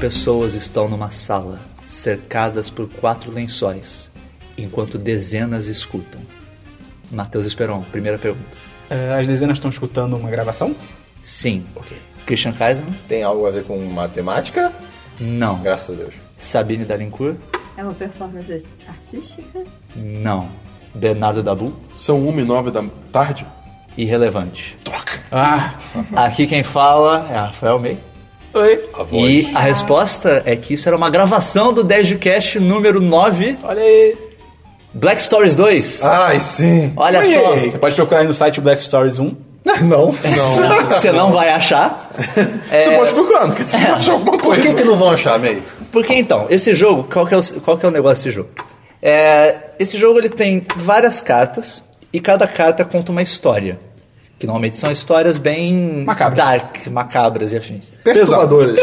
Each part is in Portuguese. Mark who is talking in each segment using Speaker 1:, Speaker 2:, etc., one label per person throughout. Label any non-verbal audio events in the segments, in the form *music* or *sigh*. Speaker 1: pessoas estão numa sala, cercadas por quatro lençóis, enquanto dezenas escutam. Matheus Esperon, primeira pergunta.
Speaker 2: É, As dezenas estão escutando uma gravação?
Speaker 1: Sim.
Speaker 2: Ok.
Speaker 1: Christian Kaisman?
Speaker 3: Tem algo a ver com matemática?
Speaker 1: Não.
Speaker 3: Graças a Deus.
Speaker 1: Sabine Dalincourt?
Speaker 4: É uma performance artística?
Speaker 1: Não. Bernardo Dabu?
Speaker 5: São 1 e 9 da tarde?
Speaker 1: Irrelevante.
Speaker 2: Ah,
Speaker 1: Aqui quem fala é Rafael May.
Speaker 2: oi.
Speaker 3: A voz.
Speaker 1: E a resposta é que isso era uma gravação do 10 de Cast número 9,
Speaker 2: Olha aí.
Speaker 1: Black Stories 2.
Speaker 6: Ah,
Speaker 3: Ai, sim.
Speaker 1: Olha só,
Speaker 2: Você pode procurar aí no site Black Stories 1.
Speaker 3: Não.
Speaker 1: *laughs* você não vai achar. É,
Speaker 5: Você pode procurar, porque você vai achar alguma
Speaker 3: Por
Speaker 5: coisa.
Speaker 3: que que não vão achar, May?
Speaker 1: Porque então, esse jogo, qual que é o, qual que é o negócio desse jogo? É, esse jogo ele tem várias cartas e cada carta conta uma história. Que normalmente são histórias bem
Speaker 2: Macabras.
Speaker 1: dark, macabras e afins.
Speaker 3: Perturbadoras.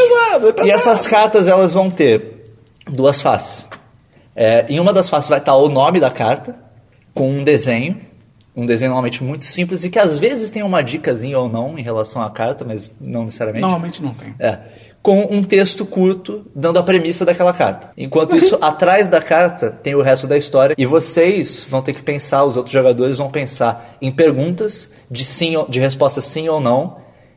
Speaker 1: E essas cartas elas vão ter duas faces. É, em uma das faces vai estar o nome da carta com um desenho, um desenho normalmente muito simples e que às vezes tem uma dicasinha ou não em relação à carta, mas não necessariamente.
Speaker 2: Normalmente não tem.
Speaker 1: É. Com um texto curto dando a premissa daquela carta. Enquanto isso, atrás da carta tem o resto da história e vocês vão ter que pensar, os outros jogadores vão pensar em perguntas de sim, ou- de resposta sim ou não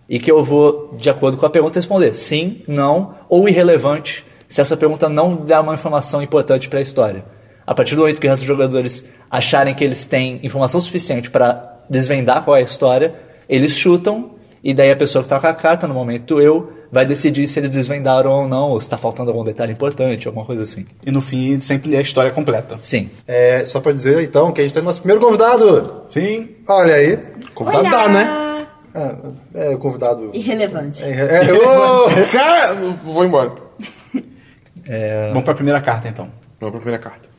Speaker 1: e que eu vou de acordo com a pergunta responder sim, não ou irrelevante se essa pergunta não dá uma informação importante para a história. A partir do momento que o resto dos jogadores acharem que eles têm informação suficiente para desvendar qual é a história, eles chutam e daí a pessoa que tá com a carta, no momento eu, vai decidir se eles desvendaram ou não, ou se tá faltando algum detalhe importante, alguma coisa assim.
Speaker 2: E no fim, sempre é a história completa.
Speaker 1: Sim.
Speaker 3: É, só pra dizer, então, que a gente tem nosso primeiro convidado.
Speaker 2: Sim.
Speaker 3: Olha aí.
Speaker 5: Convidado dá, né?
Speaker 3: Ah, é, o convidado...
Speaker 4: Irrelevante.
Speaker 3: É, é, ô!
Speaker 5: *laughs* Cara, vou embora.
Speaker 2: Eh, Vamos pra primeira carta, então.
Speaker 5: Vamos pra primeira carta.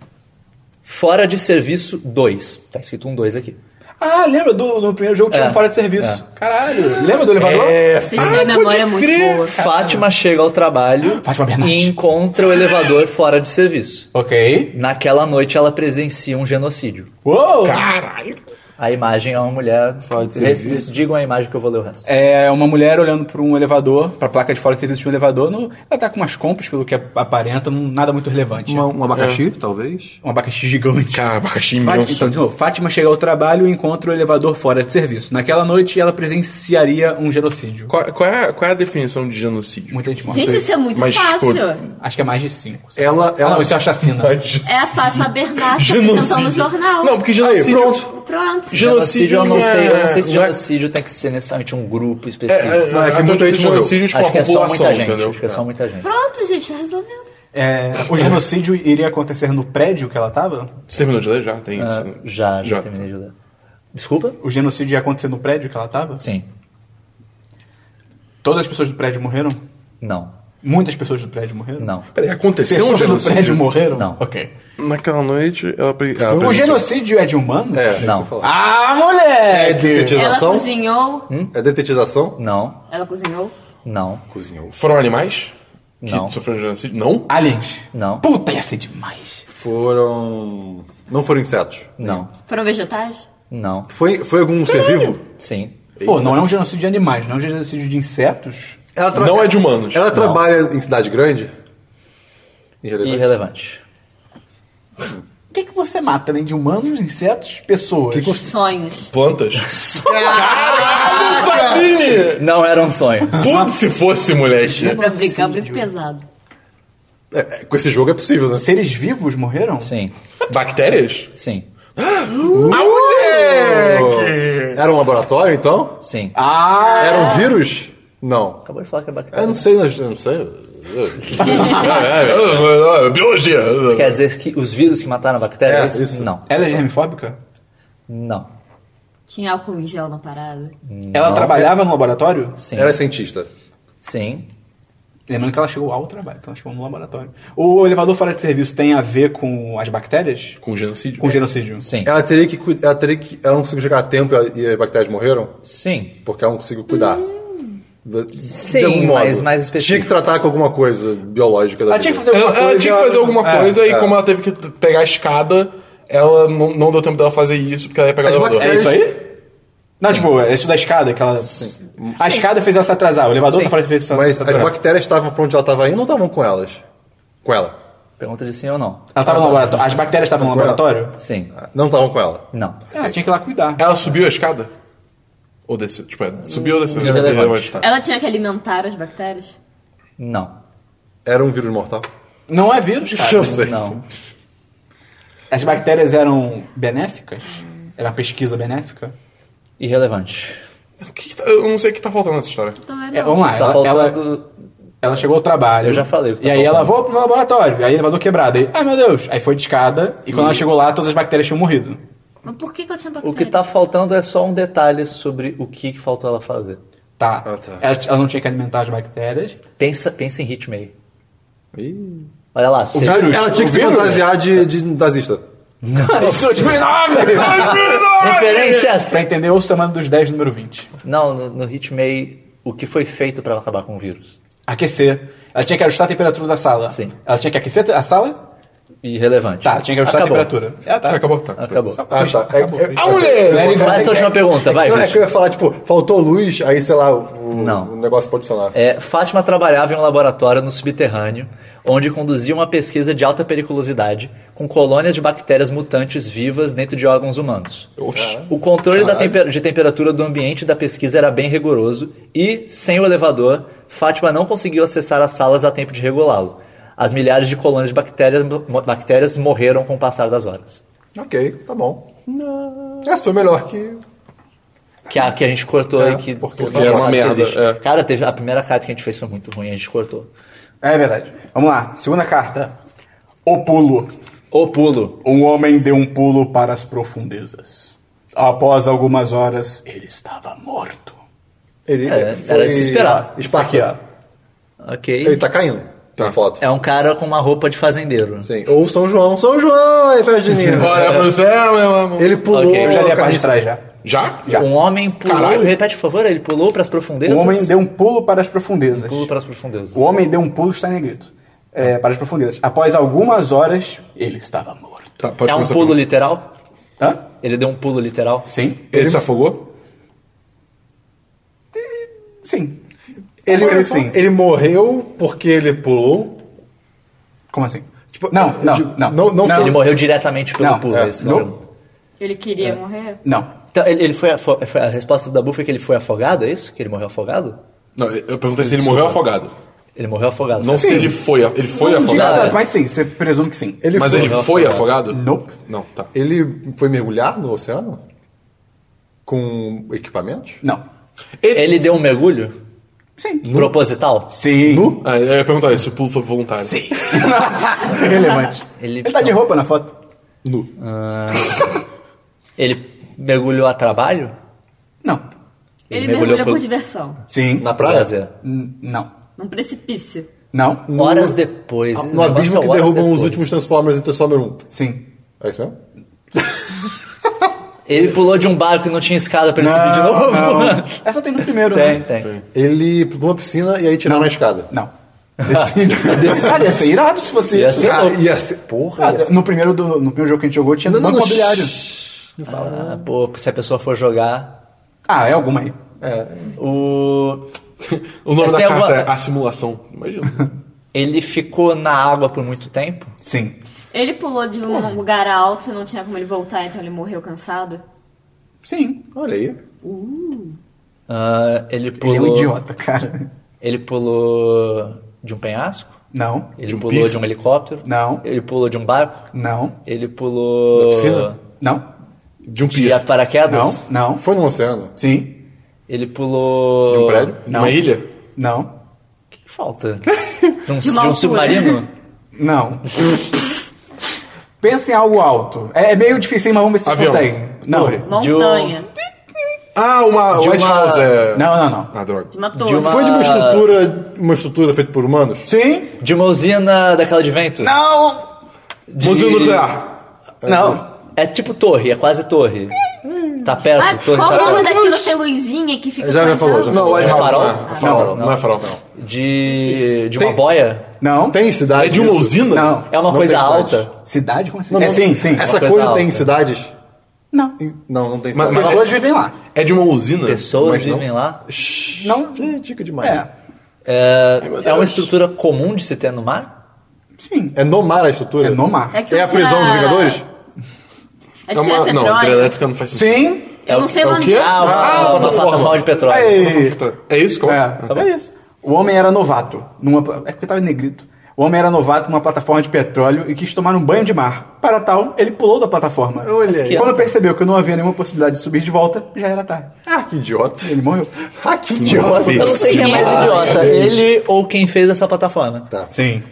Speaker 1: Fora de serviço 2. Tá escrito um 2 aqui.
Speaker 2: Ah, lembra do, do primeiro jogo que tinha
Speaker 1: É.
Speaker 2: um fora de serviço?
Speaker 1: É.
Speaker 2: Caralho. Lembra do elevador?
Speaker 3: É, sim.
Speaker 4: Vocês têm a memória muito boa.
Speaker 1: Fátima chega ao
Speaker 5: *gasps*
Speaker 1: trabalho
Speaker 2: Fátima Bernardes.
Speaker 1: e encontra o elevador fora de serviço.
Speaker 2: Ok.
Speaker 1: Naquela noite ela presencia um genocídio.
Speaker 2: Uou!
Speaker 3: Caralho.
Speaker 1: A imagem é uma mulher.
Speaker 5: Fora de
Speaker 1: Res-
Speaker 5: serviço.
Speaker 1: Digam a imagem que eu vou ler o resto.
Speaker 2: É uma mulher olhando pra um elevador, pra placa de fora de serviço de um elevador. no- ela tá com umas compras, pelo que aparenta, não- nada muito relevante.
Speaker 6: Uma- um abacaxi, talvez.
Speaker 2: Um abacaxi gigante.
Speaker 5: Cara, abacaxi
Speaker 2: Fátima,
Speaker 5: imenso.
Speaker 2: então, de novo, Fátima chega ao trabalho e encontra o elevador fora de serviço. Naquela noite, ela presenciaria um genocídio.
Speaker 5: Qual, qual é, a- qual é a definição de genocídio? *laughs*
Speaker 2: Muita gente morre.
Speaker 4: Gente, isso é muito
Speaker 5: Mas,
Speaker 4: fácil.
Speaker 5: tipo,
Speaker 2: Acho que é mais de cinco.
Speaker 3: Ela-
Speaker 2: Ah,
Speaker 3: ela-
Speaker 2: não, isso é uma chacina.
Speaker 4: É a Fátima Bernardo apresentando Tá no
Speaker 5: Genocídio.
Speaker 4: jornal.
Speaker 5: Não, porque
Speaker 3: Aí,
Speaker 5: genocídio...
Speaker 3: pronto.
Speaker 4: Pronto.
Speaker 5: Genocídio,
Speaker 1: eu não
Speaker 5: é-
Speaker 1: sei, eu não sei se
Speaker 5: não é-
Speaker 1: genocídio tem que ser necessariamente um grupo
Speaker 5: É,
Speaker 1: específico.
Speaker 3: Não,
Speaker 5: é,
Speaker 3: é que
Speaker 5: então,
Speaker 3: muita gente
Speaker 5: tipo, genocídio, tipo,
Speaker 1: acho que
Speaker 5: a
Speaker 1: é só muita
Speaker 5: população,
Speaker 1: gente.
Speaker 5: entendeu?
Speaker 1: Acho que é só muita gente.
Speaker 4: Pronto, gente, tá resolvido.
Speaker 2: É, o genocídio iria acontecer no prédio que ela tava?
Speaker 5: Você terminou de ler já? Tem isso. né?
Speaker 1: Ah, Já, já, terminei de ler. Desculpa?
Speaker 2: O genocídio ia acontecer no prédio que ela tava?
Speaker 1: Sim.
Speaker 2: Todas as pessoas do prédio morreram?
Speaker 1: Não.
Speaker 2: Muitas pessoas do prédio morreram?
Speaker 1: Não.
Speaker 5: Peraí, aconteceu um
Speaker 2: Pessoas do prédio
Speaker 5: genocídio?
Speaker 2: morreram?
Speaker 1: Não.
Speaker 2: Ok.
Speaker 5: Naquela noite, ela... pre- ela
Speaker 2: O
Speaker 5: presenciou-
Speaker 2: genocídio é de humano?
Speaker 3: É, deixa
Speaker 1: Não.
Speaker 3: eu falar.
Speaker 2: Ah,
Speaker 3: É
Speaker 2: moleque!
Speaker 4: Ela
Speaker 3: detetização?
Speaker 4: cozinhou.
Speaker 6: Hum?
Speaker 3: É detetização?
Speaker 1: Não.
Speaker 4: Ela cozinhou.
Speaker 1: Não.
Speaker 3: Cozinhou.
Speaker 5: Foram animais? Que
Speaker 1: Não.
Speaker 5: sofreram genocídio? Não?
Speaker 2: Aliens.
Speaker 1: Não.
Speaker 2: Puta, ia ser demais.
Speaker 3: Foram... Não foram insetos.
Speaker 1: Não.
Speaker 4: Foram vegetais?
Speaker 1: Não.
Speaker 3: Foi, foi algum ser vivo?
Speaker 1: Sim.
Speaker 2: Pô, não é um genocídio de animais, não é um genocídio de insetos?
Speaker 3: Ela tra-
Speaker 5: Não é de humanos.
Speaker 3: Ela trabalha em cidade grande? Irrelevante.
Speaker 1: Irrelevante.
Speaker 2: O que, que você mata, além de humanos, insetos, pessoas?
Speaker 3: Que cons-
Speaker 4: Sonhos.
Speaker 5: Plantas? Caralho, Sabine!
Speaker 1: Não um eram sonhos.
Speaker 5: Putz, se fosse, moleque.
Speaker 4: Pra brincar, eu brinco pesado.
Speaker 3: É, é, com esse jogo é possível, né?
Speaker 2: Seres vivos morreram?
Speaker 1: Sim.
Speaker 5: Bactérias?
Speaker 1: Sim.
Speaker 3: Era um laboratório, então?
Speaker 1: Sim.
Speaker 2: Ah!
Speaker 3: Era um vírus? Não.
Speaker 1: Acabou de falar que é bactéria.
Speaker 3: Eu não sei, eu não sei. Eu-
Speaker 5: Ah, ah, ah, Biologia!
Speaker 1: Quer dizer que os vírus que mataram a bactéria?
Speaker 3: É, isso.
Speaker 1: Não.
Speaker 2: Ela é germifóbica?
Speaker 1: Não.
Speaker 4: Tinha álcool em gel na parada.
Speaker 2: Ela trabalhava no laboratório?
Speaker 1: Sim.
Speaker 3: Era é cientista.
Speaker 1: Sim.
Speaker 2: Lembrando que ela chegou ao trabalho, que ela chegou no laboratório. O elevador fora de serviço tem a ver com as bactérias?
Speaker 5: Com genocídio?
Speaker 2: Com genocídio?
Speaker 1: Sim.
Speaker 6: É.
Speaker 3: Ela teria que cuidar. Ela teria que. Ela não conseguiu chegar a tempo e as bactérias morreram?
Speaker 1: Sim.
Speaker 3: Porque ela não conseguiu cuidar. De, de
Speaker 1: Sim,
Speaker 3: algum modo.
Speaker 1: mas mais específico.
Speaker 3: Tinha que tratar com alguma coisa biológica da
Speaker 2: Ela tinha que
Speaker 3: vida.
Speaker 2: fazer alguma
Speaker 5: Ela,
Speaker 2: coisa.
Speaker 5: ela tinha que fazer alguma
Speaker 2: É,
Speaker 5: coisa e
Speaker 3: é.
Speaker 5: como ela teve que pegar a escada, ela não, não deu tempo dela fazer isso, porque ela ia pegar o
Speaker 3: As
Speaker 5: elevador.
Speaker 2: É
Speaker 3: bactérias-
Speaker 2: isso aí? Não, tipo, é isso da escada, que ela. A escada fez ela se atrasar, o elevador
Speaker 1: Sim.
Speaker 2: tá falando que fez ela
Speaker 3: Mas
Speaker 2: se
Speaker 3: as
Speaker 2: atrasar.
Speaker 3: bactérias estavam pra onde ela tava indo ou estavam com elas? Com ela?
Speaker 1: Pergunta de sim ou não.
Speaker 2: Ela tava no laboratório. As bactérias estavam no
Speaker 3: Tá com ela.
Speaker 2: laboratório?
Speaker 1: Sim.
Speaker 3: Não estavam com ela.
Speaker 1: Não.
Speaker 2: Ela tinha que ir lá cuidar.
Speaker 5: Ela subiu a escada? Ou desceu? Tipo, é, subiu ou desceu?
Speaker 1: Irrelevante.
Speaker 5: Irrelevante, tá.
Speaker 4: Ela tinha que alimentar as bactérias?
Speaker 1: Não.
Speaker 3: Era um vírus mortal.
Speaker 2: Não é vírus, cara.
Speaker 5: tá. Eu sei.
Speaker 1: Não.
Speaker 2: As bactérias eram benéficas? Era uma pesquisa benéfica?
Speaker 1: Irrelevante.
Speaker 5: O que que tá- eu não sei o que tá faltando nessa história.
Speaker 4: Então
Speaker 2: É,
Speaker 4: era.
Speaker 2: vamos lá,
Speaker 1: Tá
Speaker 2: ela, ela,
Speaker 1: faltando.
Speaker 2: ela chegou ao trabalho.
Speaker 1: Eu já falei o que tá
Speaker 2: e aí
Speaker 1: faltando.
Speaker 2: ela voou pro laboratório, aí elevador quebrado. Aí, ai meu Deus! Aí foi de escada, e quando ela chegou lá, todas as bactérias tinham morrido.
Speaker 4: Mas por que, que ela tinha
Speaker 1: O
Speaker 4: bactérias?
Speaker 1: que tá faltando é só um detalhe sobre o que, que faltou ela fazer.
Speaker 2: Tá.
Speaker 5: Ah, tá.
Speaker 2: Ela, ela não tinha que alimentar as bactérias.
Speaker 1: Pensa, pensa em Hitmay. Olha lá, se-
Speaker 3: Ela,
Speaker 2: vírus?
Speaker 3: ela tinha que
Speaker 2: O
Speaker 3: se
Speaker 2: vírus?
Speaker 3: fantasiar de, de nazista.
Speaker 1: referências!
Speaker 2: pra entender, ouça Semana dos 10, número 20.
Speaker 1: Não, no, no Hitmay, o que foi feito pra acabar com o vírus?
Speaker 2: Aquecer. Ela tinha que ajustar a temperatura da sala.
Speaker 1: Sim.
Speaker 2: Ela tinha que aquecer a sala?
Speaker 1: Irrelevante.
Speaker 2: Tá, tinha que ajustar
Speaker 1: Acabou.
Speaker 2: a temperatura. Ah, tá.
Speaker 5: Acabou, tá.
Speaker 1: Acabou.
Speaker 3: Ah, tá. É, é,
Speaker 5: A mulher!
Speaker 2: Larry
Speaker 1: Vai essa última pergunta, vai.
Speaker 3: não, é
Speaker 1: Ruth.
Speaker 3: que eu ia falar, tipo, faltou luz, aí sei lá, o,
Speaker 1: Não.
Speaker 3: o negócio pode funcionar.
Speaker 1: É, Fátima trabalhava em um laboratório no subterrâneo, onde conduzia uma pesquisa de alta periculosidade com colônias de bactérias mutantes vivas dentro de órgãos humanos.
Speaker 5: Oxi.
Speaker 1: O controle da temper- de temperatura do ambiente da pesquisa era bem rigoroso e, sem o elevador, Fátima não conseguiu acessar as salas a tempo de regulá-lo. As milhares de colônias de bactérias, mo- bactérias morreram com o passar das horas.
Speaker 3: Ok, tá bom. Essa foi melhor que.
Speaker 1: Que a, que a gente cortou aí, que
Speaker 5: É, porque
Speaker 1: todo mundo
Speaker 5: era uma
Speaker 1: sabe que
Speaker 5: merda,
Speaker 1: existe.
Speaker 5: é.
Speaker 1: Cara, teve, a primeira carta que a gente fez foi muito ruim, a gente cortou.
Speaker 2: É verdade. Vamos lá. Segunda carta. O pulo.
Speaker 1: O pulo.
Speaker 2: Um homem deu um pulo para as profundezas. Após algumas horas, ele estava morto.
Speaker 3: Ele né?
Speaker 1: É,
Speaker 3: foi
Speaker 1: era de se esperar.
Speaker 2: Isso aqui, ó.
Speaker 3: Esparta.
Speaker 1: Ok.
Speaker 3: Ele tá caindo tá. na foto.
Speaker 1: É um cara com uma roupa de fazendeiro.
Speaker 3: Sim. Ou São João. São João, aí faz de ninho.
Speaker 1: *laughs*
Speaker 5: Olha pro céu, meu amor.
Speaker 3: Ele pulou.
Speaker 1: Ok,
Speaker 2: Eu já li a
Speaker 3: cara,
Speaker 2: parte de trás já.
Speaker 5: Já?
Speaker 2: Já.
Speaker 1: Um homem pulou.
Speaker 5: Caralho.
Speaker 1: Repete, por favor, ele pulou pras
Speaker 2: O
Speaker 1: profundezas.
Speaker 2: homem deu um pulo para as profundezas.
Speaker 1: pulo pras profundezas.
Speaker 2: O homem deu um pulo está em negrito. É, para as profundezas. Após algumas horas, ele estava morto.
Speaker 5: Tá, pode
Speaker 1: É um
Speaker 5: começar.
Speaker 1: pulo literal?
Speaker 2: Hã?
Speaker 1: Ele deu um pulo literal?
Speaker 2: Sim?
Speaker 5: Ele se afogou?
Speaker 2: Sim.
Speaker 3: Ele,
Speaker 2: Morreu,
Speaker 3: ele, ele morreu porque ele pulou.
Speaker 2: Como assim?
Speaker 3: Tipo,
Speaker 2: não, não,
Speaker 3: tipo,
Speaker 2: não,
Speaker 3: não- não
Speaker 1: Ele morreu diretamente pelo
Speaker 2: Não,
Speaker 1: pulo.
Speaker 2: é,
Speaker 1: esse
Speaker 2: não.
Speaker 1: cara.
Speaker 4: Ele queria morrer?
Speaker 2: Não.
Speaker 1: Então, ele, ele foi, afo- foi- A resposta da Bu foi que ele foi afogado, é isso? Que ele morreu afogado?
Speaker 5: Não, eu perguntei se ele morreu afogado.
Speaker 1: Ele morreu afogado.
Speaker 5: Não se ele foi. a- Ele foi
Speaker 2: Não diga
Speaker 5: afogado.
Speaker 1: nada.
Speaker 2: tanto, mas sim, você presume que sim.
Speaker 3: Ele
Speaker 5: Mas
Speaker 3: foi,
Speaker 5: ele foi afogado?
Speaker 2: Nope.
Speaker 5: Não, tá.
Speaker 3: Ele foi mergulhar no oceano? Com equipamentos?
Speaker 2: Não.
Speaker 1: Ele deu um mergulho?
Speaker 2: Sim.
Speaker 1: Proposital?
Speaker 2: Sim.
Speaker 3: Nu?
Speaker 5: Ah, eu ia perguntar isso, se o pulo foi voluntário.
Speaker 2: Sim. Não. Irrelevante.
Speaker 1: Ele-
Speaker 2: Ele, tá de roupa na foto?
Speaker 3: Nu.
Speaker 1: Ele mergulhou a trabalho?
Speaker 2: Não.
Speaker 4: Ele,
Speaker 1: mergulhou
Speaker 4: mergulha
Speaker 1: pro-
Speaker 4: por diversão.
Speaker 2: Sim.
Speaker 3: Na praia?
Speaker 1: Prazer.
Speaker 2: N- Não.
Speaker 4: Num precipício.
Speaker 2: Não.
Speaker 1: Horas depois. esse
Speaker 2: um
Speaker 3: No
Speaker 1: negócio é
Speaker 3: abismo que
Speaker 1: horas
Speaker 3: derrubam os
Speaker 1: depois.
Speaker 3: últimos Transformers em Transformer 1.
Speaker 2: Sim.
Speaker 3: É isso mesmo?
Speaker 1: Ele pulou de um barco e não tinha escada pra ele subir de novo?
Speaker 2: Não. *laughs* Essa tem no
Speaker 1: *laughs*
Speaker 2: primeiro,
Speaker 1: Tem,
Speaker 2: né?
Speaker 1: tem.
Speaker 3: Ele pulou na piscina e aí tiraram na escada.
Speaker 2: Não. *laughs* Decide. Cara, ia ser irado se fosse
Speaker 1: Ia
Speaker 2: isso.
Speaker 1: ser
Speaker 3: Ah,
Speaker 1: louco.
Speaker 3: ia ser. Porra,
Speaker 2: Ah,
Speaker 3: ia ser.
Speaker 2: no primeiro do, no primeiro jogo que a gente jogou tinha banco imobiliário.
Speaker 3: shh, Não fala.
Speaker 1: Ah, pô, se a pessoa for jogar.
Speaker 2: Ah, é alguma aí.
Speaker 1: O.
Speaker 5: *laughs* O nome da
Speaker 1: Tem
Speaker 5: carta
Speaker 1: alguma-
Speaker 5: é A Simulação. Imagina.
Speaker 1: Ele ficou na água por muito tempo?
Speaker 2: Sim.
Speaker 4: Ele pulou de um lugar alto e não tinha como ele voltar, então ele morreu cansado.
Speaker 2: Sim.
Speaker 3: Olha aí.
Speaker 1: Ah, ele pulou.
Speaker 2: Ele é um idiota, cara.
Speaker 1: Ele pulou de um penhasco?
Speaker 2: Não.
Speaker 1: Ele
Speaker 5: um
Speaker 1: pulou
Speaker 5: pico?
Speaker 1: de um helicóptero?
Speaker 2: Não.
Speaker 1: Ele pulou de um barco?
Speaker 2: Não.
Speaker 1: Ele pulou.
Speaker 3: Da piscina?
Speaker 2: Não.
Speaker 5: De um
Speaker 1: De
Speaker 5: pier.
Speaker 1: paraquedas?
Speaker 2: Não. Não.
Speaker 3: Foi no oceano.
Speaker 2: Sim.
Speaker 1: Ele pulou.
Speaker 5: De um prédio? De
Speaker 2: Não.
Speaker 5: uma ilha?
Speaker 2: Não.
Speaker 1: O que que falta? De um, de um
Speaker 4: altura.
Speaker 1: submarino?
Speaker 2: Não. Pensa em algo alto. É, é meio difícil, mas vamos ver se vocês
Speaker 5: Avião.
Speaker 2: conseguem. Não.
Speaker 3: Torre.
Speaker 1: um-
Speaker 4: Montanha.
Speaker 5: Ah, uma
Speaker 1: De
Speaker 5: White
Speaker 1: uma-
Speaker 5: House é...
Speaker 2: Não, não, não.
Speaker 5: Ah, droga.
Speaker 4: De uma torre.
Speaker 1: De uma-
Speaker 3: Foi de uma estrutura. Uma estrutura feita por humanos?
Speaker 2: Sim.
Speaker 1: De uma usina daquela de vento?
Speaker 2: Não.
Speaker 1: De-
Speaker 5: Museu nuclear.
Speaker 2: Não.
Speaker 1: É tipo torre, é quase torre. Tá perto,
Speaker 4: Ah,
Speaker 1: torre
Speaker 4: qual o
Speaker 1: tá
Speaker 4: nome
Speaker 1: perto.
Speaker 4: daquilo que tem luzinha que fica.
Speaker 3: Já- já falou, já
Speaker 4: passando?
Speaker 3: falou.
Speaker 5: Não, White
Speaker 1: É
Speaker 5: House
Speaker 1: farol?
Speaker 5: não é.
Speaker 1: Ah,
Speaker 5: farol.
Speaker 3: não.
Speaker 5: Não, é farol, não.
Speaker 1: De. de uma
Speaker 3: Tem-
Speaker 1: boia?
Speaker 2: Não.
Speaker 3: Tem cidade.
Speaker 5: É de uma
Speaker 3: isso?
Speaker 5: usina?
Speaker 2: Não.
Speaker 1: É uma
Speaker 3: Não
Speaker 1: coisa
Speaker 3: tem cidade.
Speaker 1: alta?
Speaker 2: Cidade? Como assim?
Speaker 3: Não,
Speaker 2: É,
Speaker 3: não.
Speaker 2: sim, sim.
Speaker 3: Essa
Speaker 1: coisa
Speaker 3: coisa tem
Speaker 1: alta.
Speaker 3: em cidades?
Speaker 2: Não.
Speaker 6: E- Não, não tem
Speaker 5: Mas-
Speaker 6: cidade.
Speaker 5: mas-
Speaker 2: Pessoas vivem lá.
Speaker 5: É de uma usina?
Speaker 1: Pessoas
Speaker 6: Mas não.
Speaker 1: vivem lá.
Speaker 2: Não.
Speaker 6: É dica demais.
Speaker 2: É.
Speaker 1: É,
Speaker 5: Ai, meu
Speaker 1: é uma
Speaker 5: Deus.
Speaker 1: estrutura comum de se ter no mar?
Speaker 2: Sim.
Speaker 6: É no mar a estrutura?
Speaker 2: É no mar.
Speaker 4: É que
Speaker 6: É a
Speaker 4: eu
Speaker 6: prisão
Speaker 4: tinha-
Speaker 6: dos Vingadores?
Speaker 4: É
Speaker 5: É uma-
Speaker 4: uma...
Speaker 5: não,
Speaker 1: tá
Speaker 5: hidrelétrica não faz sentido.
Speaker 2: Sim.
Speaker 4: Eu não sei
Speaker 5: é o
Speaker 4: onde
Speaker 5: quê?
Speaker 4: é.
Speaker 1: Ah, uma,
Speaker 5: Ah,
Speaker 1: uma
Speaker 5: uma
Speaker 1: plataforma de petróleo.
Speaker 2: Aí.
Speaker 5: É isso? Como?
Speaker 2: É, é isso. O homem era novato. Numa, pla- é porque tava em negrito. O homem era novato numa plataforma de petróleo e quis tomar um banho de mar. Para tal, ele pulou da plataforma.
Speaker 6: Olha aí.
Speaker 2: Quando percebeu que não havia nenhuma possibilidade de subir de volta, já era tarde.
Speaker 6: Ah, que idiota.
Speaker 2: Ele morreu.
Speaker 6: Ah, que idiota.
Speaker 1: Eu não sei quem é mais idiota, ele ou quem fez essa plataforma.
Speaker 6: Tá.
Speaker 2: Sim.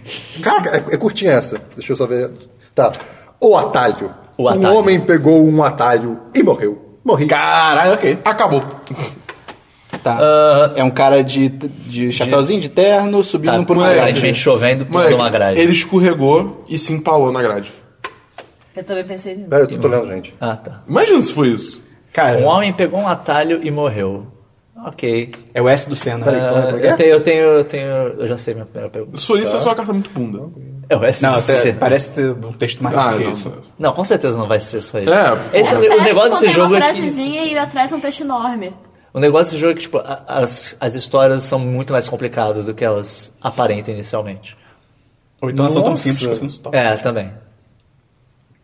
Speaker 6: Caraca, é, é curtinha essa. Deixa eu só ver. Tá. O atalho.
Speaker 1: O atalho.
Speaker 6: Um homem pegou um atalho e morreu. Morri.
Speaker 2: Caralho, ok.
Speaker 5: Acabou.
Speaker 2: Tá.
Speaker 1: Ah,
Speaker 2: é um cara de, de chapéuzinho, de terno,
Speaker 1: Tá,
Speaker 2: subindo por um uma
Speaker 1: aparentemente
Speaker 2: grade.
Speaker 1: chovendo, pulando uma grade.
Speaker 5: ele escorregou e se empalou na grade.
Speaker 4: Eu também pensei nisso.
Speaker 6: É, eu tô, tô lendo, gente.
Speaker 1: Ah, tá.
Speaker 5: Imagina se foi isso.
Speaker 2: Cara,
Speaker 1: Um homem pegou um atalho e morreu. Ok.
Speaker 2: é o S do Senna.
Speaker 1: Ah,
Speaker 6: como é que é?
Speaker 1: eu, tenho, eu tenho, eu tenho. Eu já sei minha primeira pergunta.
Speaker 5: Se foi isso, é só uma carta muito bunda.
Speaker 1: É o SDC.
Speaker 2: Tá. Não, até parece ter um texto mais
Speaker 5: Ah,
Speaker 2: do que
Speaker 5: não.
Speaker 2: isso.
Speaker 1: Não, com certeza não vai ser só isso.
Speaker 5: É,
Speaker 1: Esse-
Speaker 5: porra.
Speaker 1: o negócio desse jogo
Speaker 4: uma
Speaker 1: é que.
Speaker 4: frasezinha e atrás é um texto enorme.
Speaker 1: O negócio desse jogo é que, tipo, a- as, as histórias são muito mais complicadas do que elas aparentam inicialmente.
Speaker 2: Ou então elas são tão
Speaker 6: Nossa.
Speaker 2: simples que você não se toca.
Speaker 1: É, também.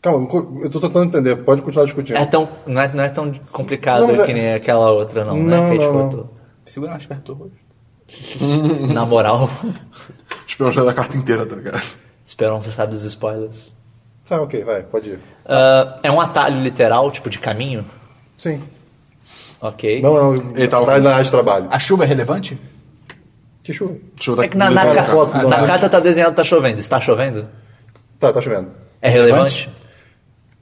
Speaker 6: Calma, eu tô tentando entender. Pode continuar discutindo.
Speaker 1: É tão, não, é, não é tão complicado
Speaker 6: Não, mas
Speaker 1: que
Speaker 6: é-
Speaker 1: nem aquela outra, não,
Speaker 6: Não,
Speaker 1: né? Que a gente
Speaker 6: não, não.
Speaker 1: botou.
Speaker 2: Segura mais perto do rosto.
Speaker 1: Na moral, *laughs*
Speaker 5: Espionagem é da carta inteira, tá ligado?
Speaker 1: Esperança sabe dos spoilers.
Speaker 6: Tá, ok, vai, pode ir.
Speaker 1: Ah, é um atalho literal, tipo, de caminho?
Speaker 6: Sim.
Speaker 1: Ok.
Speaker 6: Não, é não.
Speaker 5: Ele tava-
Speaker 6: atalho tá, na área de trabalho.
Speaker 2: A chuva é relevante?
Speaker 6: Que chuva.
Speaker 5: Deixa eu botar
Speaker 1: É que na, na,
Speaker 5: desenho
Speaker 1: ca-
Speaker 5: da
Speaker 6: a foto do
Speaker 1: na
Speaker 6: Leonardo.
Speaker 1: carta tá desenhado tá chovendo. Está chovendo?
Speaker 6: Tá, tá chovendo.
Speaker 1: É relevante?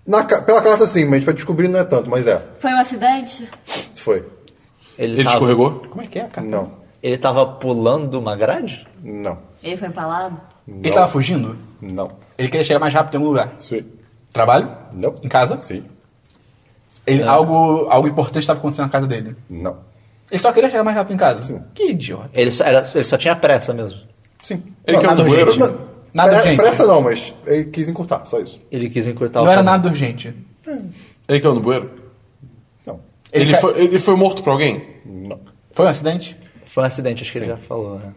Speaker 6: Na ca- Pela carta sim, mas a gente vai descobrir não é tanto, mas é.
Speaker 4: Foi um acidente?
Speaker 6: Foi.
Speaker 1: Ele,
Speaker 5: Ele
Speaker 1: tava,
Speaker 5: escorregou?
Speaker 2: Como é que é, cara?
Speaker 6: Não.
Speaker 1: Ele tava pulando uma grade?
Speaker 6: Não.
Speaker 4: Ele foi empalado?
Speaker 2: Ele
Speaker 1: tá-
Speaker 2: tava fugindo?
Speaker 6: Não.
Speaker 2: Ele queria chegar mais rápido em algum lugar.
Speaker 6: Sim.
Speaker 2: Trabalho?
Speaker 6: Não.
Speaker 2: Em casa?
Speaker 6: Sim.
Speaker 2: Ele, algo, algo importante estava acontecendo na casa dele.
Speaker 6: Não.
Speaker 2: Ele só queria chegar mais rápido em casa. Que idiota.
Speaker 1: Ele só, era- ele só tinha pressa mesmo.
Speaker 6: Sim.
Speaker 5: Ele quer um
Speaker 6: nada
Speaker 5: banheiro?
Speaker 6: urgente.
Speaker 2: Nada
Speaker 6: Pre-
Speaker 2: urgente.
Speaker 6: É, Pressa não, mas ele quis encurtar, só isso.
Speaker 1: Ele quis encurtar o
Speaker 2: Não era
Speaker 1: caminho.
Speaker 2: nada urgente.
Speaker 5: Ele caiu no bueiro?
Speaker 6: Não.
Speaker 2: Ele
Speaker 5: Ele,
Speaker 2: ca-
Speaker 5: foi, ele foi morto por alguém?
Speaker 2: Foi um acidente?
Speaker 1: Foi um acidente, acho que ele já falou, né?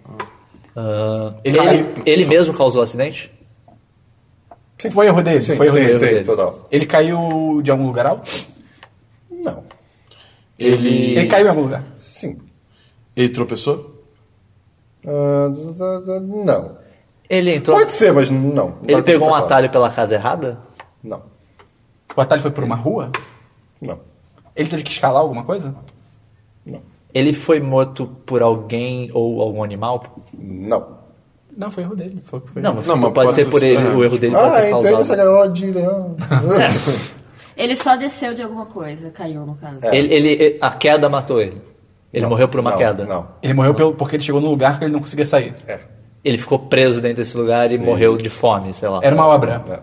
Speaker 1: Ah,
Speaker 2: Ele-
Speaker 1: ele ele mesmo causou o acidente?
Speaker 2: Foi erro dele.
Speaker 6: Sim,
Speaker 2: foi erro
Speaker 6: sim,
Speaker 2: dele.
Speaker 6: sim,
Speaker 1: dele.
Speaker 6: total.
Speaker 2: Ele caiu de algum lugar alto?
Speaker 6: Não.
Speaker 5: Ele.
Speaker 2: Ele caiu em algum lugar.
Speaker 6: Sim.
Speaker 5: Ele tropeçou?
Speaker 6: Ah, d- d- d- não.
Speaker 1: Ele entrou.
Speaker 6: Pode ser, mas não.
Speaker 1: Então- Ele
Speaker 6: Tá-
Speaker 1: pegou
Speaker 6: tá
Speaker 1: um
Speaker 6: claro.
Speaker 1: atalho pela casa errada?
Speaker 6: Não.
Speaker 2: O atalho foi por uma rua?
Speaker 6: Não.
Speaker 2: Ele teve que escalar alguma coisa?
Speaker 6: Não.
Speaker 1: Ele foi morto por alguém ou algum animal?
Speaker 6: Não.
Speaker 2: Não, foi erro dele. Foi, foi-
Speaker 1: Não, mas
Speaker 5: Não, mas
Speaker 1: pode,
Speaker 5: pode
Speaker 1: ser
Speaker 5: ter
Speaker 1: por
Speaker 5: sido-
Speaker 1: ele,
Speaker 5: é.
Speaker 1: o erro dele pode
Speaker 6: Ah,
Speaker 1: ter
Speaker 6: entrei nessa
Speaker 1: causado.
Speaker 6: gaiola de leão.
Speaker 4: Ele só desceu de alguma coisa, caiu no caso.
Speaker 1: Ele, ele- a queda matou ele. Ele
Speaker 6: Não,
Speaker 1: morreu por uma
Speaker 6: não,
Speaker 1: queda.
Speaker 6: Não.
Speaker 2: Ele morreu pelo, porque ele chegou num lugar que ele não conseguia sair.
Speaker 6: É.
Speaker 1: Ele ficou preso dentro desse lugar e morreu de fome, sei lá.
Speaker 2: Era uma obra.
Speaker 6: é.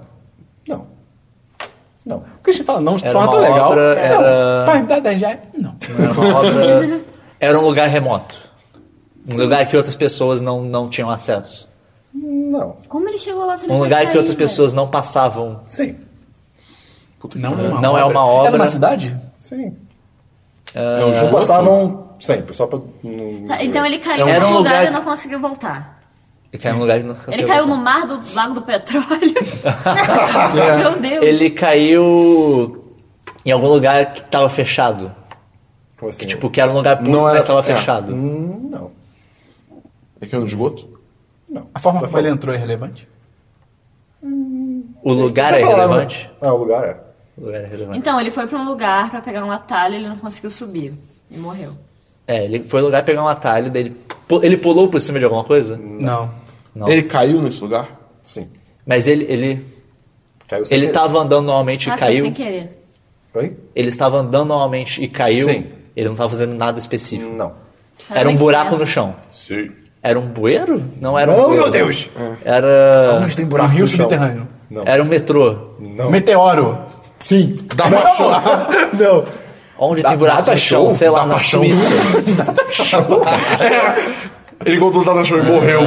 Speaker 6: Não. Não.
Speaker 2: O Christian fala, não, de
Speaker 1: Era
Speaker 2: forma tão
Speaker 1: uma
Speaker 2: legal.
Speaker 1: obra, era-
Speaker 2: Não, pai, me dá 10 reais? Não.
Speaker 1: Era *laughs* uma obra- Era um lugar remoto. Um lugar que outras pessoas não, não tinham acesso.
Speaker 6: Não.
Speaker 4: Como ele chegou lá se ele né?
Speaker 1: Um
Speaker 4: foi
Speaker 1: lugar que
Speaker 4: sair,
Speaker 1: outras
Speaker 4: velho?
Speaker 1: pessoas não passavam.
Speaker 6: Sim.
Speaker 2: Não, é uma
Speaker 1: Não
Speaker 2: obra.
Speaker 1: é uma obra.
Speaker 2: Era uma cidade?
Speaker 6: Sim.
Speaker 1: Ah,
Speaker 5: É um
Speaker 6: Não
Speaker 5: jogo?
Speaker 6: passavam sempre, só pra. não-
Speaker 4: Tá, Então ele caiu
Speaker 1: Era
Speaker 4: num
Speaker 1: um
Speaker 4: lugar,
Speaker 1: lugar-
Speaker 4: e não conseguiu voltar.
Speaker 1: Ele caiu num lugar que não
Speaker 4: Ele caiu no mar do Lago
Speaker 1: *laughs*
Speaker 4: do Petróleo. *laughs* Meu Deus.
Speaker 1: Ele caiu em algum lugar que estava fechado.
Speaker 6: Como assim?
Speaker 1: Que, tipo, que era um lugar público,
Speaker 5: Não era-
Speaker 1: mas estava
Speaker 5: é.
Speaker 1: fechado.
Speaker 6: Hum, Não.
Speaker 5: Ele caiu no esgoto?
Speaker 6: Não.
Speaker 2: A forma
Speaker 6: Já
Speaker 2: como ele
Speaker 6: falou.
Speaker 2: entrou é relevante?
Speaker 1: O lugar
Speaker 6: Já
Speaker 1: é
Speaker 6: falaram,
Speaker 1: relevante?
Speaker 6: né? Ah, o lugar é.
Speaker 1: O lugar é relevante.
Speaker 4: Então, ele foi pra um lugar pra pegar um atalho, ele não conseguiu subir. E morreu.
Speaker 1: É, ele foi no lugar pegar um atalho, daí ele, pu- ele pulou por cima de alguma coisa?
Speaker 2: Não.
Speaker 1: Não.
Speaker 5: Ele caiu nesse lugar?
Speaker 6: Sim.
Speaker 1: Mas ele, ele,
Speaker 6: Caiu sem
Speaker 1: ele tá-
Speaker 6: querer.
Speaker 1: tava andando normalmente
Speaker 4: Ah,
Speaker 1: e
Speaker 4: foi
Speaker 1: caiu.
Speaker 4: sem querer.
Speaker 6: Oi?
Speaker 1: Ele estava andando normalmente e caiu.
Speaker 6: Sim.
Speaker 1: Ele não tava fazendo nada específico.
Speaker 6: Não.
Speaker 4: Caiu
Speaker 1: Era um
Speaker 4: na
Speaker 1: buraco
Speaker 4: terra.
Speaker 1: no chão.
Speaker 5: Sim.
Speaker 1: Era um bueiro? Não era um
Speaker 6: Não,
Speaker 1: bueiro.
Speaker 6: Oh,
Speaker 1: É.
Speaker 6: meu Deus!
Speaker 1: Era.
Speaker 6: Mas tem
Speaker 2: Um
Speaker 6: buraco
Speaker 2: rio
Speaker 6: no chão.
Speaker 2: subterrâneo.
Speaker 6: Não.
Speaker 1: Era um metrô.
Speaker 6: Não.
Speaker 2: Meteoro.
Speaker 6: Sim.
Speaker 5: Dá pra achar.
Speaker 6: Não.
Speaker 1: Onde tem buraco
Speaker 2: data
Speaker 1: no chão?
Speaker 6: um?
Speaker 2: show?
Speaker 1: Sei lá,
Speaker 5: Data
Speaker 1: na
Speaker 5: show?
Speaker 1: Suíça.
Speaker 5: Ele encontrou o Data Show e morreu.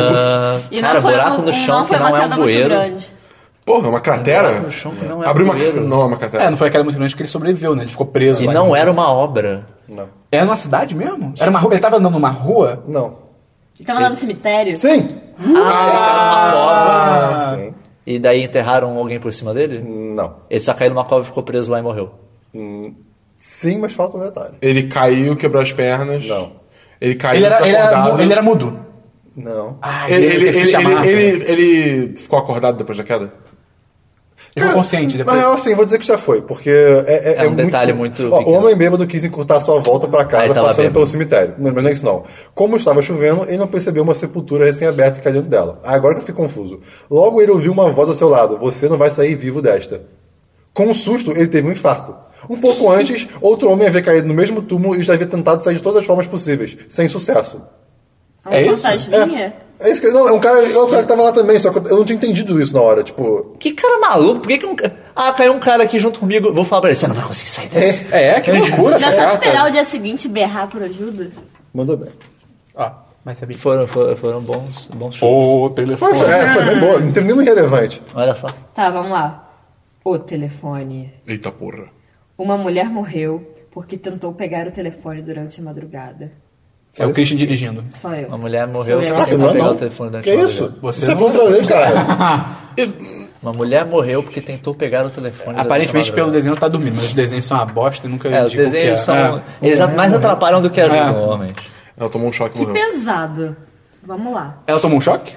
Speaker 4: E não
Speaker 1: Cara,
Speaker 4: foi
Speaker 1: buraco
Speaker 4: um-
Speaker 1: no
Speaker 4: um-
Speaker 1: chão
Speaker 4: não
Speaker 1: que
Speaker 4: foi
Speaker 1: não
Speaker 4: uma
Speaker 1: é um
Speaker 4: queda muito
Speaker 1: bueiro.
Speaker 4: grande.
Speaker 5: Porra, é uma
Speaker 1: buraco
Speaker 5: cratera?
Speaker 1: no chão que não é
Speaker 5: Abriu uma
Speaker 1: poeira.
Speaker 5: Não, é uma
Speaker 2: É.
Speaker 5: cratera.
Speaker 2: não foi a queda muito grande que ele sobreviveu, né? Ele ficou preso.
Speaker 1: E
Speaker 2: lá
Speaker 1: não é-
Speaker 2: em-
Speaker 1: era uma obra.
Speaker 6: Não.
Speaker 2: Era numa cidade mesmo? Era uma rua. Ele tava andando numa rua?
Speaker 6: Não.
Speaker 4: Ele tava lá no cemitério.
Speaker 6: Sim!
Speaker 1: Ah, ele tava numa cova.
Speaker 6: Ah, sim.
Speaker 1: E daí enterraram alguém por cima dele?
Speaker 6: Não.
Speaker 1: Ele só caiu numa cova e ficou preso lá e morreu.
Speaker 6: Sim, mas falta um detalhe.
Speaker 5: Ele caiu, quebrou as pernas.
Speaker 6: Não.
Speaker 5: Ele caiu
Speaker 2: Ele era, ele,
Speaker 5: desacordado.
Speaker 2: era, ele era mudo.
Speaker 6: Não.
Speaker 2: Ah,
Speaker 5: Ele,
Speaker 2: ele,
Speaker 5: ele,
Speaker 2: ele,
Speaker 5: ele,
Speaker 2: ele,
Speaker 5: ele- ele ficou acordado depois da queda?
Speaker 2: ficou consciente
Speaker 6: Na
Speaker 2: depois.
Speaker 6: real, assim, vou dizer que já foi, porque é,
Speaker 1: É um detalhe muito
Speaker 6: Ó, o
Speaker 1: pequeno.
Speaker 6: homem bêbado quis encurtar sua volta pra
Speaker 1: Aí
Speaker 6: casa
Speaker 1: tava
Speaker 6: passando
Speaker 1: bêbado.
Speaker 6: pelo cemitério. Não, mas não é isso não. Como estava chovendo, ele não percebeu uma sepultura recém-aberta e caiu dentro dela. Ah, agora que eu fico confuso. Logo ele ouviu uma voz ao seu lado: Você não vai sair vivo desta. Com um susto, ele teve um infarto. Um pouco antes, outro homem havia caído no mesmo túmulo e já havia tentado sair de todas as formas possíveis, sem sucesso.
Speaker 4: É um
Speaker 5: É isso?
Speaker 4: fantasminha?
Speaker 6: É isso que. Não, é um cara, é um cara que tava lá também, só que eu não tinha entendido isso na hora. Tipo,
Speaker 1: Que cara maluco? Por que, que um. ca- Ah, caiu um cara aqui junto comigo. Vou falar pra ele, você não vai conseguir sair dessa.
Speaker 2: É, é, que loucura,
Speaker 4: Não é
Speaker 2: essa
Speaker 4: só
Speaker 2: carta.
Speaker 1: né?
Speaker 4: esperar o dia seguinte e berrar por ajuda?
Speaker 6: mandou bem.
Speaker 2: Ó, mas sabia.
Speaker 1: É. Foram, foram, foram bons, bons chutes.
Speaker 5: Ou
Speaker 6: Foi,
Speaker 5: telefone.
Speaker 6: foi, é, foi bem boa, não teve nenhum irrelevante.
Speaker 1: Olha só.
Speaker 4: Tá, vamos lá. O telefone.
Speaker 5: Eita porra.
Speaker 4: Uma mulher morreu porque tentou pegar o telefone durante a madrugada.
Speaker 2: É o Christian dirigindo.
Speaker 4: Só eu.
Speaker 1: Uma mulher morreu
Speaker 4: Sou
Speaker 1: porque
Speaker 4: eu.
Speaker 6: Caraca,
Speaker 1: tentou
Speaker 6: não é
Speaker 1: pegar
Speaker 6: não.
Speaker 1: o telefone da
Speaker 6: Que
Speaker 1: Cláudia.
Speaker 6: isso?
Speaker 2: Você
Speaker 6: isso é
Speaker 2: não-
Speaker 6: contra a lei, cara.
Speaker 1: Uma mulher morreu porque tentou pegar o telefone da
Speaker 2: É, Aparentemente,
Speaker 1: Cláudia.
Speaker 2: pelo desenho, ela tá dormindo, mas os desenhos são uma bosta e nunca
Speaker 1: É, os
Speaker 2: indicam o que
Speaker 1: desenhos
Speaker 2: é.
Speaker 1: são.
Speaker 2: É.
Speaker 1: Eles a- mais atrapalham do que ajudam,
Speaker 2: É.
Speaker 1: normalmente.
Speaker 5: Ela tomou um choque e
Speaker 4: Que
Speaker 5: morreu.
Speaker 4: pesado. Vamos lá.
Speaker 2: Ela tomou um choque?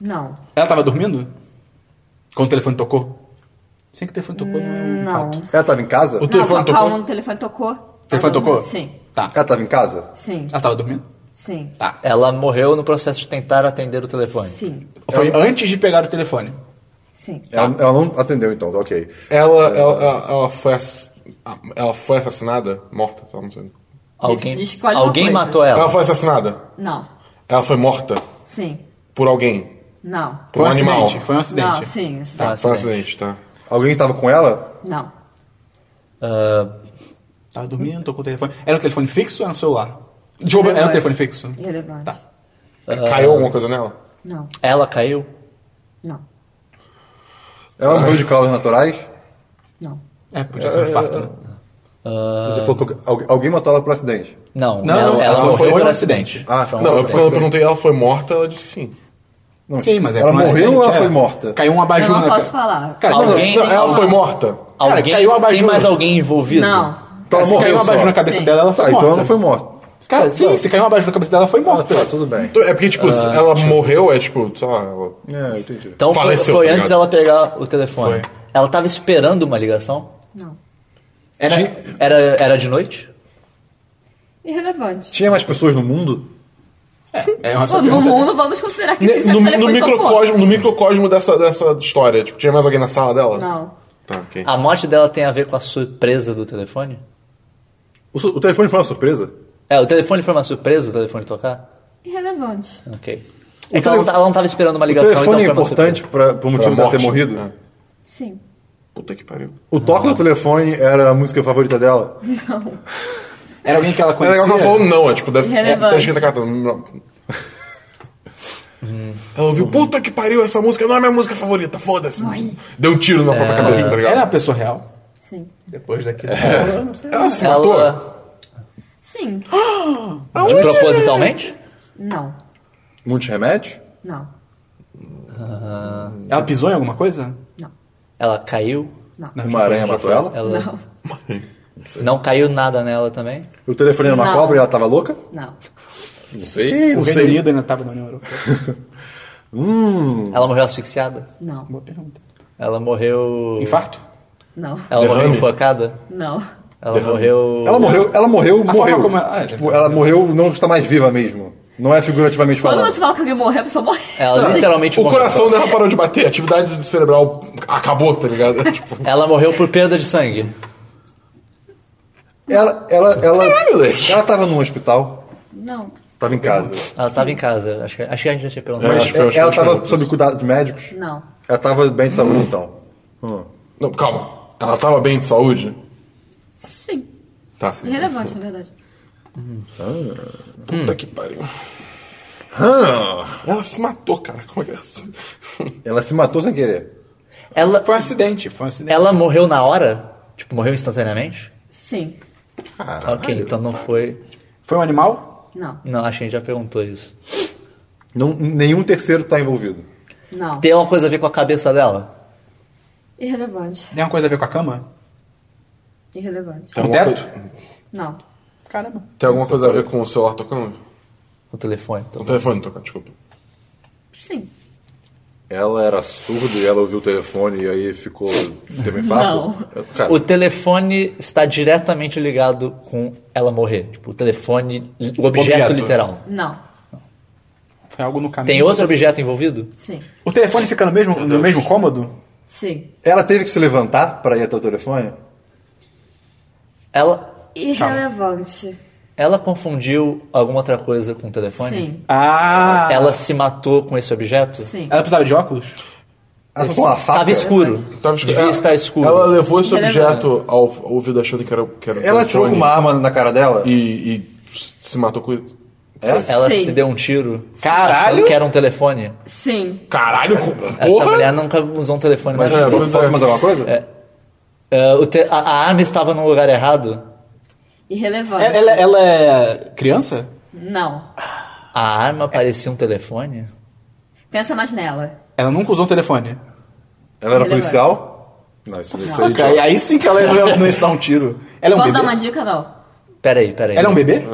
Speaker 4: Não.
Speaker 2: Ela tava dormindo? Quando o telefone tocou? Sem que o telefone tocou, não é um
Speaker 4: Hum, Não.
Speaker 2: fato.
Speaker 6: Ela tava em casa?
Speaker 5: O
Speaker 4: Não,
Speaker 5: telefone
Speaker 4: calma, calma,
Speaker 5: tocou?
Speaker 4: o telefone tocou.
Speaker 2: O telefone tocou?
Speaker 4: Sim,
Speaker 2: Tá.
Speaker 6: Ela tava em casa?
Speaker 4: sim,
Speaker 2: Ela tava dormindo?
Speaker 4: sim,
Speaker 2: Tá.
Speaker 1: Ela morreu no processo de tentar atender o telefone.
Speaker 4: sim,
Speaker 2: Foi antes de pegar o telefone.
Speaker 4: sim.
Speaker 6: Ela, ela não atendeu então, tá ok.
Speaker 5: Ela, ela, ela, ela foi ass- ela foi assassinada? Morta, sei lá, não sei.
Speaker 1: Alguém,
Speaker 4: Escolhe uma
Speaker 1: alguém
Speaker 4: coisa.
Speaker 1: matou ela.
Speaker 5: Ela foi assassinada.
Speaker 4: Não,
Speaker 5: Ela foi morta
Speaker 4: sim,
Speaker 5: por alguém.
Speaker 4: não.
Speaker 5: Por
Speaker 2: Foi um,
Speaker 5: um animal.
Speaker 2: acidente. Foi um acidente.
Speaker 4: Não, sim, sim.
Speaker 1: Tá,
Speaker 5: Foi um
Speaker 1: acidente.
Speaker 5: acidente, tá.
Speaker 6: Alguém estava com ela?
Speaker 4: Não.
Speaker 1: Ah,
Speaker 2: Tava dormindo, tocou o telefone. Era um telefone fixo ou era um celular? Desculpa, era um
Speaker 4: Relevante.
Speaker 2: telefone fixo.
Speaker 4: Irrelevante.
Speaker 2: Tá.
Speaker 5: Caiu alguma coisa nela?
Speaker 4: Não,
Speaker 1: ela caiu.
Speaker 4: não,
Speaker 6: Ela morreu de causas naturais?
Speaker 4: não.
Speaker 2: É, podia ser um infarto, né?
Speaker 6: é,
Speaker 1: Ah,
Speaker 6: Você falou que algu- alguém matou ela por acidente.
Speaker 1: não,
Speaker 2: Não,
Speaker 1: ela,
Speaker 2: não,
Speaker 1: ela
Speaker 2: ela
Speaker 1: morreu
Speaker 2: foi
Speaker 1: por
Speaker 2: um
Speaker 1: acidente.
Speaker 2: acidente.
Speaker 6: Ah,
Speaker 1: Foi um
Speaker 5: Não, é
Speaker 1: acidente.
Speaker 5: porque quando eu perguntei, ela foi morta, ela disse que sim.
Speaker 6: Não.
Speaker 2: Sim, mas é
Speaker 6: Ela
Speaker 2: por um
Speaker 6: morreu ou ela
Speaker 2: acidente,
Speaker 6: foi
Speaker 2: é.
Speaker 6: morta?
Speaker 2: Caiu um abajur
Speaker 4: Eu não
Speaker 2: na
Speaker 4: posso
Speaker 2: ca-
Speaker 4: falar.
Speaker 2: Cara,
Speaker 1: Alguém-
Speaker 5: Não, ela foi morta.
Speaker 2: Cara,
Speaker 1: Alguém,
Speaker 2: caiu um
Speaker 1: tem
Speaker 2: abajur.
Speaker 1: mais alguém envolvido?
Speaker 4: Não,
Speaker 6: Então
Speaker 2: Cara,
Speaker 6: ela
Speaker 2: se caiu
Speaker 6: morreu
Speaker 2: um abajur
Speaker 6: só.
Speaker 2: na cabeça
Speaker 4: Sim.
Speaker 2: dela, ela foi
Speaker 6: Tá,
Speaker 2: morta.
Speaker 6: então ela não foi morta.
Speaker 2: Cara, sim, se caiu um abajur na cabeça dela, ela foi
Speaker 6: Ah,
Speaker 2: morta.
Speaker 6: tá, tudo bem.
Speaker 5: Então, É porque, tipo, ela morreu, é tipo, sei lá, ela-
Speaker 6: É, entendi.
Speaker 1: Então foi-
Speaker 5: Faleceu,
Speaker 1: foi,
Speaker 5: tá
Speaker 1: antes
Speaker 5: ligado?
Speaker 1: dela pegar o telefone.
Speaker 2: Foi.
Speaker 1: Ela tava esperando uma ligação?
Speaker 4: não.
Speaker 2: Era...
Speaker 1: Era, era de noite?
Speaker 4: Irrelevante.
Speaker 6: Tinha mais pessoas no mundo?
Speaker 2: É uma só
Speaker 4: Pô, no
Speaker 2: pergunta.
Speaker 4: mundo, vamos considerar que
Speaker 5: Ne-
Speaker 4: existe
Speaker 5: no,
Speaker 4: a
Speaker 5: no
Speaker 4: é telefone
Speaker 5: microcosmo, no microcosmo dessa, dessa história. Tipo, tinha mais alguém na sala dela?
Speaker 4: tocou. Não,
Speaker 5: Tá, ok.
Speaker 1: A morte dela tem a ver com a surpresa do telefone?
Speaker 6: O, su- o telefone foi uma surpresa?
Speaker 1: É, o telefone foi uma surpresa, o telefone tocar?
Speaker 4: irrelevante.
Speaker 1: Ok. É que ela, não
Speaker 6: tele-
Speaker 1: tá- ela não tava esperando uma
Speaker 6: O
Speaker 1: ligação, então
Speaker 6: telefone
Speaker 1: foi
Speaker 6: é
Speaker 1: uma
Speaker 6: importante
Speaker 1: surpresa.
Speaker 6: pra, pro motivo
Speaker 5: Pra
Speaker 6: dela ter
Speaker 5: morte.
Speaker 6: morrido?
Speaker 5: É.
Speaker 4: Sim,
Speaker 5: Puta que pariu.
Speaker 6: O toque do telefone era a música favorita dela?
Speaker 2: Era alguém que ela
Speaker 5: É legal que ela
Speaker 2: conhecia? né?
Speaker 5: falou não, é tipo, deve é,
Speaker 4: Relevante.
Speaker 5: tá escrito a carta. não. Ela ouviu, puta que pariu, essa música não é minha música favorita, foda-se. Deu um tiro na própria cabeça, tá
Speaker 2: Era uma
Speaker 5: ligado?
Speaker 2: pessoa real?
Speaker 4: sim.
Speaker 2: Depois daquilo.
Speaker 5: Ela se matou.
Speaker 1: Ela,
Speaker 4: Sim,
Speaker 1: de, propositalmente?
Speaker 4: não,
Speaker 6: Muitos remédios?
Speaker 4: não,
Speaker 2: Ela pisou em alguma coisa?
Speaker 4: não,
Speaker 1: Ela caiu?
Speaker 2: Não, já
Speaker 6: Uma
Speaker 2: foi,
Speaker 6: aranha
Speaker 2: já
Speaker 6: matou
Speaker 2: foi.
Speaker 6: ela?
Speaker 1: Ela
Speaker 4: não,
Speaker 1: não caiu nada nela também?
Speaker 6: O telefone era uma
Speaker 4: Não.
Speaker 6: cobra e ela tava louca?
Speaker 4: não.
Speaker 6: Não sei,
Speaker 2: O
Speaker 6: não
Speaker 2: Reino
Speaker 6: sei.
Speaker 2: Unido ainda tava na União Europeia.
Speaker 1: Ela morreu asfixiada?
Speaker 4: Não,
Speaker 2: Boa pergunta.
Speaker 1: Ela morreu...
Speaker 2: Infarto?
Speaker 4: não,
Speaker 1: Ela morreu
Speaker 5: Derrame?
Speaker 1: enforcada?
Speaker 4: não,
Speaker 1: Ela morreu...
Speaker 6: Ela morreu, ela morreu,
Speaker 2: A
Speaker 6: morreu.
Speaker 2: forma como ela- ah, é.
Speaker 6: Tipo, ela morreu, não está mais viva mesmo. Não é figurativamente
Speaker 4: Quando
Speaker 6: falando.
Speaker 4: você fala que alguém morreu, a pessoa morre.
Speaker 1: Ela literalmente
Speaker 5: O
Speaker 1: morreu.
Speaker 5: coração dela parou de bater, a atividade cerebral acabou, tá ligado? *laughs* É, tipo,
Speaker 1: Ela morreu por perda de sangue.
Speaker 6: Ela, ela, ela, ela tava num hospital,
Speaker 4: Não,
Speaker 6: tava em casa.
Speaker 1: Ela tava em casa. Acho que, acho que a gente já tinha perguntado.
Speaker 5: É.
Speaker 6: Mas
Speaker 5: acho que foi- acho que
Speaker 6: ela
Speaker 5: foi-
Speaker 6: tava sob cuidado de médicos.
Speaker 4: não,
Speaker 6: Ela tava bem de saúde, então. Hum.
Speaker 5: não, calma. Ela tava bem de saúde?
Speaker 4: sim.
Speaker 5: Tá.
Speaker 4: Irrelevante, na verdade.
Speaker 5: Puta que pariu.
Speaker 6: Hum. Ah.
Speaker 5: Ela se matou, cara. Como é que é?
Speaker 6: Ela se matou sem querer.
Speaker 1: Ela,
Speaker 2: Foi um acidente, foi um acidente.
Speaker 1: ela morreu na hora? Tipo, morreu instantaneamente?
Speaker 4: Sim.
Speaker 1: ok, então não foi.
Speaker 2: Foi um animal?
Speaker 4: Não.
Speaker 1: Não, acho que a gente já perguntou isso.
Speaker 6: Não- nenhum terceiro tá envolvido.
Speaker 4: Não.
Speaker 1: Tem alguma coisa a ver com a cabeça dela?
Speaker 4: Irrelevante.
Speaker 2: Tem uma coisa a ver com a cama?
Speaker 4: Irrelevante.
Speaker 5: Tem
Speaker 2: Com o
Speaker 5: alguma
Speaker 2: teto?
Speaker 5: coi-
Speaker 4: Não.
Speaker 2: Caramba.
Speaker 5: Tem alguma coisa a ver com o celular tocando?
Speaker 1: O telefone. então.
Speaker 5: O telefone tocando, desculpa.
Speaker 4: Sim.
Speaker 6: Ela era surda e ela ouviu o telefone e aí ficou. Teve um infarto?
Speaker 4: Não.
Speaker 6: Eu- Cara,
Speaker 1: O telefone está diretamente ligado com ela morrer. Tipo, o telefone, o objeto,
Speaker 5: Objeto.
Speaker 1: literal.
Speaker 4: Não.
Speaker 2: Foi algo no caminho.
Speaker 1: Tem outro objeto envolvido?
Speaker 4: Sim.
Speaker 2: O telefone fica no mesmo, no mesmo cômodo?
Speaker 4: Sim.
Speaker 6: ela teve que se levantar pra ir até o telefone?
Speaker 1: Ela,
Speaker 4: Irrelevante.
Speaker 1: ela confundiu alguma outra coisa com o telefone?
Speaker 4: Sim.
Speaker 2: Ah!
Speaker 1: Ela se matou com esse objeto?
Speaker 4: Sim.
Speaker 2: Ela precisava de óculos?
Speaker 6: Ela tava com uma faca?
Speaker 1: Tava escuro.
Speaker 5: Tava escuro.
Speaker 1: Devia
Speaker 5: Ela-
Speaker 1: estar escuro.
Speaker 5: Ela levou esse
Speaker 4: Relevante.
Speaker 5: objeto ao, ao ouvido achando que era, que era o
Speaker 6: Ela tirou com
Speaker 5: telefone
Speaker 6: uma arma na cara dela?
Speaker 5: E, e se matou com isso.
Speaker 1: Ela
Speaker 4: Sim.
Speaker 1: se deu um tiro.
Speaker 2: Caralho!
Speaker 1: achando que era um telefone.
Speaker 4: Sim.
Speaker 5: Caralho, co-
Speaker 1: Essa
Speaker 5: porra!
Speaker 1: mulher nunca usou um telefone mais.
Speaker 6: Mas
Speaker 5: É,
Speaker 6: foi-
Speaker 5: pois
Speaker 6: foi
Speaker 5: é.
Speaker 6: mais alguma coisa?
Speaker 1: É, o te- a, a arma estava no lugar errado?
Speaker 4: Irrelevante.
Speaker 2: Ela, ela- ela é criança?
Speaker 4: Não.
Speaker 1: A arma parecia um telefone?
Speaker 4: Pensa mais nela.
Speaker 2: Ela nunca usou um telefone.
Speaker 6: Ela era
Speaker 4: Relevante.
Speaker 6: policial? Não, isso isso aí.
Speaker 2: Ok, aí sim que ela ia- não ia se dar um tiro. Ela é um
Speaker 4: Posso
Speaker 2: bebê?
Speaker 4: dar uma dica? Não.
Speaker 1: Peraí, peraí.
Speaker 2: Ela é um bebê?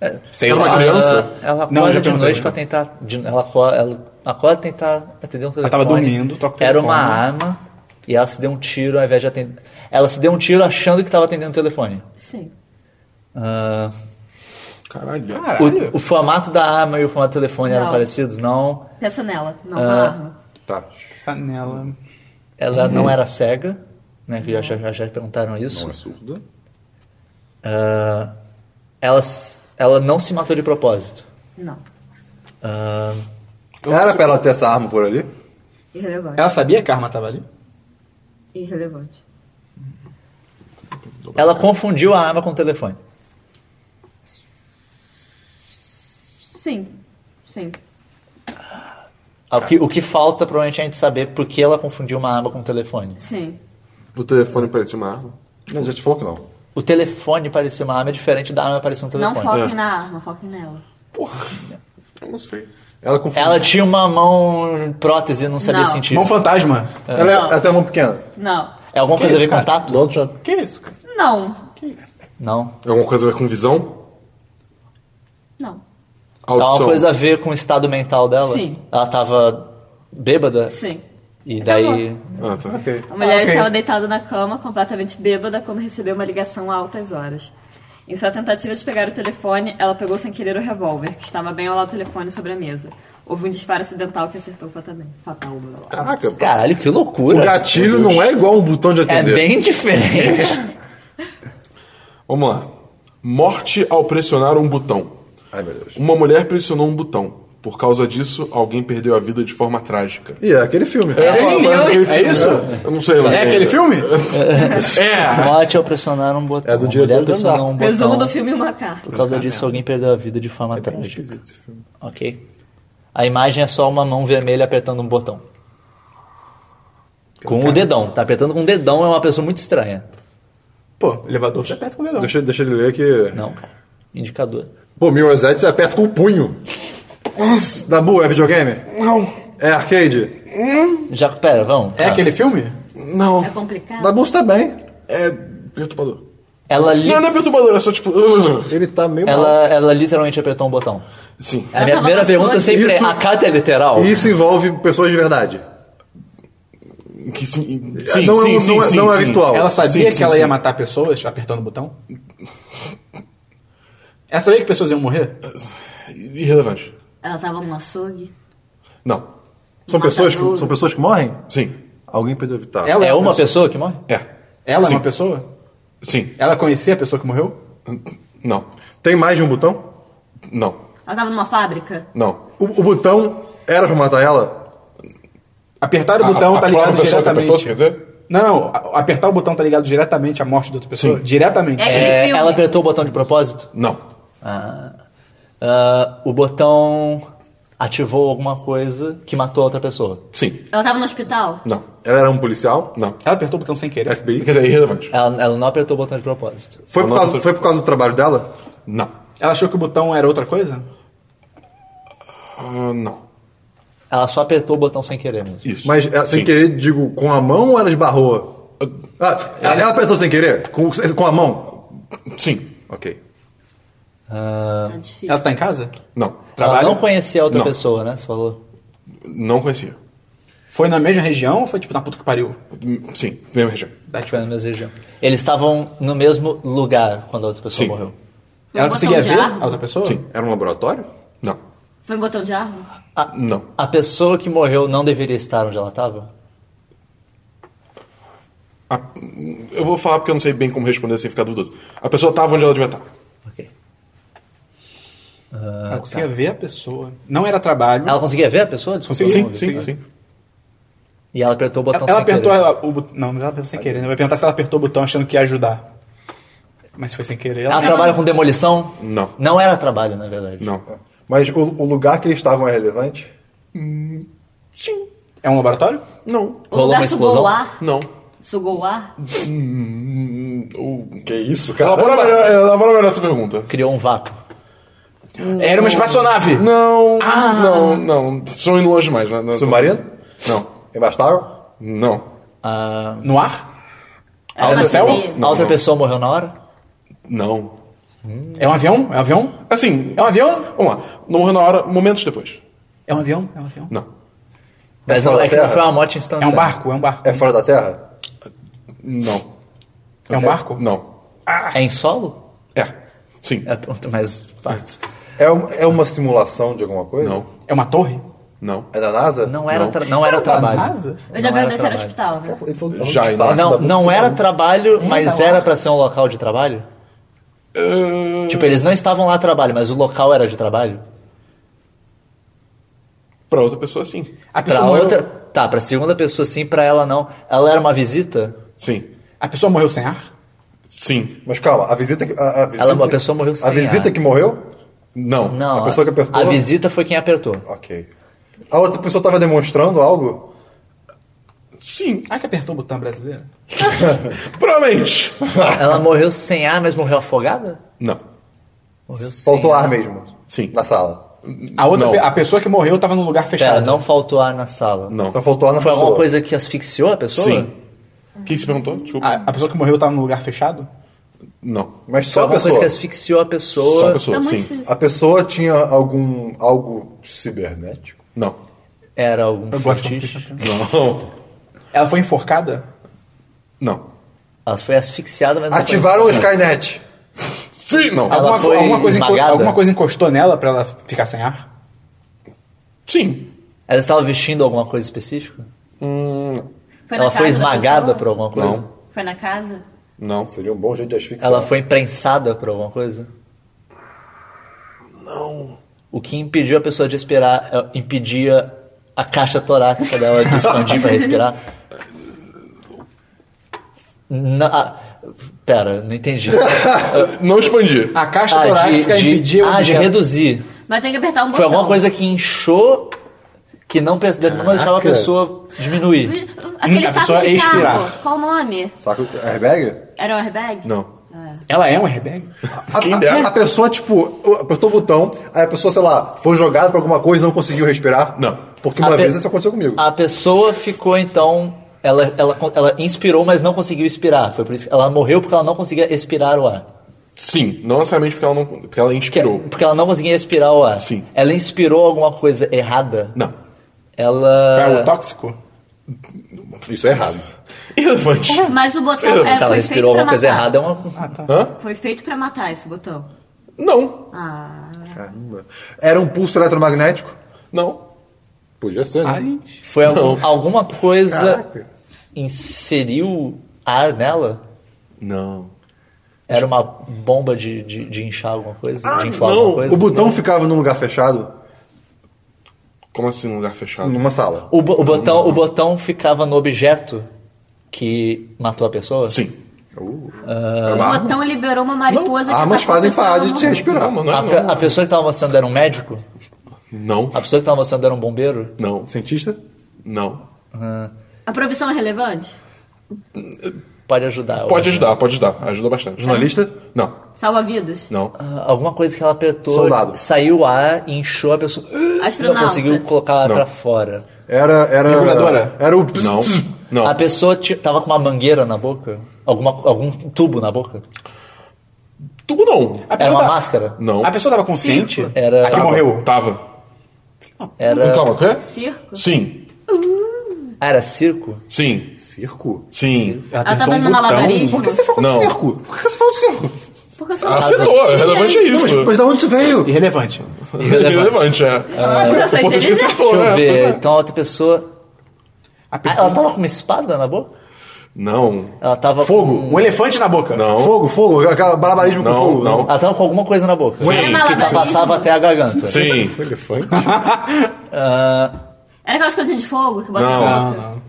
Speaker 2: é
Speaker 5: Sei lá. Ah. É, Uma criança?
Speaker 1: Ela
Speaker 2: Não,
Speaker 1: acorda
Speaker 2: já
Speaker 1: de
Speaker 2: perguntei,
Speaker 1: noite
Speaker 2: já.
Speaker 1: pra tentar. de- ela, acorda, ela acorda tentar atender um telefone.
Speaker 2: tava dormindo, toca o
Speaker 1: Era
Speaker 2: telefone.
Speaker 1: uma arma e ela se deu um tiro ao invés de atender. Ela se deu um tiro achando que estava atendendo o telefone.
Speaker 4: Sim.
Speaker 1: Ah,
Speaker 5: Caralho.
Speaker 2: Caralho.
Speaker 1: o, o formato da arma e o formato do telefone eram
Speaker 4: Não.
Speaker 1: parecidos? Não.
Speaker 4: Pensa nela. Não
Speaker 1: Ah.
Speaker 4: na arma.
Speaker 6: Tá.
Speaker 2: Pensa nela.
Speaker 1: Ela
Speaker 2: Uhum.
Speaker 1: não era cega, né? Que já, já, já perguntaram isso.
Speaker 6: Não é surda.
Speaker 1: Ah, ela, s- ela não se matou de propósito.
Speaker 4: Não.
Speaker 1: Ah,
Speaker 6: Era pra ela ter essa arma por ali?
Speaker 4: Irrelevante.
Speaker 2: Ela sabia que a arma tava ali?
Speaker 4: Irrelevante.
Speaker 1: ela confundiu a arma com o telefone.
Speaker 4: Sim. Sim.
Speaker 1: Ah, O que, o que falta provavelmente é a gente saber por que ela confundiu uma arma com um telefone.
Speaker 4: Sim.
Speaker 5: O telefone parecia uma arma.
Speaker 6: Não, já te falou que não.
Speaker 1: O telefone parecia uma arma é diferente da arma parecer um
Speaker 4: Não
Speaker 1: telefone.
Speaker 4: foquem
Speaker 2: Ah.
Speaker 5: É.
Speaker 4: na arma, foquem nela.
Speaker 5: Eu não sei.
Speaker 6: Ela confundiu.
Speaker 1: Ela tinha uma mão prótese, não sabia
Speaker 4: Não.
Speaker 1: sentir.
Speaker 2: Mão fantasma.
Speaker 6: Ela é- ela tem uma mão pequena.
Speaker 4: Não.
Speaker 1: É alguma coisa a ver
Speaker 2: isso,
Speaker 1: com
Speaker 2: cara?
Speaker 1: tato?
Speaker 2: Que isso, cara?
Speaker 4: Não.
Speaker 1: Não.
Speaker 5: Alguma É coisa a ver com visão?
Speaker 4: Não.
Speaker 1: É alguma
Speaker 5: Audição?
Speaker 1: coisa a ver com o estado mental dela?
Speaker 4: Sim.
Speaker 1: Ela tava bêbada?
Speaker 4: Sim.
Speaker 1: E daí.
Speaker 5: Ah, tá.
Speaker 4: A mulher
Speaker 2: Ah, ok.
Speaker 4: estava deitada na cama, completamente bêbada, quando recebeu uma ligação a altas horas. Em sua tentativa de pegar o telefone, ela pegou sem querer o revólver, que estava bem ao lado do telefone sobre a mesa. Houve um disparo acidental que acertou fatalmente. Fatal. blá, blá, blá.
Speaker 6: Caraca,
Speaker 1: Caralho, que
Speaker 6: o
Speaker 1: loucura!
Speaker 6: gatilho não é igual um botão de
Speaker 1: É
Speaker 6: atender.
Speaker 1: bem diferente.
Speaker 5: Vamos lá. Morte ao pressionar um botão.
Speaker 6: Ai, meu Deus.
Speaker 5: Uma mulher pressionou um botão. Por causa disso, alguém perdeu a vida de forma trágica.
Speaker 6: E é aquele filme.
Speaker 5: Parece aquele
Speaker 2: É
Speaker 5: filme,
Speaker 2: isso?
Speaker 5: né? Eu não sei.
Speaker 2: É aquele filme?
Speaker 5: É!
Speaker 1: Morte ao pressionar um botão.
Speaker 6: É do
Speaker 1: A
Speaker 6: diretor
Speaker 1: mulher
Speaker 6: do
Speaker 1: pressionou
Speaker 6: Andar.
Speaker 1: um botão.
Speaker 4: Resumo do filme Uma Carta.
Speaker 1: Por causa disso, alguém perdeu a vida de
Speaker 6: É
Speaker 1: forma trágica. Ok. A imagem é só uma mão vermelha apertando um botão. Com o dedão. Tá apertando com o dedão, é uma pessoa muito estranha.
Speaker 2: Pô, elevador você aperta com o dedão.
Speaker 6: Deixa, deixa ele ler que.
Speaker 1: Não, cara. Indicador.
Speaker 6: Pô, Mirror's Edge você aperta com o punho. Dabu, é videogame?
Speaker 5: Não!
Speaker 6: É arcade?
Speaker 1: Já, pera, vamos.
Speaker 2: É
Speaker 1: Ah.
Speaker 2: aquele filme?
Speaker 5: Não!
Speaker 4: É complicado?
Speaker 6: Dabu você tá bem.
Speaker 5: É perturbador.
Speaker 1: Ela, li-
Speaker 5: Não, não é perturbador, é só tipo. *laughs*
Speaker 6: Ele tá meio mal.
Speaker 1: ela, ela literalmente apertou um botão.
Speaker 5: Sim.
Speaker 1: A minha
Speaker 4: tava
Speaker 1: primeira
Speaker 4: na
Speaker 1: pergunta
Speaker 4: sua-
Speaker 1: sempre é:
Speaker 6: Isso-
Speaker 1: a carta é literal?
Speaker 6: E isso envolve pessoas de verdade.
Speaker 5: Que sim. Sim,
Speaker 6: não é-
Speaker 5: sim,
Speaker 6: não
Speaker 5: sim,
Speaker 6: é-
Speaker 5: sim,
Speaker 6: não é
Speaker 5: sim.
Speaker 6: virtual.
Speaker 2: Ela sabia
Speaker 5: Oh, Sim, sim,
Speaker 2: que ela
Speaker 5: sim.
Speaker 2: ia matar pessoas apertando o botão? Ela sabia que pessoas iam morrer?
Speaker 5: Irrelevante.
Speaker 4: Ela tava num açougue?
Speaker 5: Não.
Speaker 6: São
Speaker 4: Mata
Speaker 6: pessoas, que,
Speaker 4: tudo.
Speaker 6: são pessoas que morrem?
Speaker 5: Sim.
Speaker 6: Alguém perdeu a vital.
Speaker 2: Ela
Speaker 1: É uma pessoa que morre?
Speaker 5: É.
Speaker 2: Ela
Speaker 5: Sim.
Speaker 2: é uma pessoa?
Speaker 5: Sim.
Speaker 2: Ela conhecia a pessoa que morreu?
Speaker 5: Não.
Speaker 6: Tem mais de um botão?
Speaker 5: Não.
Speaker 4: Ela tava numa fábrica?
Speaker 5: Não.
Speaker 6: O, o botão era pra matar ela?
Speaker 2: Apertar o
Speaker 5: A-
Speaker 2: botão
Speaker 5: a-
Speaker 2: tá
Speaker 5: a
Speaker 2: ligado
Speaker 5: própria pessoa que apertou, você
Speaker 2: diretamente.
Speaker 5: quer dizer?
Speaker 2: Não, não, a- apertar o botão tá ligado diretamente à morte da outra pessoa?
Speaker 5: Sim.
Speaker 2: Diretamente.
Speaker 4: É. Aquele
Speaker 1: É,
Speaker 4: filme.
Speaker 1: ela apertou Ah. o botão de propósito?
Speaker 5: Não.
Speaker 1: Ah, ah, o botão ativou alguma coisa que matou a outra pessoa.
Speaker 5: Sim.
Speaker 4: Ela tava no hospital?
Speaker 5: Não.
Speaker 6: Ela era um policial?
Speaker 5: Não.
Speaker 2: Ela apertou o botão sem querer.
Speaker 5: Quer
Speaker 6: FBI?
Speaker 5: dizer, é irrelevante.
Speaker 1: Ela, ela não apertou o botão de propósito.
Speaker 6: Foi
Speaker 5: Eu
Speaker 6: por,
Speaker 5: não
Speaker 6: causa,
Speaker 5: sou-
Speaker 6: foi por causa do trabalho dela?
Speaker 5: Não.
Speaker 2: Ela achou que o botão era outra coisa?
Speaker 5: Ah, não.
Speaker 1: Ela só apertou o botão sem querer mesmo.
Speaker 5: Isso.
Speaker 6: Mas é, sem
Speaker 5: Sim.
Speaker 6: querer, digo, com a mão ou ela esbarrou? Ah, ela, ela apertou sem querer? Com, com a mão?
Speaker 5: Sim.
Speaker 6: Ok.
Speaker 1: Ah,
Speaker 4: Tá difícil.
Speaker 2: Ela tá em casa?
Speaker 5: Não.
Speaker 1: ela
Speaker 2: Trabalho?
Speaker 1: não conhecia a outra
Speaker 5: Não.
Speaker 1: pessoa, né? Você falou.
Speaker 5: Não conhecia.
Speaker 2: Foi na mesma região ou foi tipo na puta que pariu?
Speaker 5: Sim. Mesma região.
Speaker 2: Da
Speaker 1: Foi na mesma região. Eles estavam no mesmo lugar quando a outra pessoa
Speaker 5: Sim.
Speaker 1: morreu.
Speaker 4: Foi um
Speaker 2: Ela conseguia
Speaker 4: botão
Speaker 2: ver
Speaker 4: de
Speaker 2: a
Speaker 4: arma?
Speaker 1: tá-
Speaker 2: outra pessoa?
Speaker 5: Sim.
Speaker 6: Era um laboratório?
Speaker 5: Não.
Speaker 4: Foi um botão de arma?
Speaker 1: A,
Speaker 5: Não.
Speaker 1: a pessoa que morreu não deveria estar onde ela estava?
Speaker 5: A- Ah, Eu vou falar porque eu não sei bem como responder sem ficar duvidoso. A pessoa tava onde ela devia estar.
Speaker 1: Ok. Ah,
Speaker 2: Ela conseguia ver a pessoa. Não era trabalho.
Speaker 1: tá. Ela conseguia ver a pessoa? Desculpa, eu não
Speaker 5: Sim,
Speaker 1: ouvi.
Speaker 5: sim, sim.
Speaker 1: E ela apertou o botão
Speaker 2: Ela- ela
Speaker 1: sem
Speaker 2: apertou
Speaker 1: querer.
Speaker 2: ela- o botão. Não, mas ela apertou sem querer. né? Vai perguntar se ela apertou o botão achando que ia ajudar. Mas se foi sem querer.
Speaker 1: Ela
Speaker 2: Ela...
Speaker 1: trabalha com demolição?
Speaker 5: Não.
Speaker 1: Não era trabalho, na verdade.
Speaker 5: Não.
Speaker 6: Mas o, o lugar que eles estavam é relevante?
Speaker 5: Sim.
Speaker 2: É um laboratório?
Speaker 5: Não.
Speaker 4: O
Speaker 1: Rolou
Speaker 4: lugar
Speaker 1: uma
Speaker 4: sugou
Speaker 1: explosão?
Speaker 4: o ar?
Speaker 5: Não.
Speaker 4: Sugou o ar?
Speaker 5: O...
Speaker 6: Que isso,
Speaker 5: Elabora *laughs* melhor, elabora melhor essa pergunta.
Speaker 1: Criou um vácuo.
Speaker 2: Era uma espaçonave!
Speaker 5: Não.
Speaker 1: Ah.
Speaker 5: Não, não. Estão indo longe demais. Né? Não,
Speaker 6: Submarino?
Speaker 5: Não.
Speaker 6: Embaixo da água?
Speaker 5: Não.
Speaker 1: Ah,
Speaker 2: No ar?
Speaker 4: Era
Speaker 2: outra
Speaker 4: uma
Speaker 2: célula?
Speaker 4: cadeia.
Speaker 1: a outra
Speaker 5: não.
Speaker 1: pessoa morreu na hora?
Speaker 6: É
Speaker 5: Não.
Speaker 2: É um avião? É um avião?
Speaker 5: Assim,
Speaker 2: É um avião?
Speaker 5: vamos lá. Não morreu na hora, momentos depois.
Speaker 2: É um avião? É um avião?
Speaker 5: Não.
Speaker 1: Mas
Speaker 6: fora
Speaker 1: não,
Speaker 6: da
Speaker 1: é que não tá.
Speaker 6: Terra?
Speaker 1: foi uma morte
Speaker 2: É
Speaker 1: instantânea.
Speaker 2: um barco? É um barco?
Speaker 6: É fora da Terra?
Speaker 5: Não.
Speaker 2: É um barco?
Speaker 5: Não.
Speaker 1: É em solo?
Speaker 5: É. Sim.
Speaker 1: É a pergunta mais fácil.
Speaker 6: É, um- é uma simulação de alguma coisa?
Speaker 5: Não.
Speaker 2: É uma torre?
Speaker 5: Não.
Speaker 6: É da NASA?
Speaker 1: Não era,
Speaker 5: Não.
Speaker 1: tra- não
Speaker 2: *laughs* Tá
Speaker 1: era trabalho.
Speaker 2: NASA?
Speaker 4: Eu já
Speaker 1: Não era
Speaker 4: perguntei se era
Speaker 1: trabalho.
Speaker 4: hospital, né?
Speaker 6: Ele falou, é um
Speaker 5: Já,
Speaker 6: espaço
Speaker 1: Não,
Speaker 6: da-
Speaker 1: não era trabalho, mas
Speaker 2: lá.
Speaker 1: era pra ser um local de trabalho?
Speaker 5: Eh,
Speaker 1: Tipo, eles não estavam lá a trabalho, mas o local era de trabalho?
Speaker 5: pra outra pessoa, sim.
Speaker 1: Pra
Speaker 2: A pessoa, morreu...
Speaker 1: outra... Tá, pra segunda pessoa sim, pra ela não. Ela era uma visita?
Speaker 5: Sim.
Speaker 2: a pessoa morreu sem ar?
Speaker 5: Sim.
Speaker 6: Mas calma, a visita que. A, a visita,
Speaker 1: a pessoa morreu sem
Speaker 6: A visita
Speaker 1: ar.
Speaker 6: que morreu?
Speaker 5: Não.
Speaker 1: Não.
Speaker 6: A pessoa que apertou?
Speaker 1: A visita foi quem
Speaker 6: *laughs*
Speaker 1: apertou.
Speaker 6: Ok. A outra pessoa estava demonstrando algo?
Speaker 5: Sim.
Speaker 2: Ah, que apertou o botão brasileiro?
Speaker 5: Provavelmente.
Speaker 1: Ela morreu sem ar, mas morreu afogada?
Speaker 5: Não.
Speaker 1: Morreu sem
Speaker 6: Faltou
Speaker 1: ar.
Speaker 6: ar mesmo?
Speaker 5: Sim.
Speaker 6: Na sala.
Speaker 2: A outra,
Speaker 5: Não.
Speaker 2: pe- a pessoa que morreu tava num lugar
Speaker 1: Pera,
Speaker 2: fechado.
Speaker 1: não faltou ar na sala.
Speaker 5: Não.
Speaker 6: Então faltou ar na
Speaker 1: Foi
Speaker 6: pessoa.
Speaker 1: alguma coisa que asfixiou a pessoa?
Speaker 5: Sim. Quem se perguntou? Desculpa.
Speaker 1: Ah.
Speaker 2: A, a pessoa que morreu tava num lugar fechado?
Speaker 5: Não.
Speaker 6: Mas
Speaker 1: Foi
Speaker 6: só a
Speaker 1: alguma
Speaker 6: pessoa.
Speaker 1: coisa que asfixiou a pessoa.
Speaker 5: Só a
Speaker 4: Tá
Speaker 5: pessoa,
Speaker 4: muito
Speaker 5: sim.
Speaker 6: A
Speaker 4: difícil.
Speaker 6: pessoa tinha algum. algo cibernético?
Speaker 5: Não.
Speaker 1: Era algum
Speaker 2: Eu gosto quando
Speaker 1: fetiche.
Speaker 2: fica-
Speaker 5: Não.
Speaker 2: Ela foi enforcada?
Speaker 5: Não.
Speaker 1: Ela foi asfixiada, mas não foi-
Speaker 6: Ativaram o Skynet.
Speaker 5: Sim, não.
Speaker 1: Ela
Speaker 2: Alguma, co-
Speaker 1: foi
Speaker 2: alguma coisa enco-
Speaker 1: esmagada?
Speaker 2: alguma coisa encostou nela pra ela ficar sem ar?
Speaker 5: Sim.
Speaker 1: Ela estava vestindo alguma coisa específica?
Speaker 4: Foi na
Speaker 1: ela foi
Speaker 4: casa da
Speaker 1: esmagada
Speaker 4: pessoa?
Speaker 1: por alguma coisa?
Speaker 5: Não.
Speaker 4: Foi na casa?
Speaker 5: Não.
Speaker 6: Seria um bom jeito de asfixiar.
Speaker 1: Ela foi prensada por alguma coisa?
Speaker 5: Não.
Speaker 1: O que impediu a pessoa de respirar é, impedia a caixa torácica dela de expandir para respirar? Na, ah, pera, não entendi.
Speaker 5: Não expandi.
Speaker 2: A caixa
Speaker 1: Ah,
Speaker 2: torácica impediu
Speaker 1: ah, de
Speaker 2: objeto-
Speaker 1: reduzir.
Speaker 4: Mas tem que apertar um botão.
Speaker 1: Foi alguma coisa que inchou que não, pens- não deixava a pessoa diminuir.
Speaker 4: Aquele
Speaker 2: Hum, a
Speaker 4: saco
Speaker 2: pessoa
Speaker 4: de
Speaker 2: estirar.
Speaker 4: carro. Qual o nome?
Speaker 6: Saca o airbag?
Speaker 4: Era um airbag?
Speaker 5: Não.
Speaker 2: Ela é um airbag?
Speaker 6: A,
Speaker 5: Quem
Speaker 6: a-
Speaker 5: dera.
Speaker 6: a pessoa, tipo, apertou o botão, aí a pessoa, sei lá, foi jogada pra alguma coisa e não conseguiu respirar?
Speaker 5: Não.
Speaker 6: Porque
Speaker 1: A
Speaker 6: uma
Speaker 1: pe-
Speaker 6: vez isso aconteceu comigo.
Speaker 1: A pessoa ficou então. Ela, ela, ela inspirou, mas não conseguiu expirar. Foi por isso que ela morreu porque ela não conseguia expirar o ar.
Speaker 5: Sim. Não necessariamente porque ela não. Porque ela
Speaker 1: Porque,
Speaker 5: inspirou.
Speaker 1: porque ela não conseguia expirar o ar.
Speaker 5: Sim.
Speaker 1: Ela inspirou alguma coisa errada.
Speaker 5: Não.
Speaker 1: Ela.
Speaker 2: Foi
Speaker 1: Ah.
Speaker 2: algo um tóxico?
Speaker 6: Isso é errado.
Speaker 5: Irrelevante.
Speaker 4: Mas o
Speaker 5: Sei
Speaker 4: botão
Speaker 5: lá,
Speaker 4: é,
Speaker 1: Se ela
Speaker 4: foi feito
Speaker 1: respirou
Speaker 4: pra
Speaker 1: alguma coisa
Speaker 4: matar.
Speaker 1: errada, é uma...
Speaker 5: Hã?
Speaker 4: Foi feito pra matar esse botão.
Speaker 5: Não.
Speaker 4: Ah.
Speaker 6: Caramba. Era um pulso eletromagnético?
Speaker 5: Não.
Speaker 6: Podia ser, né?
Speaker 2: Aliens?
Speaker 1: foi algum- alguma coisa
Speaker 6: Caraca.
Speaker 1: inseriu ar nela?
Speaker 5: Não.
Speaker 1: Era uma bomba de, de, de inchar alguma coisa? de inflar
Speaker 5: não.
Speaker 1: alguma coisa?
Speaker 6: Ah, O botão ficava num lugar fechado,
Speaker 5: Como assim num lugar fechado?
Speaker 6: numa sala.
Speaker 1: O, bo- o botão, o botão ficava no objeto que matou a pessoa?
Speaker 5: Sim.
Speaker 6: Era uma
Speaker 4: O
Speaker 6: arma.
Speaker 4: botão liberou uma mariposa que
Speaker 1: Ah,
Speaker 6: Armas
Speaker 4: tá
Speaker 6: Ah, fazem
Speaker 4: fazendo
Speaker 6: parada de te respirar.
Speaker 5: Não, mas não é
Speaker 1: A,
Speaker 5: não.
Speaker 1: pe- a pessoa que estava mostrando era um médico?
Speaker 5: Não.
Speaker 1: A pessoa que tava mostrando era um bombeiro?
Speaker 5: Não.
Speaker 6: Cientista?
Speaker 5: Não.
Speaker 4: A profissão é relevante?
Speaker 1: Pode ajudar. eu
Speaker 5: Pode
Speaker 1: acho.
Speaker 5: ajudar, pode ajudar. Ajuda bastante.
Speaker 6: Jornalista?
Speaker 5: Não.
Speaker 4: Salva vidas?
Speaker 5: Não.
Speaker 1: Ah, Alguma coisa que ela apertou,
Speaker 6: Soldado.
Speaker 1: saiu o ar e inchou a pessoa. *gasps*
Speaker 4: Astronauta.
Speaker 1: Não conseguiu colocar
Speaker 5: Não.
Speaker 1: pra fora.
Speaker 6: Era. era
Speaker 2: Mergulhadora?
Speaker 6: Era o.
Speaker 5: Não. Não.
Speaker 1: A pessoa ti- tava com uma mangueira na boca? Alguma, algum tubo na boca?
Speaker 5: Tu não.
Speaker 2: A
Speaker 1: Era
Speaker 2: pessoa
Speaker 1: uma
Speaker 2: tá-
Speaker 1: máscara?
Speaker 5: Não.
Speaker 2: A pessoa tava consciente?
Speaker 1: Era-
Speaker 2: A que
Speaker 5: Tava.
Speaker 2: morreu?
Speaker 5: Tava.
Speaker 1: Era.
Speaker 5: Calma, o quê?
Speaker 4: Circo?
Speaker 5: Sim.
Speaker 1: Ah, era circo?
Speaker 5: Sim.
Speaker 6: Circo?
Speaker 5: Sim.
Speaker 2: Ela
Speaker 4: Ela
Speaker 2: apertou
Speaker 4: tá
Speaker 2: um
Speaker 4: fazendo
Speaker 2: botão.
Speaker 4: malabarismo?
Speaker 6: Por que você falou
Speaker 5: Não.
Speaker 6: de circo? Por que você falou de circo?
Speaker 4: Por que
Speaker 1: Ah,
Speaker 4: eu sou
Speaker 5: Acertou. É relevante é isso.
Speaker 6: *laughs* Mas, mas da onde você veio?
Speaker 2: Irrelevante.
Speaker 5: Relevante,
Speaker 4: eu
Speaker 5: é.
Speaker 4: sou
Speaker 5: O ponto é que
Speaker 4: inteligente.
Speaker 5: acertou,
Speaker 1: Deixa eu
Speaker 5: né? Pois
Speaker 1: ver.
Speaker 5: é.
Speaker 1: Então a outra pessoa. Ah,
Speaker 2: Apertou
Speaker 1: ela tava com uma espada na boca?
Speaker 5: Não.
Speaker 1: Ela tava
Speaker 2: Fogo. Um elefante na boca.
Speaker 5: Não.
Speaker 6: Fogo, fogo, aquela balabarismo com
Speaker 5: Não,
Speaker 6: fogo. Ah, tá.
Speaker 5: não.
Speaker 1: com. Ela tava com alguma coisa na boca.
Speaker 5: Sim.
Speaker 1: Que tá- passava até a garganta.
Speaker 5: Sim.
Speaker 6: Elefante?
Speaker 1: Ah,
Speaker 4: Era aquelas coisinhas de fogo que bota
Speaker 5: Não.
Speaker 2: *laughs*
Speaker 4: na
Speaker 2: Não,
Speaker 4: boca?
Speaker 2: não.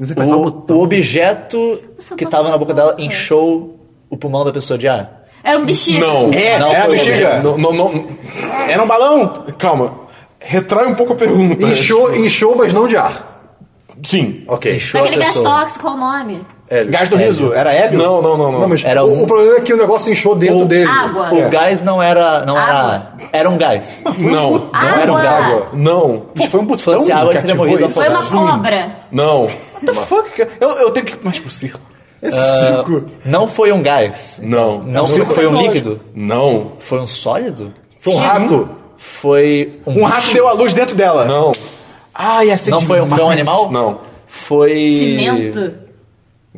Speaker 6: Você
Speaker 2: tá
Speaker 1: o, o objeto
Speaker 4: Só
Speaker 1: que
Speaker 4: tá
Speaker 1: tava na boca dela
Speaker 4: falando.
Speaker 1: inchou o pulmão da pessoa de ar.
Speaker 4: Era um bexiga?
Speaker 5: Não.
Speaker 2: É,
Speaker 1: Não,
Speaker 2: era a
Speaker 1: foi
Speaker 2: bexiga.
Speaker 5: Não, não, não.
Speaker 2: Era um balão.
Speaker 5: Calma. Retrai um pouco a pergunta.
Speaker 6: Inchou, inchou, mas não de ar.
Speaker 5: Sim.
Speaker 6: Ok.
Speaker 1: Inchou
Speaker 4: Daquele
Speaker 1: a
Speaker 4: gás
Speaker 1: pessoa.
Speaker 4: tóxico, qual o nome?
Speaker 6: Hélio.
Speaker 2: Gás do riso. Era hélio?
Speaker 5: Não, não, não, não.
Speaker 6: Não, mas
Speaker 1: Era
Speaker 6: o,
Speaker 1: um-
Speaker 6: o problema é que o negócio inchou dentro dele.
Speaker 4: Água.
Speaker 1: O gás não era. Não era. Era um gás.
Speaker 5: Não.
Speaker 1: era um
Speaker 4: Água!
Speaker 1: gás.
Speaker 5: Não.
Speaker 2: Mas foi um
Speaker 1: Se
Speaker 2: botão
Speaker 1: fosse água, ele teria
Speaker 2: cativou
Speaker 1: morrido
Speaker 2: isso.
Speaker 4: Foi uma
Speaker 1: Sim.
Speaker 4: cobra.
Speaker 5: Não.
Speaker 2: What the fuck? cara? Eu, eu tenho que ir mais pro circo.
Speaker 6: Esse
Speaker 1: Ah,
Speaker 6: circo.
Speaker 1: não foi um gás.
Speaker 5: Não.
Speaker 1: Não foi, foi um líquido.
Speaker 5: Não.
Speaker 1: Foi um sólido?
Speaker 6: Foi um rato.
Speaker 1: Foi um.
Speaker 2: Um rato deu a luz dentro dela.
Speaker 5: Não.
Speaker 2: Ah, ia ser
Speaker 1: Não foi um,
Speaker 2: demais.
Speaker 1: foi um animal?
Speaker 5: Não.
Speaker 1: Foi.
Speaker 4: Cimento?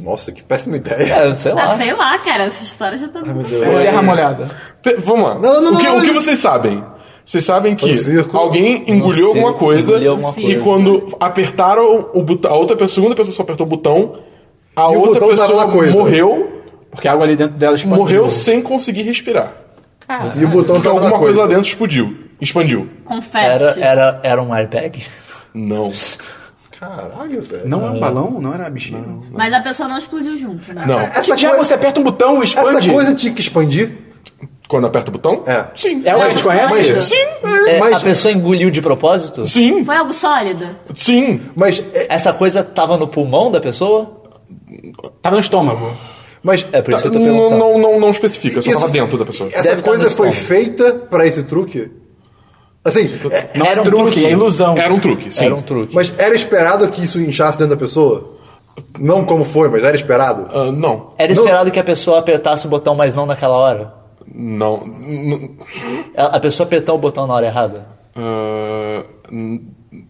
Speaker 6: Nossa, que péssima ideia.
Speaker 1: É, sei lá.
Speaker 4: Ah, sei lá, cara. Essa história já tá...
Speaker 2: Foi terra molhada.
Speaker 5: Pe- Vamos lá.
Speaker 6: Não, não,
Speaker 5: o, que,
Speaker 6: não,
Speaker 5: o que
Speaker 6: não.
Speaker 5: vocês sabem? Vocês sabem que
Speaker 6: Um circo.
Speaker 5: alguém engoliu
Speaker 1: circo,
Speaker 5: alguma coisa
Speaker 1: engoliu alguma
Speaker 5: e
Speaker 1: coisa.
Speaker 5: quando apertaram o botão, a outra pessoa, a segunda pessoa só apertou o botão, a
Speaker 6: E o
Speaker 5: outra
Speaker 6: botão tava
Speaker 5: pessoa
Speaker 6: na coisa.
Speaker 5: morreu,
Speaker 2: Porque a água ali dentro dela expandiu.
Speaker 5: morreu sem conseguir respirar.
Speaker 6: E o botão
Speaker 1: Então
Speaker 5: Porque
Speaker 6: tá
Speaker 5: Então alguma
Speaker 6: alguma
Speaker 5: coisa lá dentro explodiu. Expandiu.
Speaker 1: Era,
Speaker 4: Confete.
Speaker 1: era, era um airbag?
Speaker 5: Não.
Speaker 6: Caralho, velho.
Speaker 2: Não era um balão? Não era uma bexiga?
Speaker 4: Mas a pessoa não explodiu junto, né?
Speaker 5: Não.
Speaker 2: Essa diabo
Speaker 6: coisa-
Speaker 2: você aperta um botão e expande.
Speaker 6: Essa coisa tinha que expandir?
Speaker 5: Quando aperta o botão?
Speaker 6: É.
Speaker 5: Sim.
Speaker 2: É o que a gente conhece?
Speaker 6: Mas-
Speaker 5: Sim.
Speaker 1: É,
Speaker 6: Mas-
Speaker 1: A pessoa engoliu de propósito?
Speaker 5: Sim.
Speaker 4: Foi algo sólido?
Speaker 5: Sim.
Speaker 6: Mas, é,
Speaker 1: Essa coisa tava no pulmão da pessoa?
Speaker 2: Tava no estômago.
Speaker 6: mas
Speaker 1: É por isso que eu tô
Speaker 5: Tá, Não,
Speaker 1: perguntando.
Speaker 5: não, não, não especifica. Só
Speaker 6: Isso-
Speaker 5: tava dentro da pessoa.
Speaker 6: essa
Speaker 1: Deve tá
Speaker 6: coisa
Speaker 1: no
Speaker 6: foi
Speaker 1: estômago.
Speaker 6: feita pra esse truque? Assim, é-
Speaker 2: Não
Speaker 1: Era
Speaker 2: é
Speaker 1: um
Speaker 2: truque,
Speaker 1: truque.
Speaker 2: é ilusão.
Speaker 5: Era um truque, sim.
Speaker 1: Era um truque.
Speaker 6: mas era esperado que isso inchasse dentro da pessoa? Não como foi, mas era esperado?
Speaker 5: Ah, não.
Speaker 1: Era
Speaker 6: Não-
Speaker 1: esperado que a pessoa apertasse o botão, mas não naquela hora?
Speaker 5: Não. N-
Speaker 1: A a pessoa apertou o botão na hora errada?
Speaker 5: Ah, n-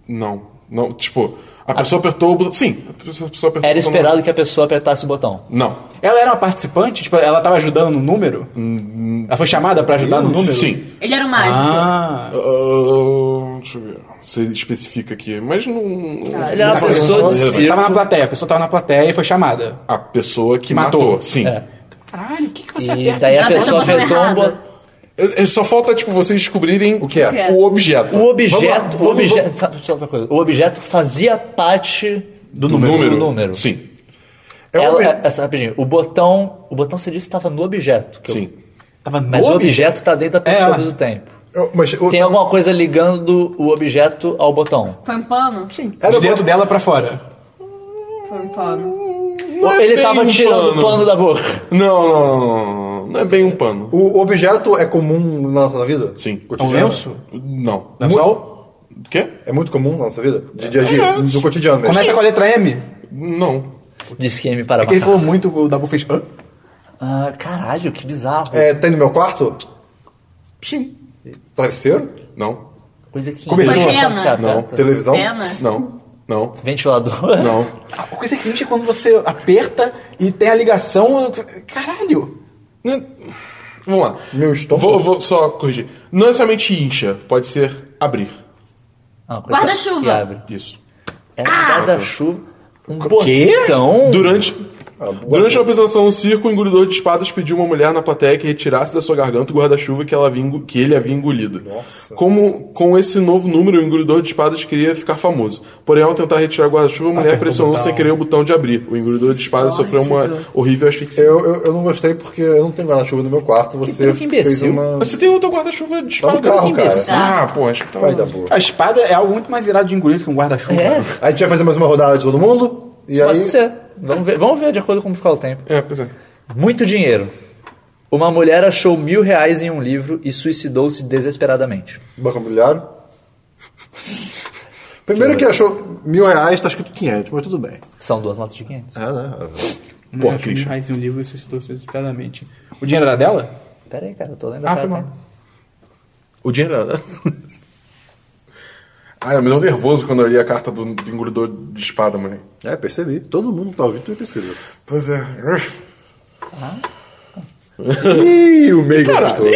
Speaker 5: não. Não, tipo, a pessoa apertou o botão. Sim, a pessoa a pessoa apertou
Speaker 1: Era
Speaker 5: o botão.
Speaker 1: esperado que a pessoa apertasse o botão?
Speaker 5: Não.
Speaker 2: Ela era uma participante? Tipo, ela tava ajudando no número? Ela foi chamada pra
Speaker 1: Ah,
Speaker 2: ajudar no número?
Speaker 5: Sim.
Speaker 4: Ele era um mágico.
Speaker 2: Ah,
Speaker 5: Ah, deixa eu ver. Você especifica aqui, mas não.
Speaker 1: Ah, ele era uma pessoa de
Speaker 5: relevante.
Speaker 1: circo.
Speaker 2: tava na plateia. A pessoa tava na plateia e foi chamada.
Speaker 5: A pessoa que matou.
Speaker 2: Matou.
Speaker 5: Sim.
Speaker 1: É.
Speaker 2: Caralho, o que, que você
Speaker 1: E
Speaker 2: aperta?
Speaker 1: daí a
Speaker 4: Aperta o
Speaker 1: pessoa
Speaker 4: botão
Speaker 1: apertou um
Speaker 4: errado.
Speaker 1: botão.
Speaker 5: É- é- Só falta, tipo, vocês descobrirem
Speaker 6: O que é?
Speaker 4: que é?
Speaker 5: o objeto.
Speaker 1: O objeto. um
Speaker 6: vamos-
Speaker 1: o objeto. Sabe, sabe uma coisa? O objeto fazia parte do
Speaker 5: número.
Speaker 1: Do número.
Speaker 5: Sim.
Speaker 6: É o
Speaker 1: Ela-
Speaker 6: obje-
Speaker 1: essa, rapidinho. O botão. O botão você disse que estava no objeto. que eu-
Speaker 5: Sim.
Speaker 2: Tava no
Speaker 1: mas o objeto tá dentro da pessoa
Speaker 2: É.
Speaker 1: ao mesmo tempo.
Speaker 6: Eu- Mas eu-
Speaker 1: Tem um alguma coisa ligando o objeto ao botão.
Speaker 4: Foi um pano? Sim.
Speaker 6: era
Speaker 2: De dentro dela pra fora.
Speaker 4: Foi um pano.
Speaker 5: Não é
Speaker 1: Ele
Speaker 5: bem
Speaker 1: tava
Speaker 5: um
Speaker 1: tirando
Speaker 5: pano.
Speaker 1: o pano da boca.
Speaker 5: Não, não, não, não, não é bem um pano.
Speaker 6: O objeto é comum na nossa vida?
Speaker 5: Sim.
Speaker 2: É um
Speaker 6: Cotidiana?
Speaker 2: lenço?
Speaker 5: Não.
Speaker 2: É um sol?
Speaker 5: O quê?
Speaker 6: É muito comum na nossa vida? De
Speaker 5: É um
Speaker 6: dia a dia? No cotidiano mesmo?
Speaker 2: Começa com a letra M.
Speaker 5: Não.
Speaker 1: Disse que ia me parar.
Speaker 2: É Ele falou muito, o Dabu fez... Hã?
Speaker 1: Ah, caralho, que bizarro.
Speaker 6: É, tem no meu quarto?
Speaker 5: Sim.
Speaker 6: Travesseiro?
Speaker 5: Não.
Speaker 1: Coisa que
Speaker 2: Cobertor.
Speaker 1: Pode
Speaker 4: Pena.
Speaker 1: ser aberta.
Speaker 5: Não,
Speaker 6: Televisão?
Speaker 4: Pena?
Speaker 5: Não. Não.
Speaker 1: Ventilador.
Speaker 5: Não.
Speaker 2: A coisa que enche é quando você aperta e tem a ligação... Caralho.
Speaker 5: Né? Vamos lá.
Speaker 6: Meu estômago?
Speaker 5: Vou, vou só corrigir. Não necessariamente incha, pode ser abrir.
Speaker 1: Ah, coisa
Speaker 4: Guarda-chuva.
Speaker 1: que abre.
Speaker 5: Isso.
Speaker 1: Era um guarda-chuva. Um
Speaker 2: Quê?
Speaker 1: botão.
Speaker 5: Durante. Durante a apresentação no circo, o engolidor de espadas pediu uma mulher na plateia que retirasse da sua garganta o guarda-chuva que, ela havia engo- que ele havia engolido.
Speaker 6: Nossa.
Speaker 5: Como com esse novo número, o engolidor de espadas queria ficar famoso. Porém, ao tentar retirar o guarda-chuva, a mulher pressionou sem querer o botão então. de abrir. O engolidor de espadas sofreu uma horrível asfixia.
Speaker 6: Eu, eu, eu não gostei porque eu não tenho guarda-chuva no meu quarto. Você
Speaker 1: truque
Speaker 6: fez
Speaker 1: imbecil.
Speaker 6: uma.
Speaker 5: Você tem outro guarda-chuva de
Speaker 6: Tá
Speaker 5: espada?
Speaker 6: no carro, cara.
Speaker 5: Ah, pô, acho que tá
Speaker 6: Vai dar boa.
Speaker 2: A espada é algo muito mais irado de engolir do que um guarda-chuva.
Speaker 1: É,
Speaker 6: A gente vai fazer mais uma rodada de todo mundo. E aí.
Speaker 1: pode ser. Vamos ver, vamos ver de acordo com como ficar o tempo.
Speaker 5: É, pois é.
Speaker 1: Muito dinheiro. Uma mulher achou mil reais em um livro e suicidou-se desesperadamente.
Speaker 6: Banco imobiliário. Primeiro que é? achou mil reais, tá escrito 500, mas tudo bem.
Speaker 1: São duas notas de 500.
Speaker 6: É, né?
Speaker 2: Porra, Christian. Mais um livro e suicidou-se desesperadamente. O dinheiro era dela?
Speaker 1: Pera aí, cara, eu tô lendo tá?
Speaker 2: Ah,
Speaker 1: a
Speaker 2: foi
Speaker 1: carta.
Speaker 2: mal.
Speaker 1: ainda.
Speaker 5: O dinheiro era. Ah, eu me deu nervoso quando eu li a carta do, do engolidor de espada, moleque.
Speaker 6: É, percebi. Todo mundo que tá ouvindo, tu percebeu.
Speaker 5: Pois é.
Speaker 6: Ih, o meio gostou.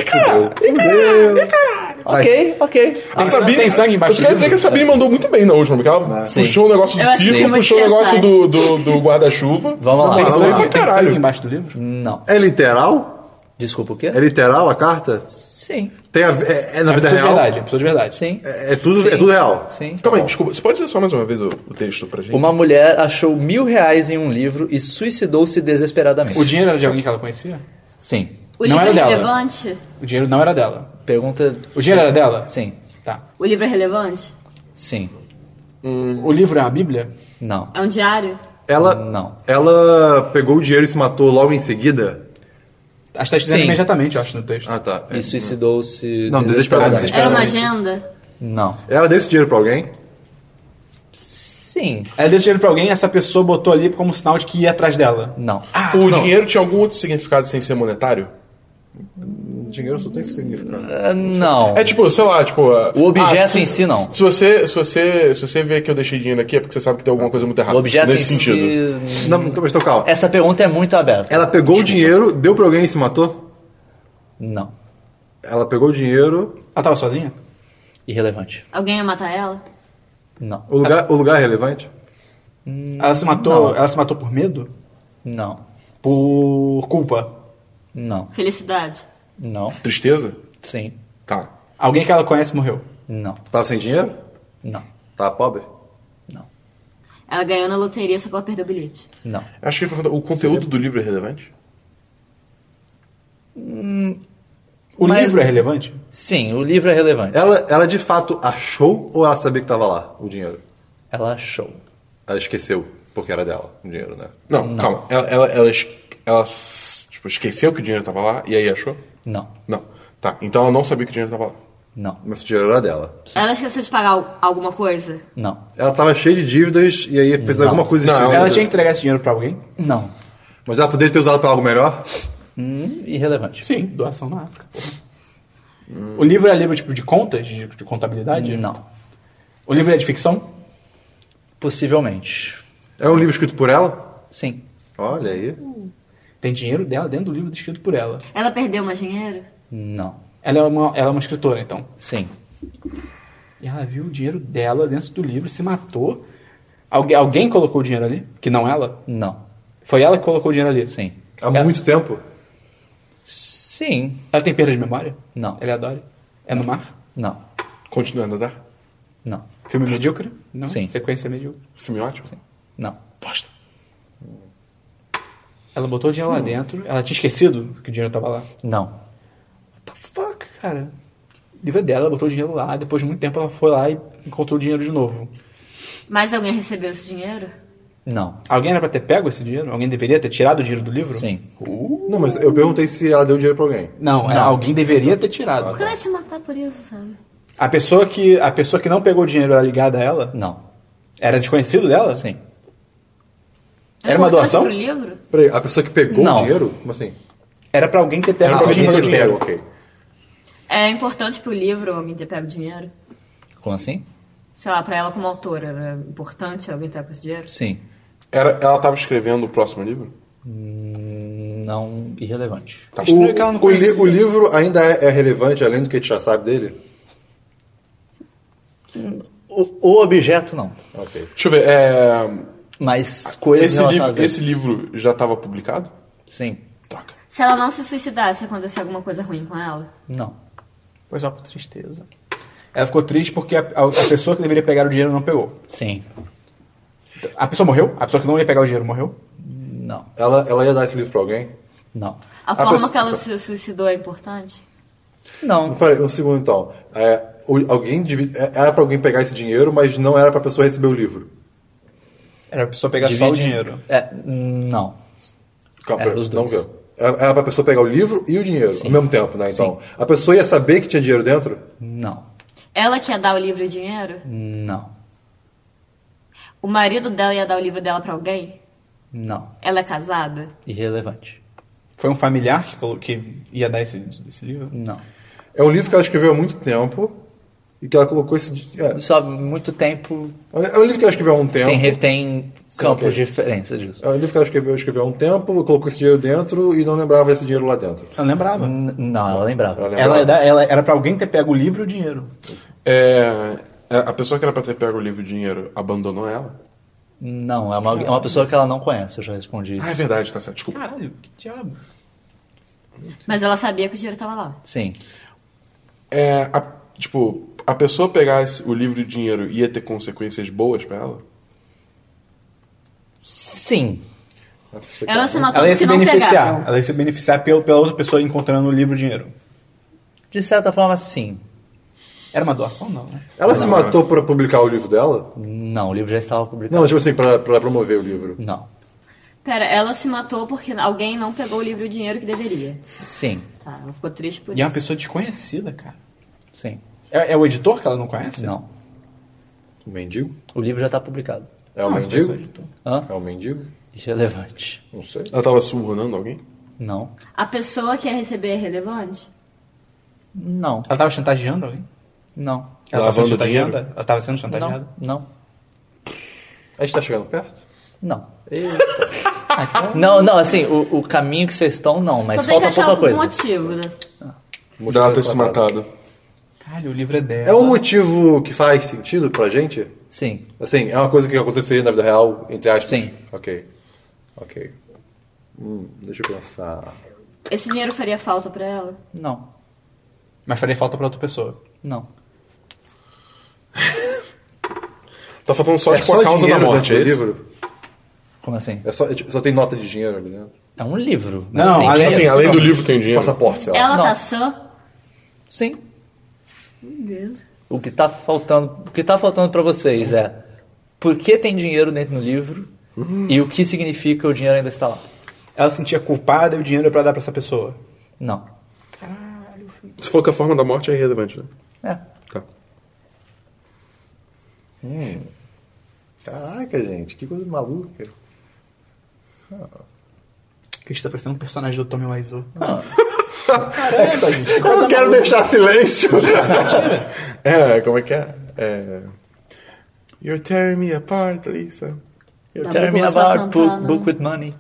Speaker 1: Ok, ok. Ah,
Speaker 5: A Sabine,
Speaker 2: tem sangue embaixo
Speaker 5: Eu quero
Speaker 2: do
Speaker 5: dizer que a Sabine mandou muito bem na última, porque ela puxou o negócio do
Speaker 4: Eu achei
Speaker 5: circo,
Speaker 4: uma
Speaker 5: puxou o
Speaker 4: criança.
Speaker 5: negócio do, do, do guarda-chuva.
Speaker 1: Vamos lá.
Speaker 2: Tem
Speaker 6: vamos lá.
Speaker 2: sangue, tem
Speaker 5: Caralho.
Speaker 2: sangue embaixo do livro?
Speaker 1: Não.
Speaker 6: É literal?
Speaker 1: Desculpa o quê?
Speaker 6: É literal a carta?
Speaker 1: Sim.
Speaker 6: Tem a, é, é na
Speaker 2: Pessoa
Speaker 6: vida
Speaker 2: de
Speaker 6: real?
Speaker 2: verdade, é pessoa de verdade.
Speaker 1: Sim.
Speaker 6: É, é tudo, é tudo real.
Speaker 1: Sim.
Speaker 5: Calma aí, desculpa. Você pode dizer só mais uma vez o, o texto pra gente?
Speaker 1: Uma mulher achou mil reais em um livro e suicidou-se desesperadamente.
Speaker 2: O dinheiro era de alguém que ela conhecia?
Speaker 1: Sim.
Speaker 4: O
Speaker 2: Não
Speaker 4: livro
Speaker 2: era
Speaker 4: é
Speaker 2: dela.
Speaker 4: relevante?
Speaker 2: O dinheiro não era dela.
Speaker 1: Pergunta.
Speaker 2: O dinheiro era dela?
Speaker 1: Sim.
Speaker 2: Tá.
Speaker 4: O livro é relevante?
Speaker 1: Sim.
Speaker 2: O livro é uma bíblia?
Speaker 1: Não.
Speaker 4: É um diário?
Speaker 6: Ela,
Speaker 1: Não.
Speaker 6: ela pegou o dinheiro e se matou logo em seguida?
Speaker 2: Acho que tá dizendo
Speaker 1: Sim.
Speaker 2: imediatamente, eu acho, no texto.
Speaker 6: Ah, tá.
Speaker 1: E suicidou-se.
Speaker 6: Não, desesperadamente.
Speaker 4: Era uma
Speaker 6: Claramente.
Speaker 4: agenda?
Speaker 1: É. Não.
Speaker 6: Ela deu esse dinheiro pra alguém?
Speaker 1: Sim.
Speaker 2: Ela deu esse dinheiro pra alguém essa pessoa botou ali como sinal de que ia atrás dela.
Speaker 1: Não.
Speaker 5: o dinheiro tinha algum outro significado sem ser monetário?
Speaker 6: Dinheiro só tem esse significado.
Speaker 1: Ah, não.
Speaker 5: É tipo, sei lá, tipo.
Speaker 1: O objeto em si, não.
Speaker 5: Se você, se, você, se você vê que eu deixei dinheiro aqui, é porque você sabe que tem alguma coisa muito errada.
Speaker 1: O objeto
Speaker 5: Nesse
Speaker 1: em
Speaker 5: sentido.
Speaker 1: si.
Speaker 6: Não, então, mas então calma.
Speaker 1: Essa pergunta é muito aberta. Tipo,
Speaker 6: Ela pegou o dinheiro, deu pra alguém e se matou?
Speaker 1: Não.
Speaker 6: Ela pegou o dinheiro.
Speaker 2: Ela tava sozinha?
Speaker 1: Irrelevante.
Speaker 4: Alguém ia matar ela?
Speaker 1: Não.
Speaker 6: O lugar, o lugar é relevante?
Speaker 2: Ela se matou. Ela se matou por medo?
Speaker 1: Não.
Speaker 2: Por culpa.
Speaker 1: Não.
Speaker 4: Felicidade?
Speaker 1: Não.
Speaker 5: Tristeza?
Speaker 1: Sim.
Speaker 5: Tá.
Speaker 2: Alguém que ela conhece morreu.
Speaker 1: Não.
Speaker 6: Tava sem dinheiro?
Speaker 1: Não.
Speaker 6: Tava pobre?
Speaker 1: Não.
Speaker 4: Ela ganhou na loteria, só que ela perdeu o bilhete.
Speaker 1: Não.
Speaker 5: Acho que ele perguntou, o conteúdo do livro é relevante?
Speaker 2: O
Speaker 1: Mas-
Speaker 2: livro é relevante?
Speaker 1: Sim, o livro é relevante.
Speaker 6: Ela, ela de fato achou ou ela sabia que tava lá o dinheiro?
Speaker 1: Ela achou.
Speaker 6: Ela esqueceu, porque era dela o dinheiro, né?
Speaker 5: Não, calma. Ela, ela, ela, es- ela, s- tipo, esqueceu que o dinheiro tava lá e aí achou?
Speaker 1: Não.
Speaker 5: Não. Tá. Então ela não sabia que o dinheiro tava lá.
Speaker 1: Não.
Speaker 6: Mas o dinheiro era dela.
Speaker 4: Ela esqueceu de pagar al- alguma coisa?
Speaker 1: Não.
Speaker 6: Ela tava cheia de dívidas e aí fez
Speaker 1: Não.
Speaker 6: alguma coisa
Speaker 5: Não,
Speaker 6: esquisita.
Speaker 2: Ela tinha que entregar esse dinheiro pra alguém?
Speaker 1: Não.
Speaker 6: Mas ela poderia ter usado pra algo melhor?
Speaker 1: Irrelevante.
Speaker 2: Sim, doação na África. porra. O livro é livro tipo de contas, de, de contabilidade?
Speaker 1: Hum. Não.
Speaker 2: O livro é de ficção?
Speaker 1: Possivelmente.
Speaker 6: É um livro escrito por ela?
Speaker 1: Sim.
Speaker 6: Olha aí.
Speaker 2: Tem dinheiro dela dentro do livro escrito por ela.
Speaker 4: Ela perdeu mais dinheiro?
Speaker 1: Não.
Speaker 2: Ela é uma, ela é uma escritora, então.
Speaker 1: Sim.
Speaker 2: E ela viu o dinheiro dela dentro do livro, se matou. Algu alguém colocou o dinheiro ali? Que não ela?
Speaker 1: Não.
Speaker 2: Foi ela que colocou o dinheiro ali?
Speaker 1: Sim.
Speaker 6: Há
Speaker 2: Ela-
Speaker 6: muito tempo?
Speaker 1: Sim.
Speaker 2: Ela tem perda de memória?
Speaker 1: Não.
Speaker 2: Ela adora? É no mar?
Speaker 1: Não.
Speaker 5: Continua a nadar?
Speaker 1: Não.
Speaker 2: Filme medíocre? Não.
Speaker 1: Sim.
Speaker 2: Sequência medíocre.
Speaker 5: Filme ótimo?
Speaker 1: Não.
Speaker 5: Bosta.
Speaker 2: Ela botou o dinheiro lá dentro. Ela tinha esquecido que o dinheiro tava lá.
Speaker 1: Não.
Speaker 2: What the fuck, cara? O livro é dela, ela botou o dinheiro lá. Depois de muito tempo ela foi lá e encontrou o dinheiro de novo.
Speaker 4: Mas alguém recebeu esse dinheiro?
Speaker 1: Não.
Speaker 2: Alguém era pra ter pego esse dinheiro? Alguém deveria ter tirado o dinheiro do livro?
Speaker 1: Sim.
Speaker 6: Não, mas eu perguntei se ela deu dinheiro pra alguém.
Speaker 2: Não, era-
Speaker 1: Não.
Speaker 2: alguém deveria ter tirado. né?
Speaker 4: Por é que vai se matar por isso, sabe?
Speaker 2: A pessoa que a pessoa que não pegou o dinheiro era ligada a ela?
Speaker 1: Não.
Speaker 2: Era desconhecido dela?
Speaker 1: Sim.
Speaker 4: É
Speaker 2: Era uma
Speaker 4: importante
Speaker 2: doação?
Speaker 4: Pro livro?
Speaker 6: Peraí, a pessoa que pegou
Speaker 1: Não.
Speaker 6: o dinheiro? Como assim?
Speaker 2: Era pra alguém ter pego
Speaker 6: Era
Speaker 2: esse
Speaker 6: alguém
Speaker 2: dinheiro.
Speaker 6: ter pego, ok.
Speaker 4: É importante pro livro alguém ter pego dinheiro?
Speaker 1: Como assim?
Speaker 4: Sei lá, pra ela como autora, era importante alguém ter pego esse dinheiro?
Speaker 1: Sim.
Speaker 5: Era, ela tava escrevendo o próximo livro?
Speaker 1: Não irrelevante.
Speaker 5: Tá.
Speaker 2: Estranho que ela não
Speaker 6: O, o li-
Speaker 2: conhecia.
Speaker 6: o livro ainda é, é relevante, além do que a gente já sabe dele?
Speaker 1: O, o objeto, não.
Speaker 6: Ok.
Speaker 5: Deixa eu ver. É...
Speaker 1: Mas coisas
Speaker 5: Esse
Speaker 1: relacionadas
Speaker 5: livro,
Speaker 1: a
Speaker 5: esse livro já estava publicado?
Speaker 1: Sim.
Speaker 5: Troca.
Speaker 4: Se ela não se suicidar, se acontecer alguma coisa ruim com ela.
Speaker 1: Não.
Speaker 7: Pois é, por tristeza.
Speaker 2: Ela ficou triste porque a, a- a pessoa que deveria pegar o dinheiro não pegou.
Speaker 1: Sim.
Speaker 2: A pessoa morreu? A pessoa que não ia pegar o dinheiro morreu?
Speaker 1: Não.
Speaker 6: Ela, ela ia dar esse livro pra alguém?
Speaker 1: Não.
Speaker 4: A,
Speaker 5: A
Speaker 4: forma
Speaker 5: pessoa-
Speaker 4: que ela se suicidou é importante?
Speaker 1: Não.
Speaker 6: Peraí, um segundo então. É, o- alguém divi- é- Era pra alguém pegar esse dinheiro, mas não era pra pessoa receber o livro.
Speaker 2: Era a pessoa pegar só o
Speaker 1: Divide-
Speaker 2: dinheiro.
Speaker 1: É, não.
Speaker 6: Calma,
Speaker 1: Era
Speaker 6: pera,
Speaker 1: os
Speaker 6: não
Speaker 1: dois.
Speaker 6: viu. Era era pra pessoa pegar o livro e o dinheiro ao mesmo tempo, né? Então, a pessoa ia saber que tinha dinheiro dentro?
Speaker 1: Não.
Speaker 4: Ela que ia dar o livro e o dinheiro?
Speaker 1: Não.
Speaker 4: O marido dela ia dar o livro dela pra alguém?
Speaker 1: Não.
Speaker 4: Ela é casada?
Speaker 1: Irrelevante.
Speaker 2: Foi um familiar que, colo- que ia dar esse, esse livro?
Speaker 1: Não.
Speaker 6: É um livro que ela escreveu há muito tempo e que ela colocou esse. di- É,
Speaker 1: Só muito tempo
Speaker 6: é um livro que ela escreveu há um tempo.
Speaker 1: tem, re- tem campos
Speaker 6: ok.
Speaker 1: de referência disso.
Speaker 6: É um livro que ela escreveu, escreveu há um tempo, colocou esse dinheiro dentro e não lembrava desse dinheiro lá dentro.
Speaker 2: Eu lembrava.
Speaker 1: N- Não, ela lembrava.
Speaker 6: Ela lembrava.
Speaker 2: Ela, ia dar- ela- era pra alguém ter pego o livro e o dinheiro.
Speaker 5: É, é, a pessoa que era pra ter pego o livro e o dinheiro abandonou ela?
Speaker 1: Não, é uma, é uma pessoa que ela não conhece, eu já respondi.
Speaker 5: Ah, é verdade, tá certo. Desculpa.
Speaker 2: Caralho, que diabo.
Speaker 4: Mas ela sabia que o dinheiro tava lá.
Speaker 1: Sim.
Speaker 5: É, a- tipo, a pessoa pegar esse- o livro e o dinheiro ia ter consequências boas pra ela?
Speaker 1: Sim.
Speaker 4: Ela se matou
Speaker 2: Ela ia
Speaker 4: porque
Speaker 2: se
Speaker 4: não
Speaker 2: beneficiar.
Speaker 4: pegaram.
Speaker 2: Ela ia se beneficiar pelo, pela outra pessoa encontrando o livro e o dinheiro.
Speaker 1: De certa forma, sim.
Speaker 2: Era uma doação, não, né?
Speaker 6: Ela se matou pra publicar o livro dela?
Speaker 1: Não, o livro já estava publicado.
Speaker 6: Não, tipo assim, pra, pra promover o livro.
Speaker 1: Não.
Speaker 4: Pera, ela se matou porque alguém não pegou o livro e o dinheiro que deveria.
Speaker 1: Sim.
Speaker 4: Tá, ela ficou triste por
Speaker 2: E é uma
Speaker 4: isso.
Speaker 2: pessoa desconhecida, cara.
Speaker 1: Sim.
Speaker 2: É, é o editor que ela não conhece?
Speaker 1: Não.
Speaker 6: O mendigo?
Speaker 1: O livro já está publicado.
Speaker 6: É o
Speaker 2: Um Ah,
Speaker 6: mendigo?
Speaker 2: é o editor.
Speaker 1: Hã?
Speaker 6: É o mendigo?
Speaker 1: Irrelevante.
Speaker 6: Não sei.
Speaker 5: Ela tava subornando alguém?
Speaker 1: Não.
Speaker 4: A pessoa que ia receber é relevante?
Speaker 1: Não.
Speaker 2: Ela tava chantageando alguém?
Speaker 1: Não.
Speaker 2: Ela tava sendo
Speaker 5: Lavando dinheiro?
Speaker 2: chantageada? Ela tava sendo chantageada?
Speaker 1: Não. Não.
Speaker 6: A gente tá chegando perto?
Speaker 1: Não. *laughs* Não, não, assim, o, o caminho que vocês estão, não, mas
Speaker 4: Só tem
Speaker 1: falta
Speaker 4: que achar
Speaker 1: pouca
Speaker 4: algum
Speaker 1: coisa.
Speaker 4: motivo, né?
Speaker 5: Dela ter se matado.
Speaker 2: Caralho, o livro é dela.
Speaker 6: É um motivo que faz sentido pra gente?
Speaker 1: Sim.
Speaker 6: Assim, é uma coisa que aconteceria na vida real, entre aspas?
Speaker 1: Sim.
Speaker 6: Ok. Ok. Hum, deixa eu pensar.
Speaker 4: Esse dinheiro faria falta pra ela?
Speaker 1: Não.
Speaker 2: Mas faria falta pra outra pessoa.
Speaker 1: Não.
Speaker 5: Tá faltando só,
Speaker 6: é
Speaker 5: tipo, a causa da
Speaker 6: dinheiro
Speaker 5: morte,
Speaker 6: dentro
Speaker 5: é
Speaker 6: do
Speaker 5: isso?
Speaker 6: livro?
Speaker 1: Como assim?
Speaker 6: É só, é tipo, só tem nota de dinheiro ali dentro?
Speaker 1: É um livro. mas
Speaker 2: Não,
Speaker 1: tem
Speaker 2: além-
Speaker 1: dinheiro.
Speaker 5: Assim, além do livro tem dinheiro.
Speaker 6: Passaporte, sei lá.
Speaker 4: Ela
Speaker 1: Não.
Speaker 4: tá sã?
Speaker 1: Sim. O que tá faltando, o que tá faltando para vocês é por que tem dinheiro dentro do livro e o que significa o dinheiro ainda está lá?
Speaker 2: Ela se sentia culpada e o dinheiro era pra dar pra essa pessoa.
Speaker 1: Não.
Speaker 5: Se for que a forma da morte é irrelevante, né?
Speaker 1: É.
Speaker 5: Tá.
Speaker 6: Hum. Caraca, gente, que coisa maluca.
Speaker 2: Que está parecendo um personagem do Tommy Wiseau.
Speaker 6: Caraca, gente, que coisa Eu não quero deixar silêncio.
Speaker 5: É, como é que é? É... You're tearing me apart, Lisa.
Speaker 1: Eu
Speaker 4: Tá
Speaker 1: quero
Speaker 4: bom,
Speaker 1: me
Speaker 4: começou a
Speaker 1: about book,
Speaker 4: cantar, né?
Speaker 1: book with money.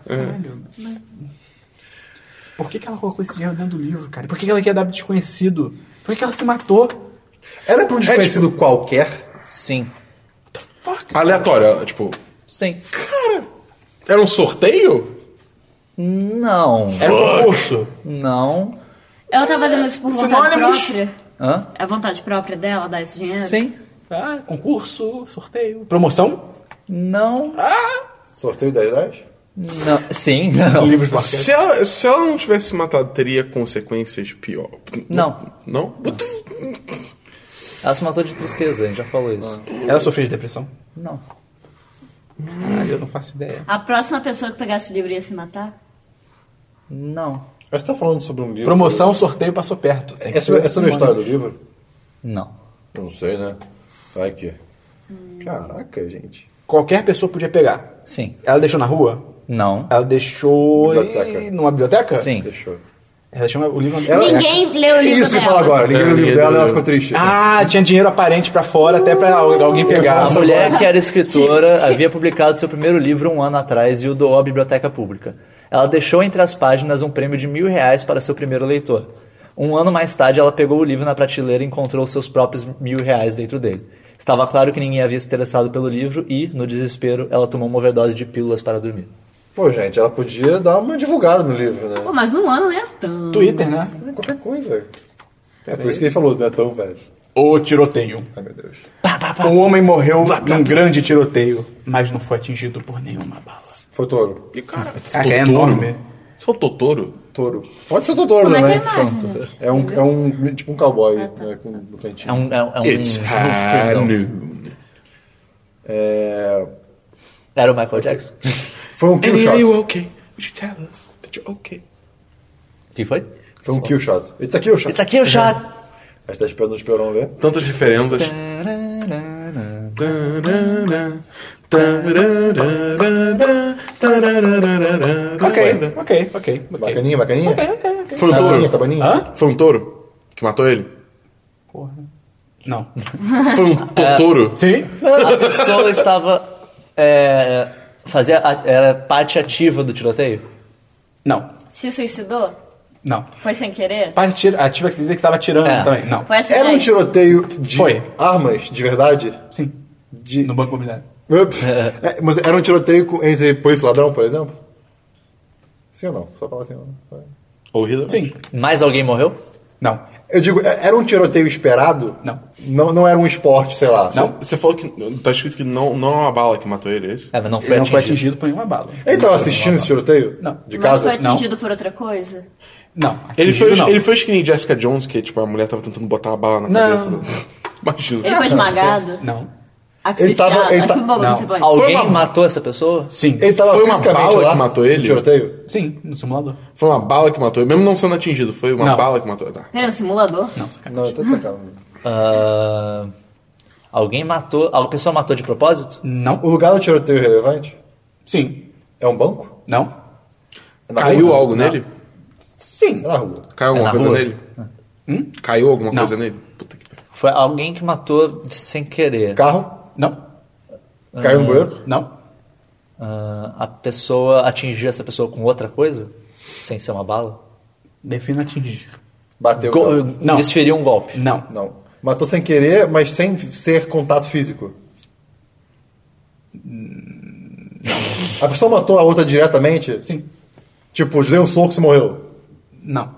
Speaker 2: Por que, que ela colocou esse dinheiro dentro do livro, cara? Por que, que ela quer dar pro desconhecido? Por que, que ela se matou?
Speaker 6: Era *laughs*
Speaker 5: é
Speaker 6: pra um desconhecido qualquer?
Speaker 1: Sim.
Speaker 5: Aleatória, tipo...
Speaker 1: Sim.
Speaker 5: Era um sorteio?
Speaker 1: Não.
Speaker 2: Era um concurso.
Speaker 1: Não.
Speaker 4: Ela tá fazendo isso por vontade
Speaker 2: Sinônimos.
Speaker 4: própria?
Speaker 1: Hã?
Speaker 4: É vontade própria dela dar esse dinheiro?
Speaker 1: Sim.
Speaker 2: Ah, concurso, sorteio. Promoção?
Speaker 1: Não.
Speaker 6: Sorteio 10 reais?
Speaker 1: Não. Sim. Não.
Speaker 2: Livros do arqueiro.
Speaker 5: Se ela, se ela não tivesse se matado, teria consequências pior?
Speaker 1: Não.
Speaker 5: Não?
Speaker 1: Ela se matou de tristeza, a gente já falou isso.
Speaker 2: Ela sofreu de depressão?
Speaker 1: Não.
Speaker 2: Caralho, eu não faço ideia.
Speaker 4: A próxima pessoa que pegasse o livro ia se matar?
Speaker 1: Não.
Speaker 6: A gente tá falando sobre um livro.
Speaker 2: Promoção, sorteio, passou perto. Tem
Speaker 6: É,
Speaker 2: que ser
Speaker 6: sobre- é sobre a
Speaker 2: sinônimo.
Speaker 6: história do livro?
Speaker 1: Não.
Speaker 6: Eu não sei, né? Vai que. Caraca, gente.
Speaker 2: Qualquer pessoa podia pegar.
Speaker 1: Sim.
Speaker 2: Ela deixou na rua?
Speaker 1: Não.
Speaker 2: Ela deixou...
Speaker 6: Biblioteca.
Speaker 2: Ih, numa biblioteca?
Speaker 1: Sim.
Speaker 6: Deixou.
Speaker 2: Ela deixou o livro... na biblioteca.
Speaker 4: Ninguém leu o livro
Speaker 6: É Isso que eu
Speaker 4: dela.
Speaker 6: falo agora. Ninguém
Speaker 5: É,
Speaker 6: no livro
Speaker 5: ninguém
Speaker 6: dela
Speaker 5: leu.
Speaker 6: ela ficou triste. assim.
Speaker 2: Ah, tinha dinheiro aparente pra fora até pra al- alguém pegar.
Speaker 1: A mulher que era escritora havia publicado seu primeiro livro um ano atrás e o doou à biblioteca pública. Ela deixou entre as páginas um prêmio de mil reais para seu primeiro leitor. Um ano mais tarde, ela pegou o livro na prateleira e encontrou seus próprios mil reais dentro dele. Estava claro que ninguém havia se interessado pelo livro e, no desespero, ela tomou uma overdose de pílulas para dormir.
Speaker 6: Pô, gente, ela podia dar uma divulgada no livro, né?
Speaker 4: Pô, mas um ano não é tanto.
Speaker 2: Twitter, né?
Speaker 6: Qualquer coisa. É por isso que ele falou, não é tão velho.
Speaker 2: O tiroteio.
Speaker 6: Ai, meu Deus.
Speaker 2: Um homem morreu num grande tiroteio, mas não foi atingido por nenhuma bala.
Speaker 6: Foi touro.
Speaker 5: E cara,
Speaker 2: Cara, é enorme.
Speaker 5: Isso é o Totoro?
Speaker 6: Touro. Pode ser o touro
Speaker 4: Como é que é
Speaker 6: também.
Speaker 4: a imagem, gente? Ah, tá.
Speaker 6: É um, é um tipo um cowboy né, com, no
Speaker 1: É
Speaker 6: cantinho.
Speaker 1: um. É, é um
Speaker 5: It's high
Speaker 1: perdão.
Speaker 5: noon.
Speaker 6: É,
Speaker 1: Era o Michael Jackson?
Speaker 6: Foi um kill
Speaker 5: And are
Speaker 6: shot.
Speaker 5: you okay? Would you tell us that you're okay?
Speaker 1: O que foi?
Speaker 6: Foi um kill shot. It's a kill shot.
Speaker 1: It's aqui o shot!
Speaker 6: A gente tá esperando o Esperão ver.
Speaker 5: Tantas referências.
Speaker 2: Ok, ok, ok. ok.
Speaker 6: Bacaninha, bacaninha?
Speaker 5: Foi um
Speaker 6: Cabaninha,
Speaker 5: touro?
Speaker 6: cabaninha.
Speaker 5: Foi um touro que matou ele?
Speaker 2: Não.
Speaker 5: Foi um Totoro?
Speaker 2: *laughs* Sim?
Speaker 1: A pessoa estava. É, fazia, a- era parte ativa do tiroteio?
Speaker 2: Não.
Speaker 4: Se suicidou?
Speaker 2: Não.
Speaker 4: Foi sem querer?
Speaker 2: Parte tira- ativa que se dizia que estava tirando
Speaker 1: É.
Speaker 2: também. Não.
Speaker 4: Foi acidente?
Speaker 6: Era um tiroteio de
Speaker 2: Foi.
Speaker 6: armas, de verdade?
Speaker 2: Sim.
Speaker 6: De...
Speaker 2: No banco imobiliário.
Speaker 6: Ups. É, Mas era um tiroteio com- entre polícia e ladrão, por exemplo? Sim ou não? Só falar assim ou não.
Speaker 5: Ou Hillary?
Speaker 2: Sim.
Speaker 1: Mais alguém morreu?
Speaker 2: Não.
Speaker 6: Eu digo, é- era um tiroteio esperado?
Speaker 2: Não.
Speaker 6: Não, não era um esporte, sei lá.
Speaker 2: Não.
Speaker 5: Você falou que. Tá escrito que não, não é uma bala que matou ele, é isso?
Speaker 1: É, mas não foi
Speaker 2: Ele não foi
Speaker 1: atingido.
Speaker 2: atingido por nenhuma bala.
Speaker 6: Ele tava assistindo esse tiroteio?
Speaker 2: Não.
Speaker 6: De
Speaker 4: Mas foi
Speaker 6: casa?
Speaker 2: Não.
Speaker 4: atingido por outra coisa?
Speaker 2: Não.
Speaker 5: Ele
Speaker 2: atingido,
Speaker 5: foi,
Speaker 2: não.
Speaker 5: ele foi que nem Jessica Jones, que tipo, a mulher tava tentando botar uma bala na cabeça.
Speaker 2: Não.
Speaker 5: dele. *laughs* Imagina.
Speaker 4: Ele foi esmagado?
Speaker 2: Não.
Speaker 6: Ele tava-
Speaker 4: Asfixiado?
Speaker 6: ele
Speaker 4: Acho
Speaker 6: tá-
Speaker 4: que um bobo
Speaker 2: não.
Speaker 4: você pode.
Speaker 1: Alguém
Speaker 5: Foi uma-
Speaker 1: matou essa pessoa?
Speaker 2: Sim.
Speaker 6: Ele tava
Speaker 5: Foi uma
Speaker 6: fisicamente
Speaker 5: bala
Speaker 6: lá,
Speaker 5: que matou ele?
Speaker 6: no tiroteio?
Speaker 2: Sim, no simulador.
Speaker 5: Foi uma bala que matou ele, mesmo não sendo atingido, foi uma
Speaker 2: Não.
Speaker 5: bala que matou ele. Tá.
Speaker 4: Era um simulador?
Speaker 2: Não, sacanagem.
Speaker 6: Não, eu tô de sacanagem.
Speaker 1: Ah, alguém matou. A pessoa matou de propósito?
Speaker 2: Não.
Speaker 6: O lugar do tiroteio é relevante?
Speaker 2: Sim.
Speaker 6: É um banco?
Speaker 2: Não.
Speaker 6: É na
Speaker 5: Caiu
Speaker 6: rua?
Speaker 5: algo
Speaker 6: Não.
Speaker 5: nele?
Speaker 2: Sim.
Speaker 6: É na rua.
Speaker 5: Caiu alguma
Speaker 1: na
Speaker 5: coisa
Speaker 1: rua?
Speaker 5: nele?
Speaker 6: Ah.
Speaker 5: Hum? Caiu alguma
Speaker 2: Não.
Speaker 5: coisa nele? Puta que pariu.
Speaker 1: Foi alguém que matou de- sem querer.
Speaker 6: Carro?
Speaker 2: Não.
Speaker 6: Caiu no banheiro?
Speaker 2: Não.
Speaker 1: Ah, a pessoa atingiu essa pessoa com outra coisa? Sem ser uma bala?
Speaker 2: Defina atingir.
Speaker 6: Bateu. o
Speaker 1: Go-
Speaker 6: carro.
Speaker 2: Não.
Speaker 1: Desferiu um golpe.
Speaker 2: Não.
Speaker 6: Não. Matou sem querer, mas sem ser contato físico. A pessoa matou a outra diretamente?
Speaker 2: Hum. Sim.
Speaker 6: Tipo, deu um soco e morreu.
Speaker 2: Não.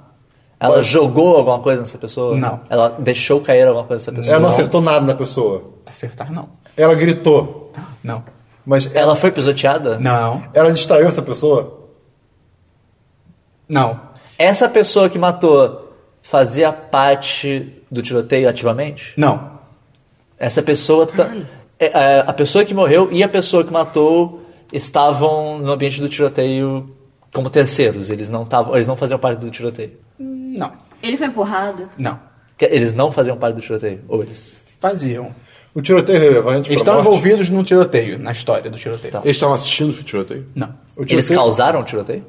Speaker 1: Ela jogou alguma coisa nessa pessoa?
Speaker 2: Não.
Speaker 1: Ela deixou cair alguma coisa nessa pessoa?
Speaker 6: Ela não acertou nada na pessoa.
Speaker 2: Acertar, não.
Speaker 6: Ela gritou.
Speaker 2: Não.
Speaker 6: Mas ela,
Speaker 1: Ela foi pisoteada?
Speaker 2: Não.
Speaker 6: ela distraiu essa pessoa?
Speaker 2: Não.
Speaker 1: Essa pessoa que matou fazia parte do tiroteio ativamente?
Speaker 2: Não.
Speaker 1: Essa pessoa. ta- É, é, a pessoa que morreu e a pessoa que matou estavam no ambiente do tiroteio como terceiros. Eles não, tavam, eles não faziam parte do tiroteio.
Speaker 2: Não.
Speaker 4: Ele foi empurrado?
Speaker 2: Não.
Speaker 1: Que- Eles não faziam parte do tiroteio. Ou eles.
Speaker 2: Faziam.
Speaker 6: O tiroteio é relevante? pra
Speaker 2: Eles estão
Speaker 6: morte?
Speaker 2: envolvidos no tiroteio, na história do tiroteio.
Speaker 1: Tá.
Speaker 5: Eles estavam assistindo o tá tiroteio?
Speaker 2: Não.
Speaker 6: O tiroteio-
Speaker 1: Eles causaram o tiroteio?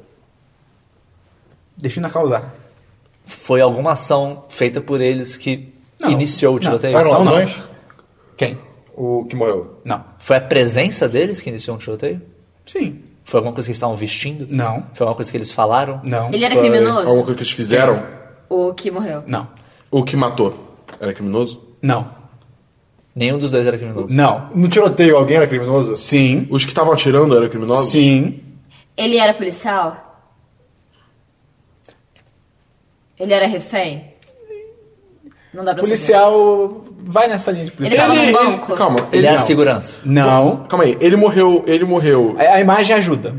Speaker 2: Defina causar.
Speaker 1: Foi alguma ação feita por eles que
Speaker 2: Não.
Speaker 1: iniciou o
Speaker 2: Não.
Speaker 1: tiroteio?
Speaker 6: Eram
Speaker 2: Ação não.
Speaker 6: ladrões?
Speaker 2: Quem?
Speaker 6: O que morreu?
Speaker 2: Não.
Speaker 1: Foi a presença deles que iniciou o tiroteio?
Speaker 2: Sim.
Speaker 1: Foi alguma coisa que eles estavam vestindo?
Speaker 2: Não.
Speaker 1: Foi alguma coisa que eles falaram?
Speaker 2: Não.
Speaker 4: Ele é- era
Speaker 1: Foi.
Speaker 5: Alguma
Speaker 4: criminoso?
Speaker 5: coisa que eles fizeram?
Speaker 4: O que morreu?
Speaker 2: Não.
Speaker 5: O que matou? Era criminoso?
Speaker 2: Não.
Speaker 1: Nenhum dos dois era criminoso.
Speaker 2: Não.
Speaker 6: No tiroteio, alguém era criminoso?
Speaker 2: Sim.
Speaker 5: Os que estavam atirando eram criminosos?
Speaker 2: Sim.
Speaker 4: Ele era policial? Ele era refém? Não dá pra saber.
Speaker 2: Policial. Vai nessa linha de policial.
Speaker 4: Ele tava
Speaker 5: Ele, é
Speaker 4: no
Speaker 5: ele-
Speaker 4: banco.
Speaker 5: calma, ele,
Speaker 1: Ele era
Speaker 5: não.
Speaker 1: segurança.
Speaker 2: Não.
Speaker 5: Calma aí, ele morreu, ele morreu.
Speaker 2: A a imagem ajuda.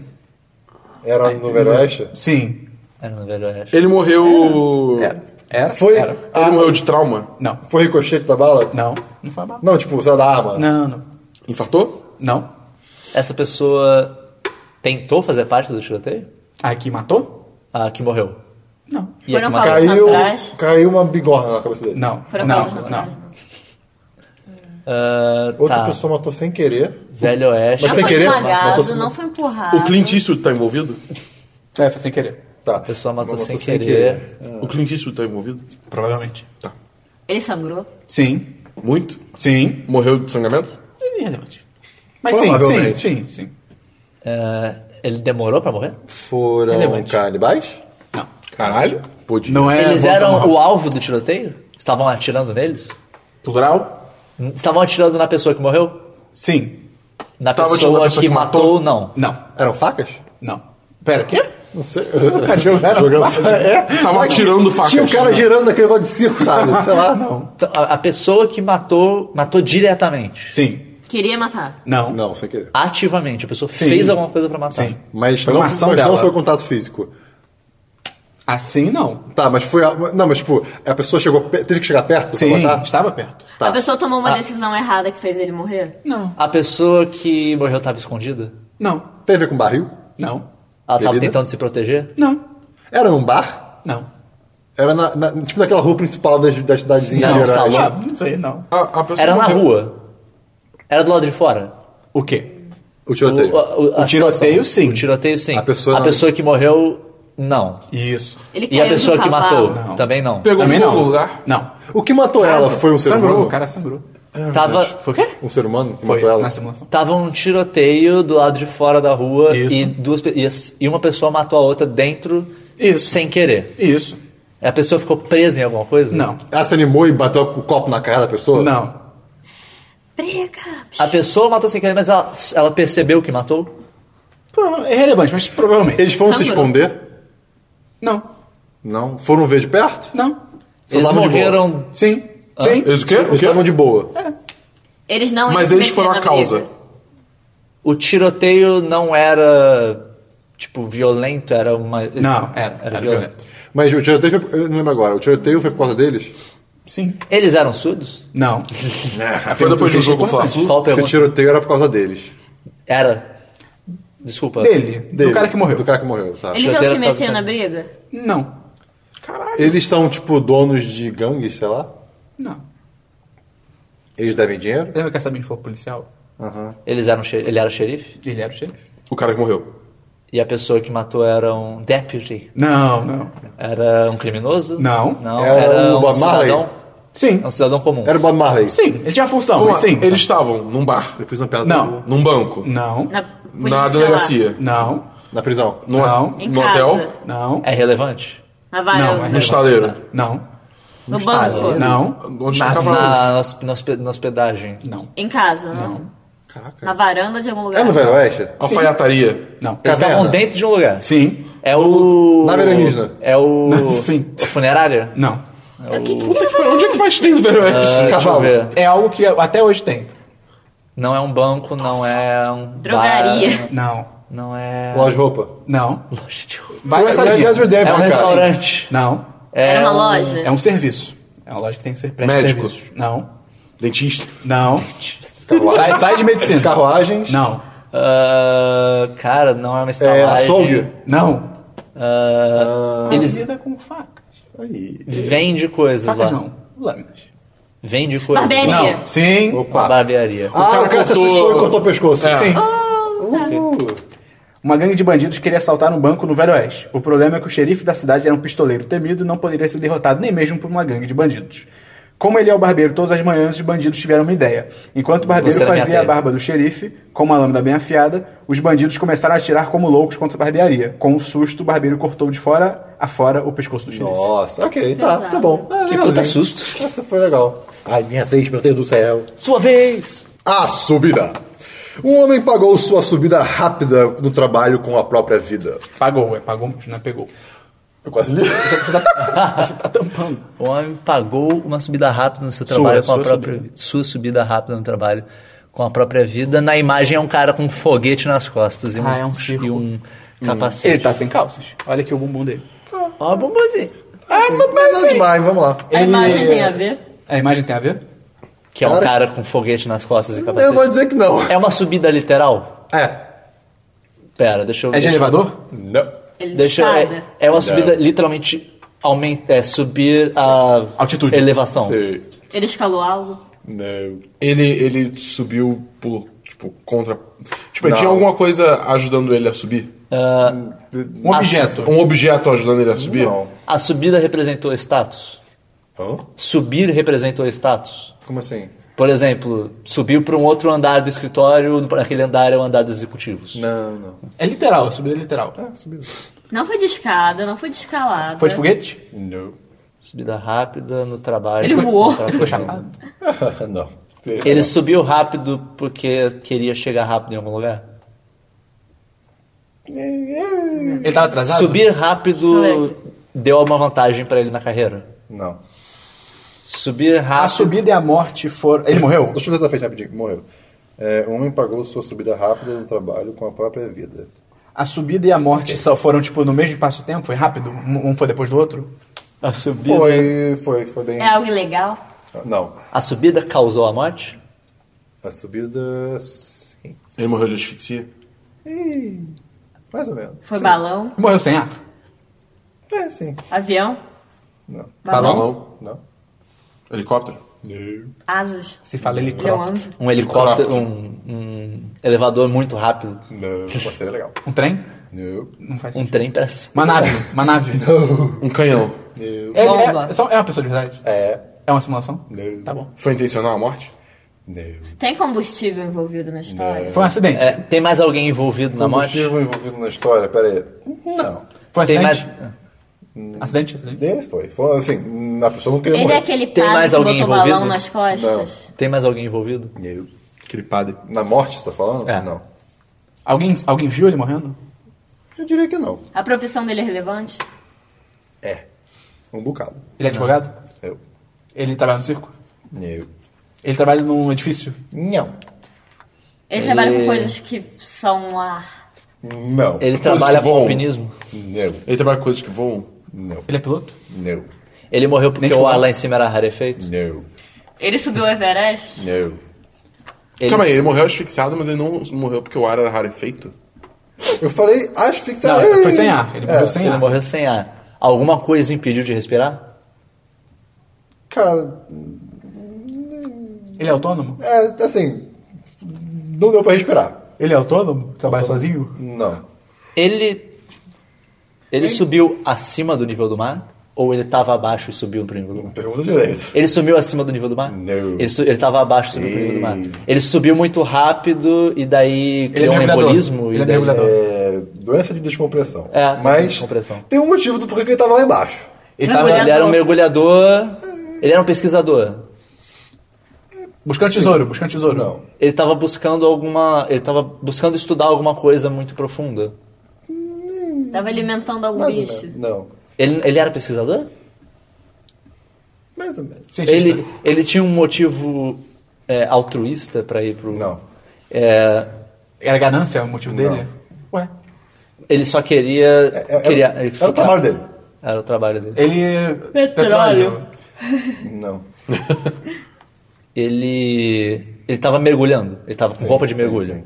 Speaker 6: Era no Everest?
Speaker 2: Sim.
Speaker 1: Era no Velho Oeste.
Speaker 5: Ele morreu.
Speaker 6: É.
Speaker 2: É. Era?
Speaker 6: Foi.
Speaker 2: Era.
Speaker 5: Ele
Speaker 6: a-
Speaker 5: morreu de trauma?
Speaker 2: Não.
Speaker 6: Foi ricochete da bala?
Speaker 2: Não. Não foi uma bala.
Speaker 6: Não, tipo, sei lá, da arma.
Speaker 2: Não, não.
Speaker 5: Infartou?
Speaker 2: Não.
Speaker 1: Essa pessoa tentou fazer parte do tiroteio?
Speaker 2: A que matou?
Speaker 1: A que morreu.
Speaker 2: Não.
Speaker 1: E a que
Speaker 4: Foram
Speaker 1: matou.
Speaker 4: falar.
Speaker 6: Caiu,
Speaker 4: Atrás.
Speaker 6: caiu uma bigorna na cabeça dele.
Speaker 2: Não.
Speaker 4: Foram
Speaker 2: não.
Speaker 4: causas naturais,
Speaker 2: Não.
Speaker 1: Ah,
Speaker 6: Outra
Speaker 1: tá.
Speaker 6: pessoa matou sem querer.
Speaker 1: Velho Oeste.
Speaker 6: Mas
Speaker 4: Não
Speaker 6: sem
Speaker 4: foi
Speaker 6: querer,
Speaker 4: esmagado,
Speaker 6: matou-
Speaker 4: Ah, não foi empurrado.
Speaker 5: O Clint Eastwood tá envolvido?
Speaker 2: É, foi sem querer.
Speaker 6: Tá.
Speaker 1: A pessoa matou,
Speaker 6: Matou
Speaker 1: sem,
Speaker 6: sem
Speaker 1: querer.
Speaker 5: O Clint Eastwood tá envolvido?
Speaker 2: Provavelmente.
Speaker 5: Tá.
Speaker 4: Ele sangrou?
Speaker 2: Sim.
Speaker 5: Muito?
Speaker 2: Sim.
Speaker 5: Morreu de sangramento?
Speaker 2: Irrelevante. Mas sim, sim,
Speaker 6: Provavelmente.
Speaker 2: sim, sim.
Speaker 1: Ah, ele demorou pra morrer?
Speaker 6: Foram
Speaker 2: Relevante.
Speaker 6: canibais?
Speaker 2: Não.
Speaker 5: Caralho.
Speaker 6: Podia.
Speaker 2: Não é.
Speaker 1: eles
Speaker 2: Guantanamo
Speaker 1: eram
Speaker 2: Rock.
Speaker 1: o alvo do tiroteio? Estavam atirando neles?
Speaker 2: Plural?
Speaker 1: Estavam atirando na pessoa que morreu?
Speaker 2: Sim.
Speaker 1: Na
Speaker 5: Tava atirando
Speaker 1: pessoa
Speaker 5: na
Speaker 1: que,
Speaker 5: pessoa que
Speaker 1: matou, não.
Speaker 2: Não.
Speaker 6: Eram facas?
Speaker 2: Não. Pera, é o quê?
Speaker 6: Não
Speaker 2: *laughs*
Speaker 6: sei. *laughs*
Speaker 2: Jogando
Speaker 6: É.
Speaker 5: Tava atirando facas. Né?
Speaker 6: Tinha o cara girando naquele negócio de circo,
Speaker 2: *laughs*
Speaker 6: sabe? Sei lá.
Speaker 2: Não.
Speaker 1: Então, A, a pessoa que matou, matou diretamente.
Speaker 2: Sim.
Speaker 4: Queria matar.
Speaker 2: Não.
Speaker 6: Não, sem querer.
Speaker 1: Ativamente. A pessoa
Speaker 2: Sim.
Speaker 1: fez alguma coisa pra matar.
Speaker 2: Sim.
Speaker 6: Mas,
Speaker 2: Foi
Speaker 6: não,
Speaker 2: uma ação
Speaker 6: mas não
Speaker 2: dela.
Speaker 6: foi contato físico.
Speaker 2: Assim não.
Speaker 6: Tá, mas foi. a- Não, mas tipo, a pessoa chegou. pe- Teve que chegar perto? pra
Speaker 2: Sim,
Speaker 6: matar?
Speaker 2: estava perto.
Speaker 6: Tá.
Speaker 4: A pessoa tomou uma decisão errada que fez ele morrer?
Speaker 2: Não.
Speaker 1: A pessoa que morreu tava escondida?
Speaker 2: Não.
Speaker 6: Tem a ver com barril?
Speaker 2: Não.
Speaker 1: Ela tava
Speaker 6: Bebida?
Speaker 1: tentando se proteger?
Speaker 2: Não.
Speaker 6: Era num bar?
Speaker 2: Não.
Speaker 6: Era na, na- tipo naquela rua principal das, das cidadezinhas
Speaker 1: Não,
Speaker 6: gerais.
Speaker 1: salão.
Speaker 2: Ah, não sei, não.
Speaker 5: A, a pessoa
Speaker 1: Era na
Speaker 5: morreu.
Speaker 1: rua. Era do lado de fora.
Speaker 2: O quê?
Speaker 6: O tiroteio.
Speaker 1: a
Speaker 2: O
Speaker 1: situação.
Speaker 2: tiroteio, sim.
Speaker 1: O tiroteio sim.
Speaker 6: A pessoa não-
Speaker 1: que morreu, não.
Speaker 2: Isso.
Speaker 4: Ele
Speaker 1: E
Speaker 4: caiu
Speaker 1: a pessoa
Speaker 4: do
Speaker 1: que
Speaker 4: cavalo.
Speaker 1: matou, também não.
Speaker 5: Pegou
Speaker 2: Também
Speaker 5: fogo
Speaker 2: não.
Speaker 5: no lugar.
Speaker 2: Não.
Speaker 6: O que matou ela foi um ser
Speaker 2: sangrou,
Speaker 6: humano?
Speaker 2: o cara sangrou.
Speaker 1: Tava,
Speaker 2: Foi o quê?
Speaker 6: Um ser humano que
Speaker 2: Foi
Speaker 6: matou ela?
Speaker 2: na simulação.
Speaker 1: tava um tiroteio do lado de fora da rua
Speaker 2: Isso.
Speaker 1: e, duas, pe- e as- e uma pessoa matou a outra dentro
Speaker 2: Isso.
Speaker 1: sem querer.
Speaker 2: Isso.
Speaker 1: A pessoa ficou presa em alguma coisa?
Speaker 2: Não.
Speaker 6: Ela se animou e bateu o copo na cara da pessoa?
Speaker 2: Não.
Speaker 4: Briga!
Speaker 1: A pessoa matou sem querer, mas ela, ela percebeu que matou?
Speaker 2: Prova- É relevante, mas provavelmente.
Speaker 6: Eles foram se
Speaker 4: Sangrou.
Speaker 6: esconder?
Speaker 2: Não.
Speaker 6: Não. Foram ver de perto?
Speaker 2: Não.
Speaker 6: Só
Speaker 1: Eles
Speaker 6: estavam de boa.
Speaker 1: morreram.
Speaker 2: Sim.
Speaker 1: Ah,
Speaker 2: Sim.
Speaker 5: Eles o quê?
Speaker 6: Eles
Speaker 5: O quê?
Speaker 6: estavam de boa.
Speaker 4: Eles não
Speaker 5: Mas
Speaker 4: iam se
Speaker 5: eles foram a
Speaker 4: meter na
Speaker 5: causa.
Speaker 4: briga.
Speaker 1: O tiroteio não era, tipo, violento, era uma.
Speaker 2: Não, era. Era, violento.
Speaker 6: Mas o tiroteio foi. Eu não lembro agora. O tiroteio foi por causa deles?
Speaker 2: Sim.
Speaker 1: Eles eram surdos?
Speaker 2: Não.
Speaker 5: É, Foi depois do
Speaker 2: Pergunta
Speaker 5: jogo
Speaker 2: importante.
Speaker 5: Fla-Flu.
Speaker 1: Qual a
Speaker 6: Se o
Speaker 1: pergunta?
Speaker 6: tiroteio era por causa deles.
Speaker 1: Era. Desculpa.
Speaker 2: Dele,
Speaker 6: Dele.
Speaker 2: Do cara que morreu.
Speaker 6: Do cara que morreu, tá.
Speaker 4: Eles iam
Speaker 1: Chateira
Speaker 4: se
Speaker 1: pra-
Speaker 4: meter na briga?
Speaker 2: Não.
Speaker 6: Eles são, tipo, donos de gangues, sei lá?
Speaker 2: Não.
Speaker 6: Eles devem dinheiro?
Speaker 2: Lembra que a Sabine falou policial?
Speaker 1: Eles eram xe- ele era xerife?
Speaker 2: Ele era o xerife.
Speaker 5: O cara que morreu.
Speaker 1: E a pessoa que matou era um deputy?
Speaker 2: Não, não.
Speaker 1: Era um criminoso?
Speaker 2: Não.
Speaker 1: Não,
Speaker 6: Era
Speaker 1: era,
Speaker 6: o
Speaker 1: um
Speaker 6: Bob Marley?
Speaker 1: cidadão.
Speaker 2: Sim.
Speaker 1: Era um cidadão comum.
Speaker 6: Era o Bob Marley.
Speaker 2: Sim, ele tinha a função,
Speaker 5: Vamos
Speaker 2: mas
Speaker 5: lá.
Speaker 2: sim. Hum.
Speaker 5: Eles estavam num bar,
Speaker 6: Eu fiz uma piada
Speaker 2: Não.
Speaker 5: num banco,
Speaker 2: Não.
Speaker 4: Na,
Speaker 5: na
Speaker 4: polícia
Speaker 5: delegacia,
Speaker 2: Não.
Speaker 6: na prisão.
Speaker 5: no,
Speaker 2: Não.
Speaker 4: Em
Speaker 5: no
Speaker 4: casa.
Speaker 5: hotel,
Speaker 2: Não.
Speaker 1: É relevante?
Speaker 4: Lá, na varanda.
Speaker 2: Não, é
Speaker 5: no estaleiro.
Speaker 2: Não.
Speaker 4: no banco.
Speaker 2: Não.
Speaker 5: Onde
Speaker 1: Na,
Speaker 5: estavam
Speaker 1: na, na hosp- na hospe- na hospedagem.
Speaker 2: Não.
Speaker 4: Em casa, não.
Speaker 6: Caraca.
Speaker 4: Na varanda de algum lugar.
Speaker 6: É no Velho Oeste?
Speaker 5: Ah. alfaiataria.
Speaker 2: Não.
Speaker 1: Eles
Speaker 6: Caverna.
Speaker 1: estavam dentro de um lugar.
Speaker 2: Sim.
Speaker 1: É o.
Speaker 6: Nave alienígena.
Speaker 1: É o.
Speaker 6: *laughs*
Speaker 2: Sim.
Speaker 1: a Funerária?
Speaker 2: Não.
Speaker 4: O que, que, que era?
Speaker 5: Onde é que mais
Speaker 6: assim
Speaker 5: tem no Velho Oeste?
Speaker 1: Ah,
Speaker 6: Cavalo.
Speaker 1: Deixa eu ver.
Speaker 2: É algo que até hoje tem.
Speaker 1: Não é um banco, não é um.
Speaker 4: Drogaria.
Speaker 1: bar,
Speaker 2: Não.
Speaker 1: não é.
Speaker 6: Loja de roupa.
Speaker 2: Não.
Speaker 1: Loja de roupa.
Speaker 2: Vai
Speaker 6: Red-
Speaker 2: nessa
Speaker 6: Red
Speaker 2: linha.
Speaker 6: Dead
Speaker 1: É
Speaker 6: Redemption,
Speaker 1: um
Speaker 6: cara.
Speaker 1: restaurante.
Speaker 2: Não.
Speaker 1: É
Speaker 4: Era uma
Speaker 1: um-
Speaker 4: loja?
Speaker 2: É um serviço. É uma loja que tem que ser presta
Speaker 5: Médico.
Speaker 2: serviços. Não.
Speaker 5: Dentista.
Speaker 2: Não. sai, sai de medicina.
Speaker 6: Carruagens.
Speaker 2: Não.
Speaker 1: Ah, cara, não é uma
Speaker 6: É,
Speaker 1: estalagem.
Speaker 6: açougue.
Speaker 2: Não.
Speaker 1: Ah, eles
Speaker 2: Eles lidam com facas.
Speaker 6: Aí.
Speaker 1: vendem coisas
Speaker 2: Facas
Speaker 1: lá.
Speaker 2: não. Lâminas.
Speaker 1: Vende coisas.
Speaker 4: Barbearia.
Speaker 1: lá.
Speaker 2: Não. Sim.
Speaker 6: Opa.
Speaker 1: Barbearia.
Speaker 6: ah, o cara, se assustou e cortou o pescoço.
Speaker 5: É.
Speaker 2: Sim. Uma gangue de bandidos queria assaltar um banco no Velho Oeste. O problema é que o xerife da cidade era um pistoleiro temido e não poderia ser derrotado nem mesmo por uma gangue de bandidos. Como ele é o barbeiro todas as manhãs, os bandidos tiveram uma ideia. Enquanto o barbeiro
Speaker 1: Você era minha
Speaker 2: fazia a
Speaker 1: teia.
Speaker 2: barba do xerife, com uma lâmina bem afiada, os bandidos começaram a atirar como loucos contra a barbearia. Com um susto, o barbeiro cortou de fora a fora o pescoço do xerife.
Speaker 6: Nossa, ok, tá, tá bom. Ah,
Speaker 1: Que
Speaker 6: legalzinho.
Speaker 1: puta susto.
Speaker 6: Essa foi legal. Ai, minha vez, meu Deus do céu.
Speaker 1: Sua vez!
Speaker 6: A subida. Um homem pagou sua subida rápida no trabalho com a própria vida.
Speaker 2: Pagou, é, pagou, não pegou.
Speaker 6: Eu quase li. *laughs*
Speaker 1: O homem pagou uma subida rápida no seu trabalho com a
Speaker 2: sua
Speaker 1: própria. Sua subida rápida no trabalho com a própria vida. Na imagem é um cara com um foguete nas costas e um,
Speaker 7: Ah, é um circo.
Speaker 1: e um capacete.
Speaker 2: Ele tá sem calças. Olha aqui o bumbum dele.
Speaker 1: Ó, bombozinho.
Speaker 6: Nada demais, vamos lá.
Speaker 4: A imagem tem a ver?
Speaker 2: A imagem tem a ver?
Speaker 1: Que é um
Speaker 6: Cara-
Speaker 1: cara com foguete nas costas e
Speaker 6: Eu vou
Speaker 1: capacete.
Speaker 6: dizer que não.
Speaker 1: É uma subida literal?
Speaker 6: É.
Speaker 1: Pera, deixa eu
Speaker 2: É de
Speaker 1: deixa-
Speaker 2: elevador?
Speaker 6: Não.
Speaker 4: Ele
Speaker 1: Deixa,
Speaker 4: escada?
Speaker 1: é, é uma subida literalmente aumenta, é subir a
Speaker 2: Altitude.
Speaker 1: elevação.
Speaker 6: Sei.
Speaker 4: Ele escalou algo?
Speaker 6: Não.
Speaker 5: Ele, ele subiu por, tipo, contra... Tipo, ele
Speaker 6: Não.
Speaker 5: tinha alguma coisa ajudando ele a subir?
Speaker 1: Ah,
Speaker 2: Um
Speaker 1: A-
Speaker 2: objeto.
Speaker 5: Um objeto ajudando ele a subir?
Speaker 6: Não.
Speaker 1: a subida representou status.
Speaker 6: Hã?
Speaker 1: Subir representou status.
Speaker 6: Como assim?
Speaker 1: Por exemplo, subiu para um outro andar do escritório, naquele andar é o andar dos executivos.
Speaker 6: Não, não.
Speaker 2: É literal, subida literal.
Speaker 4: Não foi de escada, não foi de escalada.
Speaker 2: Foi de foguete?
Speaker 6: Não.
Speaker 1: Subida rápida no trabalho.
Speaker 4: Ele voou.
Speaker 1: Ele
Speaker 2: Ficou chapado.
Speaker 6: *laughs* não.
Speaker 1: Ele subiu rápido porque queria chegar rápido em algum lugar?
Speaker 7: Ele tava atrasado?
Speaker 1: Subir rápido
Speaker 8: Moleque.
Speaker 1: deu uma vantagem pra ele na carreira.
Speaker 6: Não.
Speaker 1: Subir rápido.
Speaker 2: A subida e a morte foram. Ele morreu?
Speaker 6: Deixa eu ver essa frente rapidinho, que morreu. É, o homem pagou sua subida rápida do trabalho com a própria vida.
Speaker 2: A subida e a morte só foram, tipo, no mesmo espaço-tempo? Foi rápido? Um um foi depois do outro?
Speaker 1: A subida.
Speaker 6: Foi, foi, foi bem.
Speaker 8: É algo ilegal?
Speaker 6: Não.
Speaker 1: A subida causou a morte?
Speaker 6: A subida. Sim.
Speaker 5: Ele morreu de asfixia?
Speaker 6: Ih, mais ou menos.
Speaker 8: Foi balão?
Speaker 2: Morreu sem ar?
Speaker 6: É, sim.
Speaker 8: Avião?
Speaker 6: Não.
Speaker 5: Balão?
Speaker 6: Não.
Speaker 5: Helicóptero?
Speaker 8: Asas?
Speaker 2: Se fala
Speaker 8: Leão
Speaker 2: helicóptero.
Speaker 8: anjo?
Speaker 1: Um helicóptero,
Speaker 5: Helicóptero.
Speaker 1: um, um elevador muito rápido,
Speaker 6: Não. Mas seria legal.
Speaker 2: Um trem?
Speaker 6: Não.
Speaker 2: Não faz
Speaker 1: um
Speaker 2: sentido.
Speaker 1: trem pra cima.
Speaker 2: Uma *laughs* nave. Uma nave.
Speaker 5: Um canhão.
Speaker 2: Ele
Speaker 8: Bomba.
Speaker 2: é, só- é uma pessoa de verdade?
Speaker 6: É.
Speaker 2: É uma simulação?
Speaker 6: Não.
Speaker 2: Tá bom.
Speaker 5: Foi intencional a morte?
Speaker 6: Não.
Speaker 8: Tem combustível envolvido na história?
Speaker 2: Foi um acidente.
Speaker 1: É, tem mais alguém envolvido na morte?
Speaker 6: Combustível envolvido na história, pera aí. Não.
Speaker 2: Foi um
Speaker 1: Tem
Speaker 2: acidente.
Speaker 1: mais,
Speaker 2: Acidente? acidente.
Speaker 6: É, foi. Foi assim, a pessoa não queria
Speaker 8: Ele é
Speaker 6: morrer.
Speaker 8: aquele
Speaker 1: Tem
Speaker 8: padre
Speaker 1: mais
Speaker 8: que
Speaker 1: alguém
Speaker 8: botou balão
Speaker 1: envolvido?
Speaker 8: nas costas?
Speaker 1: tem mais alguém envolvido?
Speaker 6: Não.
Speaker 5: Aquele padre.
Speaker 6: Na morte, você tá falando?
Speaker 1: É.
Speaker 6: Não.
Speaker 2: Alguém, alguém viu ele morrendo?
Speaker 6: Eu diria que não.
Speaker 8: A profissão dele é relevante?
Speaker 6: É. Um bocado.
Speaker 2: Ele é advogado?
Speaker 6: Eu.
Speaker 2: Ele trabalha no circo?
Speaker 6: Eu.
Speaker 2: Ele trabalha num edifício?
Speaker 6: Não.
Speaker 8: Ele, trabalha com coisas que são um ar.
Speaker 6: Não.
Speaker 1: Ele
Speaker 5: Coisas
Speaker 1: trabalha
Speaker 5: que
Speaker 1: com
Speaker 5: voam.
Speaker 1: alpinismo?
Speaker 6: Não.
Speaker 5: Ele trabalha com coisas que voam?
Speaker 6: Não.
Speaker 2: Ele é piloto?
Speaker 6: Não.
Speaker 1: Ele morreu porque
Speaker 2: Nem
Speaker 1: o ar
Speaker 2: fumar.
Speaker 1: lá em cima era rarefeito?
Speaker 6: Não.
Speaker 8: Ele subiu o Everest?
Speaker 6: Não.
Speaker 1: Ele-
Speaker 5: Calma aí, ele morreu asfixiado, mas ele não morreu porque o ar era rarefeito?
Speaker 6: Eu falei asfixia.
Speaker 2: Não, foi sem ar. É, Ele
Speaker 6: É.
Speaker 2: morreu sem
Speaker 1: ele
Speaker 2: ar.
Speaker 1: morreu sem ar. Alguma coisa impediu de respirar?
Speaker 6: Cara,
Speaker 2: Ele é autônomo?
Speaker 6: é, assim, não deu pra respirar.
Speaker 2: Ele é autônomo? Trabalha sozinho?
Speaker 6: Não.
Speaker 1: Ele. Ele subiu acima do nível do mar? Ou ele tava abaixo e subiu pro nível do mar?
Speaker 6: Pergunta direito.
Speaker 1: Ele sumiu acima do nível do mar?
Speaker 6: Não.
Speaker 1: Ele, su- ele tava abaixo e subiu pro nível do mar.
Speaker 6: Ei.
Speaker 1: Ele subiu muito rápido e daí
Speaker 2: Ele é
Speaker 1: criou um
Speaker 2: mergulhador.
Speaker 1: embolismo.
Speaker 2: Ele
Speaker 1: e
Speaker 2: é
Speaker 1: daí...
Speaker 2: mergulhador.
Speaker 6: É, doença de descompressão.
Speaker 1: É, doença
Speaker 6: Mas
Speaker 1: de descompressão.
Speaker 6: tem um motivo do porquê que ele tava lá embaixo.
Speaker 2: Ele tava
Speaker 1: Ele era um mergulhador. Ele era um pesquisador.
Speaker 2: buscando tesouro, buscando
Speaker 8: Hum,
Speaker 2: tesouro.
Speaker 6: Não.
Speaker 1: Ele tava buscando alguma. Ele tava buscando estudar alguma coisa muito profunda.
Speaker 8: Tava alimentando algum
Speaker 6: Mais ou
Speaker 8: bicho?
Speaker 6: menos. Não.
Speaker 1: Ele, ele era pesquisador?
Speaker 6: Mais ou menos.
Speaker 2: Cientista.
Speaker 1: Ele, ele tinha um motivo é, altruísta pra ir pro.
Speaker 6: Não.
Speaker 1: É,
Speaker 2: Era ganância o motivo dele? Ué.
Speaker 1: ele só queria.
Speaker 6: É- é-
Speaker 1: queria
Speaker 6: era,
Speaker 1: ele
Speaker 6: era
Speaker 1: ficar-
Speaker 6: o trabalho dele.
Speaker 1: Era o trabalho dele.
Speaker 2: Ele.
Speaker 4: Petróleo.
Speaker 6: Não.
Speaker 1: Ele. Ele tava mergulhando. Ele tava com roupa de
Speaker 6: sim,
Speaker 1: mergulho.
Speaker 6: sim.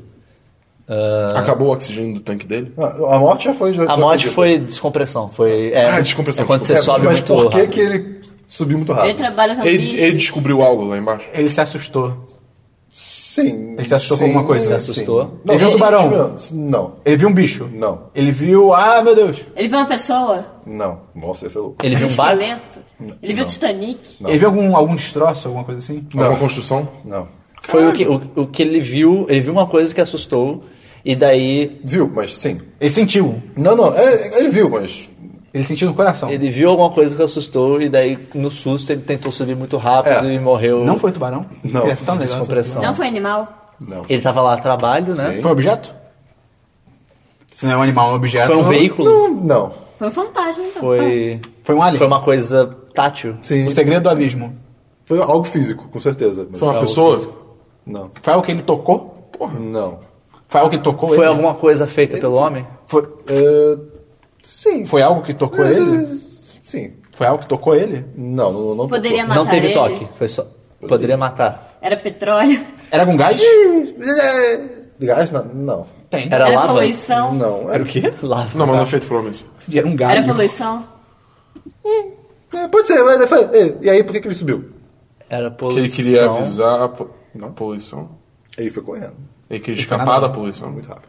Speaker 1: Ah,
Speaker 5: Acabou o oxigênio do tanque dele?
Speaker 6: Ah, A morte já foi. Já,
Speaker 1: a
Speaker 6: já
Speaker 1: morte
Speaker 6: dita.
Speaker 1: foi descompressão. Foi. É,
Speaker 5: Ah, descompressão,
Speaker 1: é quando você
Speaker 5: desculpa.
Speaker 6: É,
Speaker 1: sobe
Speaker 6: mas
Speaker 1: muito
Speaker 6: por que
Speaker 1: rápido.
Speaker 6: que ele subiu muito rápido?
Speaker 8: Ele trabalha com
Speaker 5: Ele,
Speaker 8: bicho?
Speaker 5: ele descobriu algo lá embaixo?
Speaker 2: Ele se assustou.
Speaker 6: Sim.
Speaker 2: Ele se assustou com
Speaker 6: sim,
Speaker 2: alguma coisa?
Speaker 1: Se assustou?
Speaker 6: sim.
Speaker 2: Ele viu um tubarão?
Speaker 6: Não.
Speaker 2: Ele viu um bicho.
Speaker 6: Não.
Speaker 2: Ele viu. Ah, meu Deus!
Speaker 8: Ele viu uma pessoa?
Speaker 6: Não. Nossa, esse é louco.
Speaker 1: Ele viu um barco?
Speaker 8: esqueleto? Ele viu o Titanic?
Speaker 6: Não.
Speaker 2: Ele viu algum, algum destroço, alguma coisa assim?
Speaker 5: Alguma construção?
Speaker 6: Não.
Speaker 1: Foi o que, o, o que ele viu. Ele viu uma coisa que assustou. E daí
Speaker 6: Viu, mas sim.
Speaker 2: Ele sentiu.
Speaker 6: Não, não. é- ele viu, mas
Speaker 2: Ele sentiu no coração.
Speaker 1: Ele viu alguma coisa que assustou e daí, no susto, ele tentou subir muito rápido
Speaker 6: É.
Speaker 1: e morreu.
Speaker 2: Não foi tubarão?
Speaker 6: Não.
Speaker 2: Ele *laughs* é tão legal. essa
Speaker 1: Descompressão.
Speaker 8: Não foi animal?
Speaker 1: Ele tava lá a trabalho, né?
Speaker 2: história. Foi um objeto? Se não é um animal, é um objeto.
Speaker 1: Foi um veículo?
Speaker 6: Não, não.
Speaker 8: Foi um fantasma, então.
Speaker 1: Foi.
Speaker 2: Foi um alien?
Speaker 1: Foi uma coisa tátil.
Speaker 6: Sim.
Speaker 2: O segredo do abismo.
Speaker 6: Foi algo físico, com certeza. mas-
Speaker 5: Foi uma pessoa?
Speaker 6: Não.
Speaker 2: Foi algo que ele tocou?
Speaker 6: Não.
Speaker 2: Foi algo que tocou
Speaker 1: Foi
Speaker 2: ele?
Speaker 1: alguma coisa feita pelo homem?
Speaker 2: Foi,
Speaker 6: É, sim.
Speaker 2: foi algo que tocou
Speaker 6: É,
Speaker 2: ele?
Speaker 6: Sim.
Speaker 2: Foi algo que tocou ele?
Speaker 6: Não, não, não.
Speaker 8: Poderia matar
Speaker 1: Não teve
Speaker 8: ele?
Speaker 1: toque. Foi só. Poderia matar.
Speaker 8: Era petróleo?
Speaker 2: Era algum gás?
Speaker 6: É, Gás? Não. Não.
Speaker 2: Tem.
Speaker 1: Era
Speaker 8: Era
Speaker 1: lava?
Speaker 8: poluição?
Speaker 6: Não,
Speaker 2: Era o quê?
Speaker 1: *laughs* Lava.
Speaker 5: Não, mas não é feito por homens.
Speaker 2: Era um galho.
Speaker 8: Era poluição?
Speaker 6: É, pode ser, mas. foi- é, E aí, por que, que ele subiu?
Speaker 1: Era
Speaker 5: Que
Speaker 1: poluição.
Speaker 5: ele queria avisar a, po- não, a poluição.
Speaker 6: Ele foi correndo.
Speaker 5: Ele queria
Speaker 2: foi na
Speaker 5: escapar
Speaker 2: nave.
Speaker 5: da poluição.
Speaker 6: Muito rápido.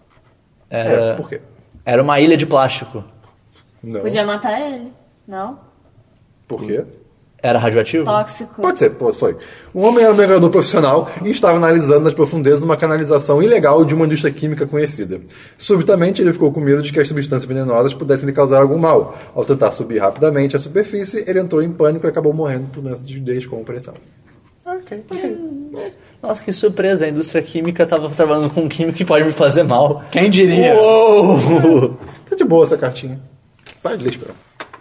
Speaker 1: Era...
Speaker 6: É, por quê?
Speaker 1: Era uma ilha de plástico.
Speaker 6: Não.
Speaker 8: Podia matar ele? Não?
Speaker 6: Por quê?
Speaker 1: Era radioativo?
Speaker 8: Tóxico?
Speaker 6: Pode ser, pô, foi. Um homem era um mergulhador profissional e estava analisando nas profundezas uma canalização ilegal de uma indústria química conhecida. Subitamente, ele ficou com medo de que as substâncias venenosas pudessem lhe causar algum mal. Ao tentar subir rapidamente à superfície, ele entrou em pânico e acabou morrendo por doença de descompressão.
Speaker 3: ok, ok.
Speaker 1: Nossa, que surpresa, a indústria química tava trabalhando com um químico que pode me fazer mal.
Speaker 2: Quem diria?
Speaker 1: Uou!
Speaker 3: Tá de boa essa cartinha. Para de ler, Esperão.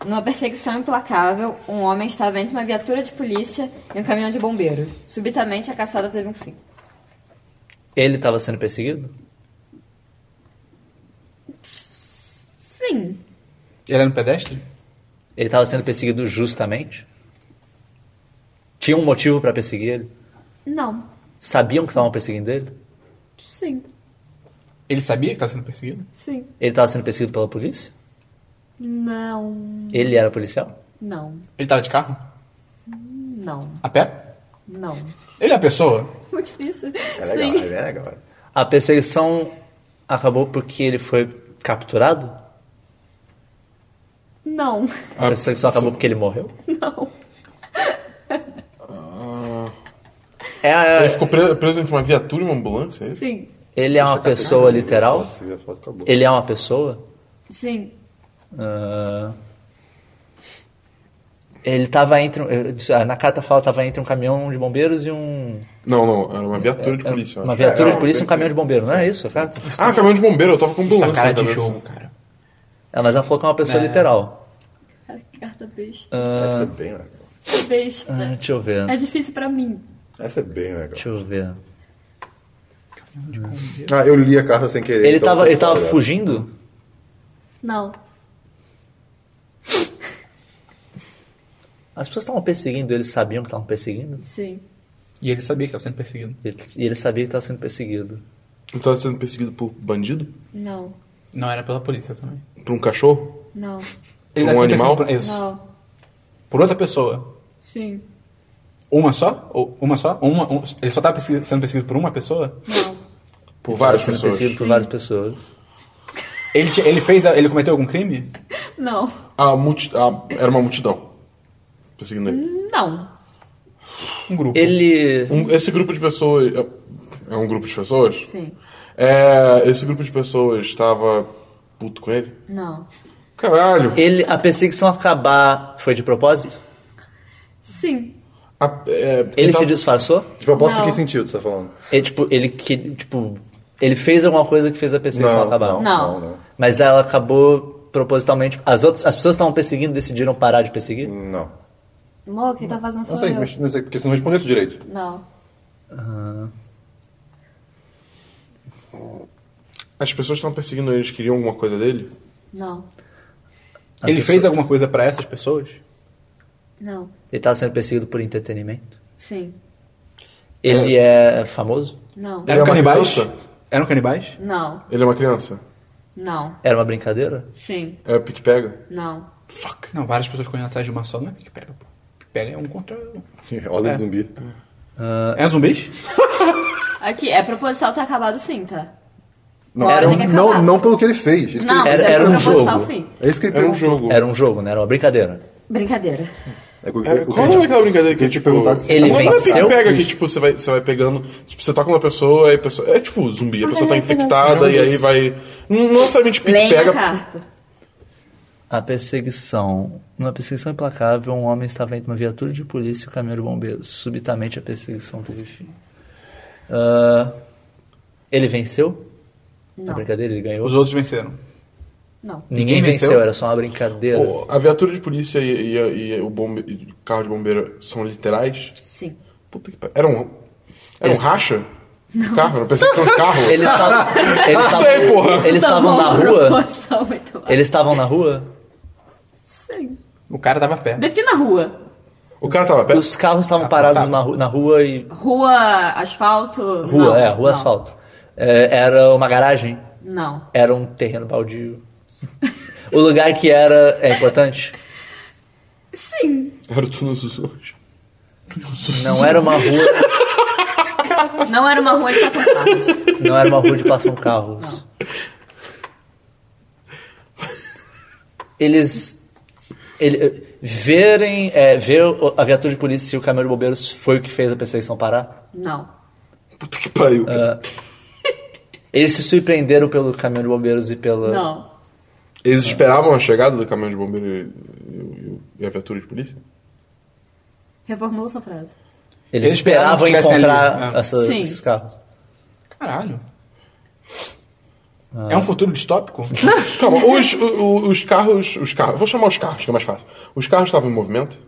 Speaker 4: Numa perseguição implacável, um homem estava entre uma viatura de polícia e um caminhão de bombeiros. Subitamente, a caçada teve um fim.
Speaker 1: Ele tava sendo perseguido?
Speaker 4: Sim.
Speaker 2: Ele era um pedestre?
Speaker 1: Ele tava sendo perseguido justamente? Tinha um motivo pra perseguir ele?
Speaker 4: Não.
Speaker 1: Sabiam que estavam perseguindo ele?
Speaker 4: Sim.
Speaker 2: Ele sabia que estava sendo perseguido?
Speaker 4: Sim.
Speaker 1: Ele estava sendo perseguido pela polícia?
Speaker 4: Não.
Speaker 1: Ele era policial?
Speaker 4: Não.
Speaker 2: Ele estava de carro?
Speaker 4: Não.
Speaker 2: A pé?
Speaker 4: Não.
Speaker 2: Ele é a pessoa?
Speaker 4: Muito difícil.
Speaker 3: É
Speaker 4: Sim.
Speaker 3: legal, é bem legal.
Speaker 1: A perseguição acabou porque ele foi capturado?
Speaker 4: Não.
Speaker 1: A perseguição acabou porque ele morreu?
Speaker 4: Não.
Speaker 1: É,
Speaker 5: Ele ficou preso, preso entre uma viatura e uma ambulância? é isso?
Speaker 4: Sim.
Speaker 1: ele é uma pessoa literal?
Speaker 3: Você viu a foto, acabou.
Speaker 1: Ele é uma pessoa?
Speaker 4: Sim.
Speaker 1: Ah, ele tava entre. um- ah, Na carta fala tava entre um caminhão de bombeiros e um.
Speaker 5: Não, não, era uma viatura de polícia. eu
Speaker 1: Uma
Speaker 5: acho.
Speaker 1: viatura
Speaker 3: É,
Speaker 1: de
Speaker 3: é,
Speaker 1: polícia e um
Speaker 3: é,
Speaker 1: caminhão de bombeiros, não é isso, cara?
Speaker 5: Ah, caminhão de bombeiro, eu tava com ambulância. né,
Speaker 2: Essa tá cara
Speaker 5: na
Speaker 2: de
Speaker 5: cabeça.
Speaker 2: jogo, cara.
Speaker 1: É, mas ela falou que é uma pessoa literal.
Speaker 4: Cara, que carta besta.
Speaker 1: Ah,
Speaker 3: Essa é bem legal.
Speaker 4: Besta.
Speaker 1: ah, deixa eu ver.
Speaker 4: É difícil pra mim.
Speaker 3: Essa é bem legal.
Speaker 1: Deixa eu ver.
Speaker 3: Ah, eu li a carta sem querer.
Speaker 1: Ele
Speaker 3: então
Speaker 1: tava,
Speaker 3: eu tô
Speaker 1: ele tava
Speaker 3: fora dessa.
Speaker 1: fugindo?
Speaker 4: Não.
Speaker 1: As pessoas estavam perseguindo, eles sabiam que estavam perseguindo.
Speaker 4: Sim.
Speaker 2: E ele sabia que estava sendo perseguido.
Speaker 1: Ele- E ele sabia que estava sendo perseguido.
Speaker 5: Ele tava sendo perseguido por bandido?
Speaker 4: Não.
Speaker 2: Não era pela polícia também.
Speaker 5: Por um cachorro?
Speaker 4: Não.
Speaker 2: Ele
Speaker 5: Um
Speaker 2: tava sendo perseguido
Speaker 5: animal?
Speaker 2: Por, isso.
Speaker 4: Não.
Speaker 2: Por outra pessoa.
Speaker 4: Sim.
Speaker 2: Uma só? Ou uma só? Uma, um- ele só estava sendo perseguido por uma pessoa?
Speaker 4: Não.
Speaker 5: Por várias
Speaker 1: Tava sendo
Speaker 5: pessoas?
Speaker 1: perseguido por várias pessoas.
Speaker 2: Ele, ti- ele fez. a- Ele cometeu algum crime?
Speaker 4: Não.
Speaker 5: A Ah, multi... a- Era uma multidão. Perseguindo ele.
Speaker 4: Não.
Speaker 2: Um grupo.
Speaker 1: Ele.
Speaker 5: Um- Esse grupo de pessoas... é- É um grupo de pessoas?
Speaker 4: Sim.
Speaker 5: É... Esse grupo de pessoas estava puto com ele?
Speaker 4: Não.
Speaker 5: Caralho!
Speaker 1: ele a perseguição acabar foi de propósito?
Speaker 4: Sim.
Speaker 5: A- é,
Speaker 1: Ele
Speaker 5: tava-
Speaker 1: se disfarçou?
Speaker 3: Tipo, eu posso
Speaker 4: Não.
Speaker 3: que sentido você tá falando?
Speaker 1: Ele, tipo, ele que. Tipo. Ele fez alguma coisa que fez a perseguição acabar.
Speaker 3: não,
Speaker 4: Não.
Speaker 3: não, não.
Speaker 1: Mas ela acabou propositalmente. As, outras, as pessoas que estavam perseguindo decidiram parar de perseguir?
Speaker 3: Não.
Speaker 4: Amor, quem tá fazendo
Speaker 3: Não
Speaker 4: sou
Speaker 3: sei,
Speaker 4: eu.
Speaker 3: mas não sei, porque você não respondeu isso *laughs* direito.
Speaker 4: Não.
Speaker 1: Ah,
Speaker 5: As pessoas que estavam perseguindo ele, eles queriam alguma coisa dele?
Speaker 4: Não.
Speaker 1: As
Speaker 2: ele
Speaker 1: pessoas-
Speaker 2: fez alguma coisa pra essas pessoas?
Speaker 4: Não.
Speaker 1: Ele estava sendo perseguido por entretenimento?
Speaker 4: Sim.
Speaker 1: Ele é famoso?
Speaker 4: Não.
Speaker 5: Ele é
Speaker 2: Eram
Speaker 5: uma
Speaker 2: um canibais?
Speaker 5: criança?
Speaker 2: Eram canibais?
Speaker 4: Não.
Speaker 5: Ele é uma criança?
Speaker 4: Não.
Speaker 1: Era uma brincadeira?
Speaker 4: Sim.
Speaker 5: É pique-pega?
Speaker 4: Não.
Speaker 5: Fuck.
Speaker 2: Não, várias pessoas correndo atrás de uma só não é que pega, pô. Que Pega é um contra.
Speaker 3: Ordem
Speaker 2: É.
Speaker 3: de zumbi.
Speaker 2: É zumbis?
Speaker 4: Aqui, é proposital ter acabado sim, tá?
Speaker 3: Não,
Speaker 1: Era um-
Speaker 4: tem que
Speaker 3: não,
Speaker 4: acabar.
Speaker 3: não pelo que ele fez. Isso
Speaker 4: Não,
Speaker 3: que ele...
Speaker 1: Era-
Speaker 4: mas é
Speaker 1: era um
Speaker 4: proposital
Speaker 1: jogo.
Speaker 4: fim.
Speaker 3: É isso que ele
Speaker 5: Era um
Speaker 3: perguntou.
Speaker 5: jogo.
Speaker 1: Era um jogo, né? Era uma brincadeira.
Speaker 4: Brincadeira.
Speaker 3: É, o-
Speaker 5: É,
Speaker 3: o- o-
Speaker 5: qual é aquela brincadeira que
Speaker 3: eu
Speaker 5: é,
Speaker 3: te
Speaker 5: tipo...
Speaker 3: perguntar se-
Speaker 1: Ele
Speaker 5: Não é
Speaker 1: venceu?
Speaker 5: pique-pega que tipo, você vai, você vai pegando... Tipo, você toca uma pessoa, aí a pessoa... É tipo zumbi, a pessoa tá infectada e aí vai... Não não necessariamente
Speaker 4: Leia a
Speaker 5: pique-pega...
Speaker 4: carta.
Speaker 1: A perseguição. Numa perseguição implacável, um homem estava entre uma viatura de polícia e um caminhão de bombeiros. Subitamente a perseguição teve fim. Ah, ele venceu? Na
Speaker 4: Não.
Speaker 1: brincadeira, ele ganhou?
Speaker 2: Os outros venceram.
Speaker 4: Não.
Speaker 1: Ninguém
Speaker 2: Ninguém
Speaker 1: venceu,
Speaker 2: venceu?
Speaker 1: era só uma brincadeira.
Speaker 5: Pô, a viatura de polícia e, e- e o bombe- e o carro de bombeiro são literais?
Speaker 4: Sim.
Speaker 5: Puta que pariu. Era um... Era um
Speaker 1: Eles-
Speaker 5: racha? Um carro? Não pensei que era um carro.
Speaker 1: Eles estavam. Eles
Speaker 5: Não sei,
Speaker 1: estavam-
Speaker 5: porra.
Speaker 4: Tá
Speaker 1: eles estavam na rua?
Speaker 4: Proposital muito alto.
Speaker 1: Eles estavam na rua?
Speaker 4: Sim.
Speaker 2: O cara tava perto.
Speaker 4: Defina a rua.
Speaker 5: O cara tava perto?
Speaker 1: Os carros estavam parados
Speaker 2: tava.
Speaker 1: na, ru- na rua e.
Speaker 4: Rua, asfalto.
Speaker 1: Rua,
Speaker 4: não,
Speaker 1: é, rua
Speaker 4: não.
Speaker 1: asfalto. É, era uma garagem?
Speaker 4: Não.
Speaker 1: Era um terreno
Speaker 4: *laughs*
Speaker 1: baldio. o lugar que era. É importante?
Speaker 4: Sim.
Speaker 5: Era o túnel dos anjos.
Speaker 1: Não era uma rua.
Speaker 4: Não era uma rua de passar carros.
Speaker 1: Não era uma rua de um passam carros. Eles. Ele, verem. é, ver o- a viatura de polícia e o caminhão de bombeiros foi o que fez a perseguição parar? Ah,
Speaker 4: Não.
Speaker 5: Puta que pariu. cara.
Speaker 1: Eles se surpreenderam pelo caminhão de bombeiros e pela.
Speaker 4: Não.
Speaker 5: Eles esperavam a chegada do caminhão de bombeiro e, e- e a viatura de polícia?
Speaker 4: Reformula sua frase.
Speaker 1: Eles,
Speaker 2: Eles
Speaker 1: esperavam
Speaker 2: esperavam que tivessem
Speaker 1: encontrar
Speaker 2: ali, né?
Speaker 1: essa-
Speaker 4: Sim.
Speaker 1: esses carros.
Speaker 2: Caralho.
Speaker 1: Ah.
Speaker 2: É um
Speaker 1: *laughs*
Speaker 2: futuro distópico?
Speaker 5: Calma, os, o- o- os carros. Os carros. Vou chamar os carros, que é mais fácil. Os carros estavam em movimento?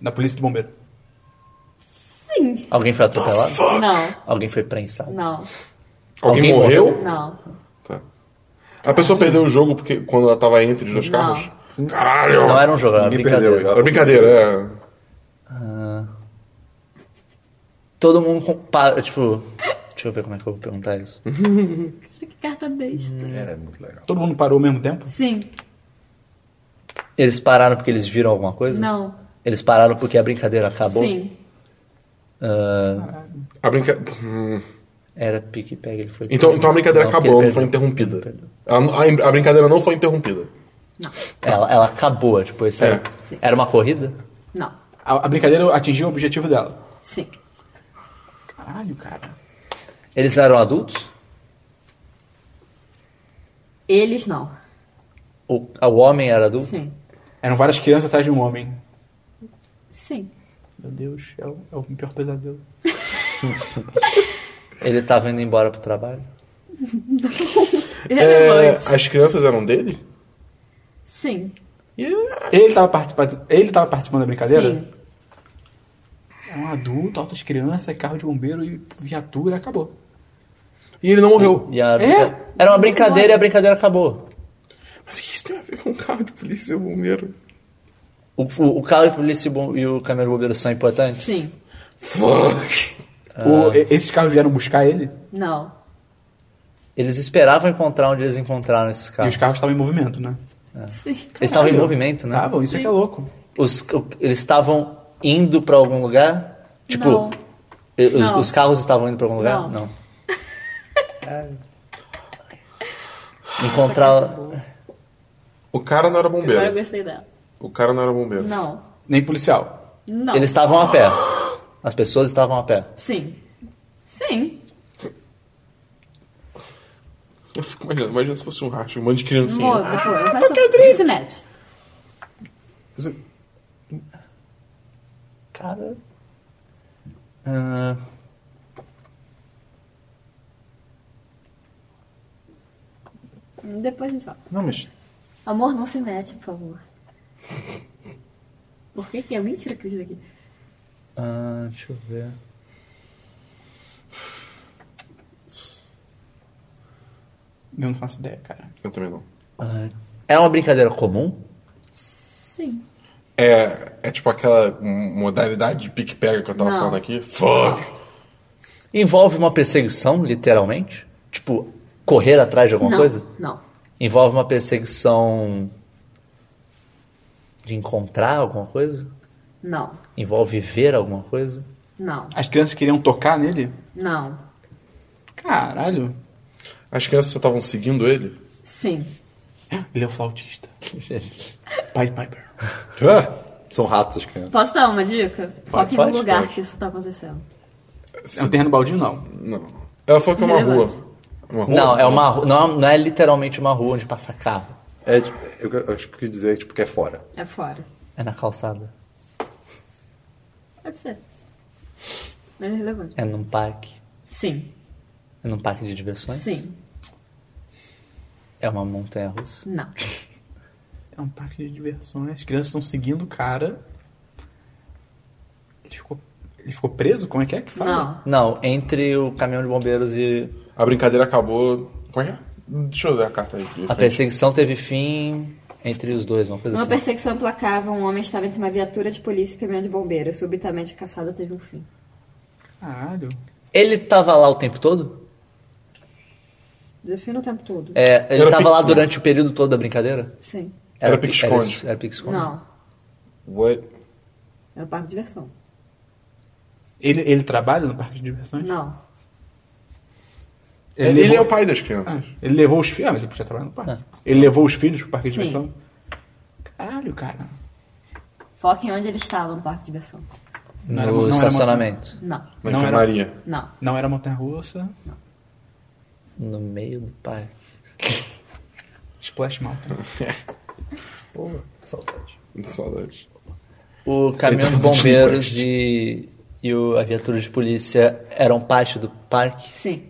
Speaker 2: da polícia de bombeiro.
Speaker 1: Alguém foi atropelado?
Speaker 4: Não,
Speaker 1: Alguém foi prensado?
Speaker 4: não,
Speaker 5: Alguém,
Speaker 1: Alguém
Speaker 5: morreu?
Speaker 4: não.
Speaker 5: Tá. A pessoa perdeu o jogo porque quando ela tava entre os dois
Speaker 4: Não.
Speaker 5: carros? Caralho!
Speaker 1: Não era um jogo, era uma
Speaker 6: Ninguém perdeu,
Speaker 1: brincadeira.
Speaker 6: eu
Speaker 5: Era brincadeira, é.
Speaker 1: Ah. Todo mundo com- para, tipo. Deixa eu ver como é que eu vou perguntar isso.
Speaker 4: Que carta besta.
Speaker 1: Hum.
Speaker 6: Era muito legal.
Speaker 2: Todo mundo parou ao mesmo tempo?
Speaker 4: Sim,
Speaker 1: Eles pararam porque eles viram alguma coisa?
Speaker 4: não,
Speaker 1: Eles pararam porque a brincadeira acabou?
Speaker 4: sim.
Speaker 1: Ah,
Speaker 5: A brinca... Hum.
Speaker 1: era pique e pega, ele foi.
Speaker 5: Então, então a brincadeira
Speaker 1: Não, porque
Speaker 5: acabou,
Speaker 1: ele
Speaker 5: não foi
Speaker 1: perdeu.
Speaker 5: interrompida. A, a- a brincadeira não foi interrompida.
Speaker 1: Ela, ela acabou, tipo, isso era,
Speaker 5: É.
Speaker 1: Sim. era uma corrida?
Speaker 4: Não,
Speaker 2: A, a brincadeira atingiu o objetivo dela.
Speaker 4: sim.
Speaker 2: Caralho, cara.
Speaker 1: Eles eram adultos?
Speaker 4: Eles não.
Speaker 1: O, o homem era adulto?
Speaker 4: Sim.
Speaker 2: Eram várias crianças atrás de um homem.
Speaker 4: Sim.
Speaker 2: Meu Deus, é o, é o pior pesadelo.
Speaker 1: Ele tava indo embora pro trabalho?
Speaker 5: É,
Speaker 4: Relevante.
Speaker 5: as crianças eram dele?
Speaker 4: Sim.
Speaker 2: Ele tava, participa- ele tava participando da brincadeira?
Speaker 4: Sim.
Speaker 2: É um adulto, altas crianças, carro de bombeiro e viatura, acabou.
Speaker 5: E ele não morreu.
Speaker 1: E
Speaker 4: É?
Speaker 1: a brinca- Era uma brincadeira e a brincadeira acabou.
Speaker 5: Mas o que isso tem a ver com um carro de polícia e bombeiro?
Speaker 1: O, o, o carro de polícia e o bom- e o caminhão de bombeiro são importantes?
Speaker 4: Sim.
Speaker 5: Fuck!
Speaker 1: Ah.
Speaker 2: O- e- esses carros vieram buscar ele
Speaker 4: Não.
Speaker 1: Eles esperavam encontrar onde eles encontraram esses
Speaker 2: e
Speaker 1: carros.
Speaker 2: os carros estavam em movimento, né?
Speaker 4: Sim.
Speaker 1: Eles estavam Tá. em movimento, né?
Speaker 2: Estavam, isso é que é louco.
Speaker 1: Os, o- eles estavam indo pra algum lugar? Tipo,
Speaker 4: Não.
Speaker 1: e- os,
Speaker 4: Não.
Speaker 1: os carros estavam indo pra algum lugar?
Speaker 4: Não. *laughs*
Speaker 1: Encontrar.
Speaker 5: O cara não era
Speaker 4: Agora eu
Speaker 5: bombeiro.
Speaker 4: gostei dela.
Speaker 5: O cara não era bombeiro.
Speaker 4: Não.
Speaker 2: Nem policial.
Speaker 4: Não.
Speaker 1: Eles estavam a pé. As pessoas estavam a pé.
Speaker 4: Sim. Sim.
Speaker 5: Eu fico imaginando, imagina se fosse um racha, um monte de criancinha.
Speaker 4: Moda, pô. Eu faço Pedrinho. Se mete.
Speaker 1: Cara. Ah,
Speaker 4: Depois a gente fala.
Speaker 2: Não, mas.
Speaker 4: Amor, não se mete, por favor. Por que que é mentira que eu fiz aqui?
Speaker 1: ah, deixa eu ver.
Speaker 2: Eu não faço ideia, cara.
Speaker 5: Eu também não.
Speaker 1: Ah, era uma brincadeira comum?
Speaker 4: Sim.
Speaker 5: É, é tipo aquela hum, modalidade de pique-pega que eu tava
Speaker 4: Não.
Speaker 5: falando aqui. Fuck!
Speaker 1: Envolve uma perseguição, literalmente? Tipo, correr atrás de alguma
Speaker 4: não.
Speaker 1: coisa?
Speaker 4: Não.
Speaker 1: Envolve uma perseguição. de encontrar alguma coisa?
Speaker 4: Não.
Speaker 1: Envolve ver alguma
Speaker 2: *laughs*
Speaker 1: coisa?
Speaker 4: Não.
Speaker 2: As crianças queriam tocar nele?
Speaker 4: Não.
Speaker 2: Caralho.
Speaker 5: As crianças só estavam seguindo ele?
Speaker 4: Sim.
Speaker 2: Ele é o flautista. Pied Piper.
Speaker 6: Ah, são ratos as crianças.
Speaker 4: Posso dar uma dica? Foque
Speaker 1: pode,
Speaker 4: no lugar
Speaker 1: pode.
Speaker 4: que isso tá acontecendo.
Speaker 2: É um terreno baldio, não.
Speaker 5: Não. Ela falou que é uma rua.
Speaker 4: Relevante.
Speaker 5: Uma rua?
Speaker 1: Não, é uma ru- não, é- não é literalmente uma rua onde passa carro.
Speaker 6: É, tipo, eu, eu acho que eu quis dizer tipo, que é fora.
Speaker 4: É fora.
Speaker 1: É na calçada.
Speaker 4: Pode ser. Mas é relevante.
Speaker 1: É num parque.
Speaker 4: Sim.
Speaker 1: É num parque de diversões?
Speaker 4: Sim.
Speaker 1: É uma montanha russa?
Speaker 4: Não.
Speaker 2: É um parque de diversões. As crianças estão seguindo o cara. Ele ficou, ele ficou preso? Como é que é que fala?
Speaker 4: Não.
Speaker 1: Não, entre o caminhão de bombeiros e.
Speaker 5: A brincadeira acabou. Como é? Deixa eu ver a carta aí. de
Speaker 1: A
Speaker 5: frente.
Speaker 1: perseguição teve fim entre os dois, uma coisa
Speaker 4: Numa
Speaker 1: assim.
Speaker 4: perseguição implacável, um homem estava entre uma viatura de polícia e um caminhão de bombeiros. Subitamente a caçada teve um fim.
Speaker 2: Caralho.
Speaker 1: Ele tava lá o tempo todo?
Speaker 4: Desafio no tempo todo.
Speaker 1: É, ele
Speaker 5: Era
Speaker 1: tava
Speaker 5: pique-
Speaker 1: lá durante o período todo da brincadeira?
Speaker 4: Sim.
Speaker 5: Era
Speaker 1: pi-
Speaker 5: pique-esconde.
Speaker 1: Era, era pique-esconde.
Speaker 4: Não.
Speaker 5: What?
Speaker 4: Era o parque de diversão.
Speaker 2: Ele, ele trabalha no parque de diversões?
Speaker 4: Não.
Speaker 5: Ele,
Speaker 2: levou-
Speaker 5: é o pai das crianças.
Speaker 2: Ah, ele levou os filhos. Ah, mas ele podia trabalhar no parque. Ele levou os filhos pro parque de
Speaker 4: Sim.
Speaker 2: diversão? Caralho, cara.
Speaker 4: Foque em onde ele estava no parque de diversão.
Speaker 1: No
Speaker 2: Não era- não era
Speaker 1: estacionamento.
Speaker 4: Não.
Speaker 5: Na
Speaker 2: Não era-
Speaker 5: enfermaria.
Speaker 4: Não.
Speaker 2: Não era montanha russa.
Speaker 1: No meio do parque.
Speaker 2: Splash Mountain.
Speaker 6: Pô, que saudade.
Speaker 5: Saudade.
Speaker 1: O caminhão
Speaker 5: Ele
Speaker 1: de
Speaker 5: tava no
Speaker 1: bombeiros
Speaker 5: Timberland.
Speaker 1: e e o, a viatura de polícia eram parte do parque?
Speaker 4: Sim.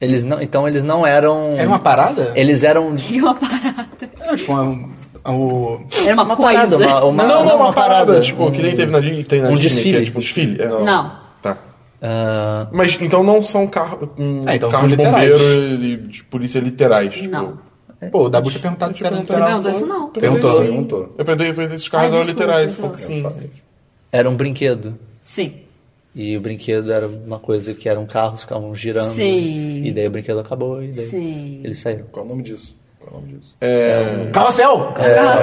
Speaker 1: Eles não, então eles não eram.
Speaker 2: Era uma parada?
Speaker 1: Eles eram.
Speaker 4: E uma parada.
Speaker 2: É, tipo, um, uma- o-
Speaker 4: Era uma, coisa.
Speaker 1: parada, uma, uma-
Speaker 5: não, não,
Speaker 1: é uma
Speaker 5: uma parada. Tipo, que nem teve na Disney. Tem na
Speaker 1: um
Speaker 5: Disney,
Speaker 1: desfile.
Speaker 5: que é tipo um desfile. É.
Speaker 4: Não.
Speaker 5: Tá.
Speaker 1: Ah,
Speaker 5: Mas então não são carro, um,
Speaker 2: É, então são
Speaker 5: carros de
Speaker 2: literais.
Speaker 5: bombeiro e de polícia literais. Tipo.
Speaker 4: Não.
Speaker 2: Pô, o Dabu tinha perguntado se era
Speaker 5: Você
Speaker 4: Você
Speaker 2: literal.
Speaker 4: perguntou isso não.
Speaker 2: Perguntou.
Speaker 6: Perguntou. né?
Speaker 5: Eu perguntei, eu perguntei se os carros
Speaker 8: Ai,
Speaker 5: eram
Speaker 8: desculpa,
Speaker 5: literais. Você
Speaker 8: então.
Speaker 5: falou que sim.
Speaker 1: era um brinquedo.
Speaker 4: Sim.
Speaker 1: E o brinquedo era uma coisa que eram carros que ficavam girando.
Speaker 4: Sim.
Speaker 1: E daí o brinquedo acabou e daí
Speaker 4: Sim.
Speaker 1: eles saíram.
Speaker 6: Qual é o nome disso? Qual é o nome disso?
Speaker 2: Carrossel!
Speaker 4: É, carrossel.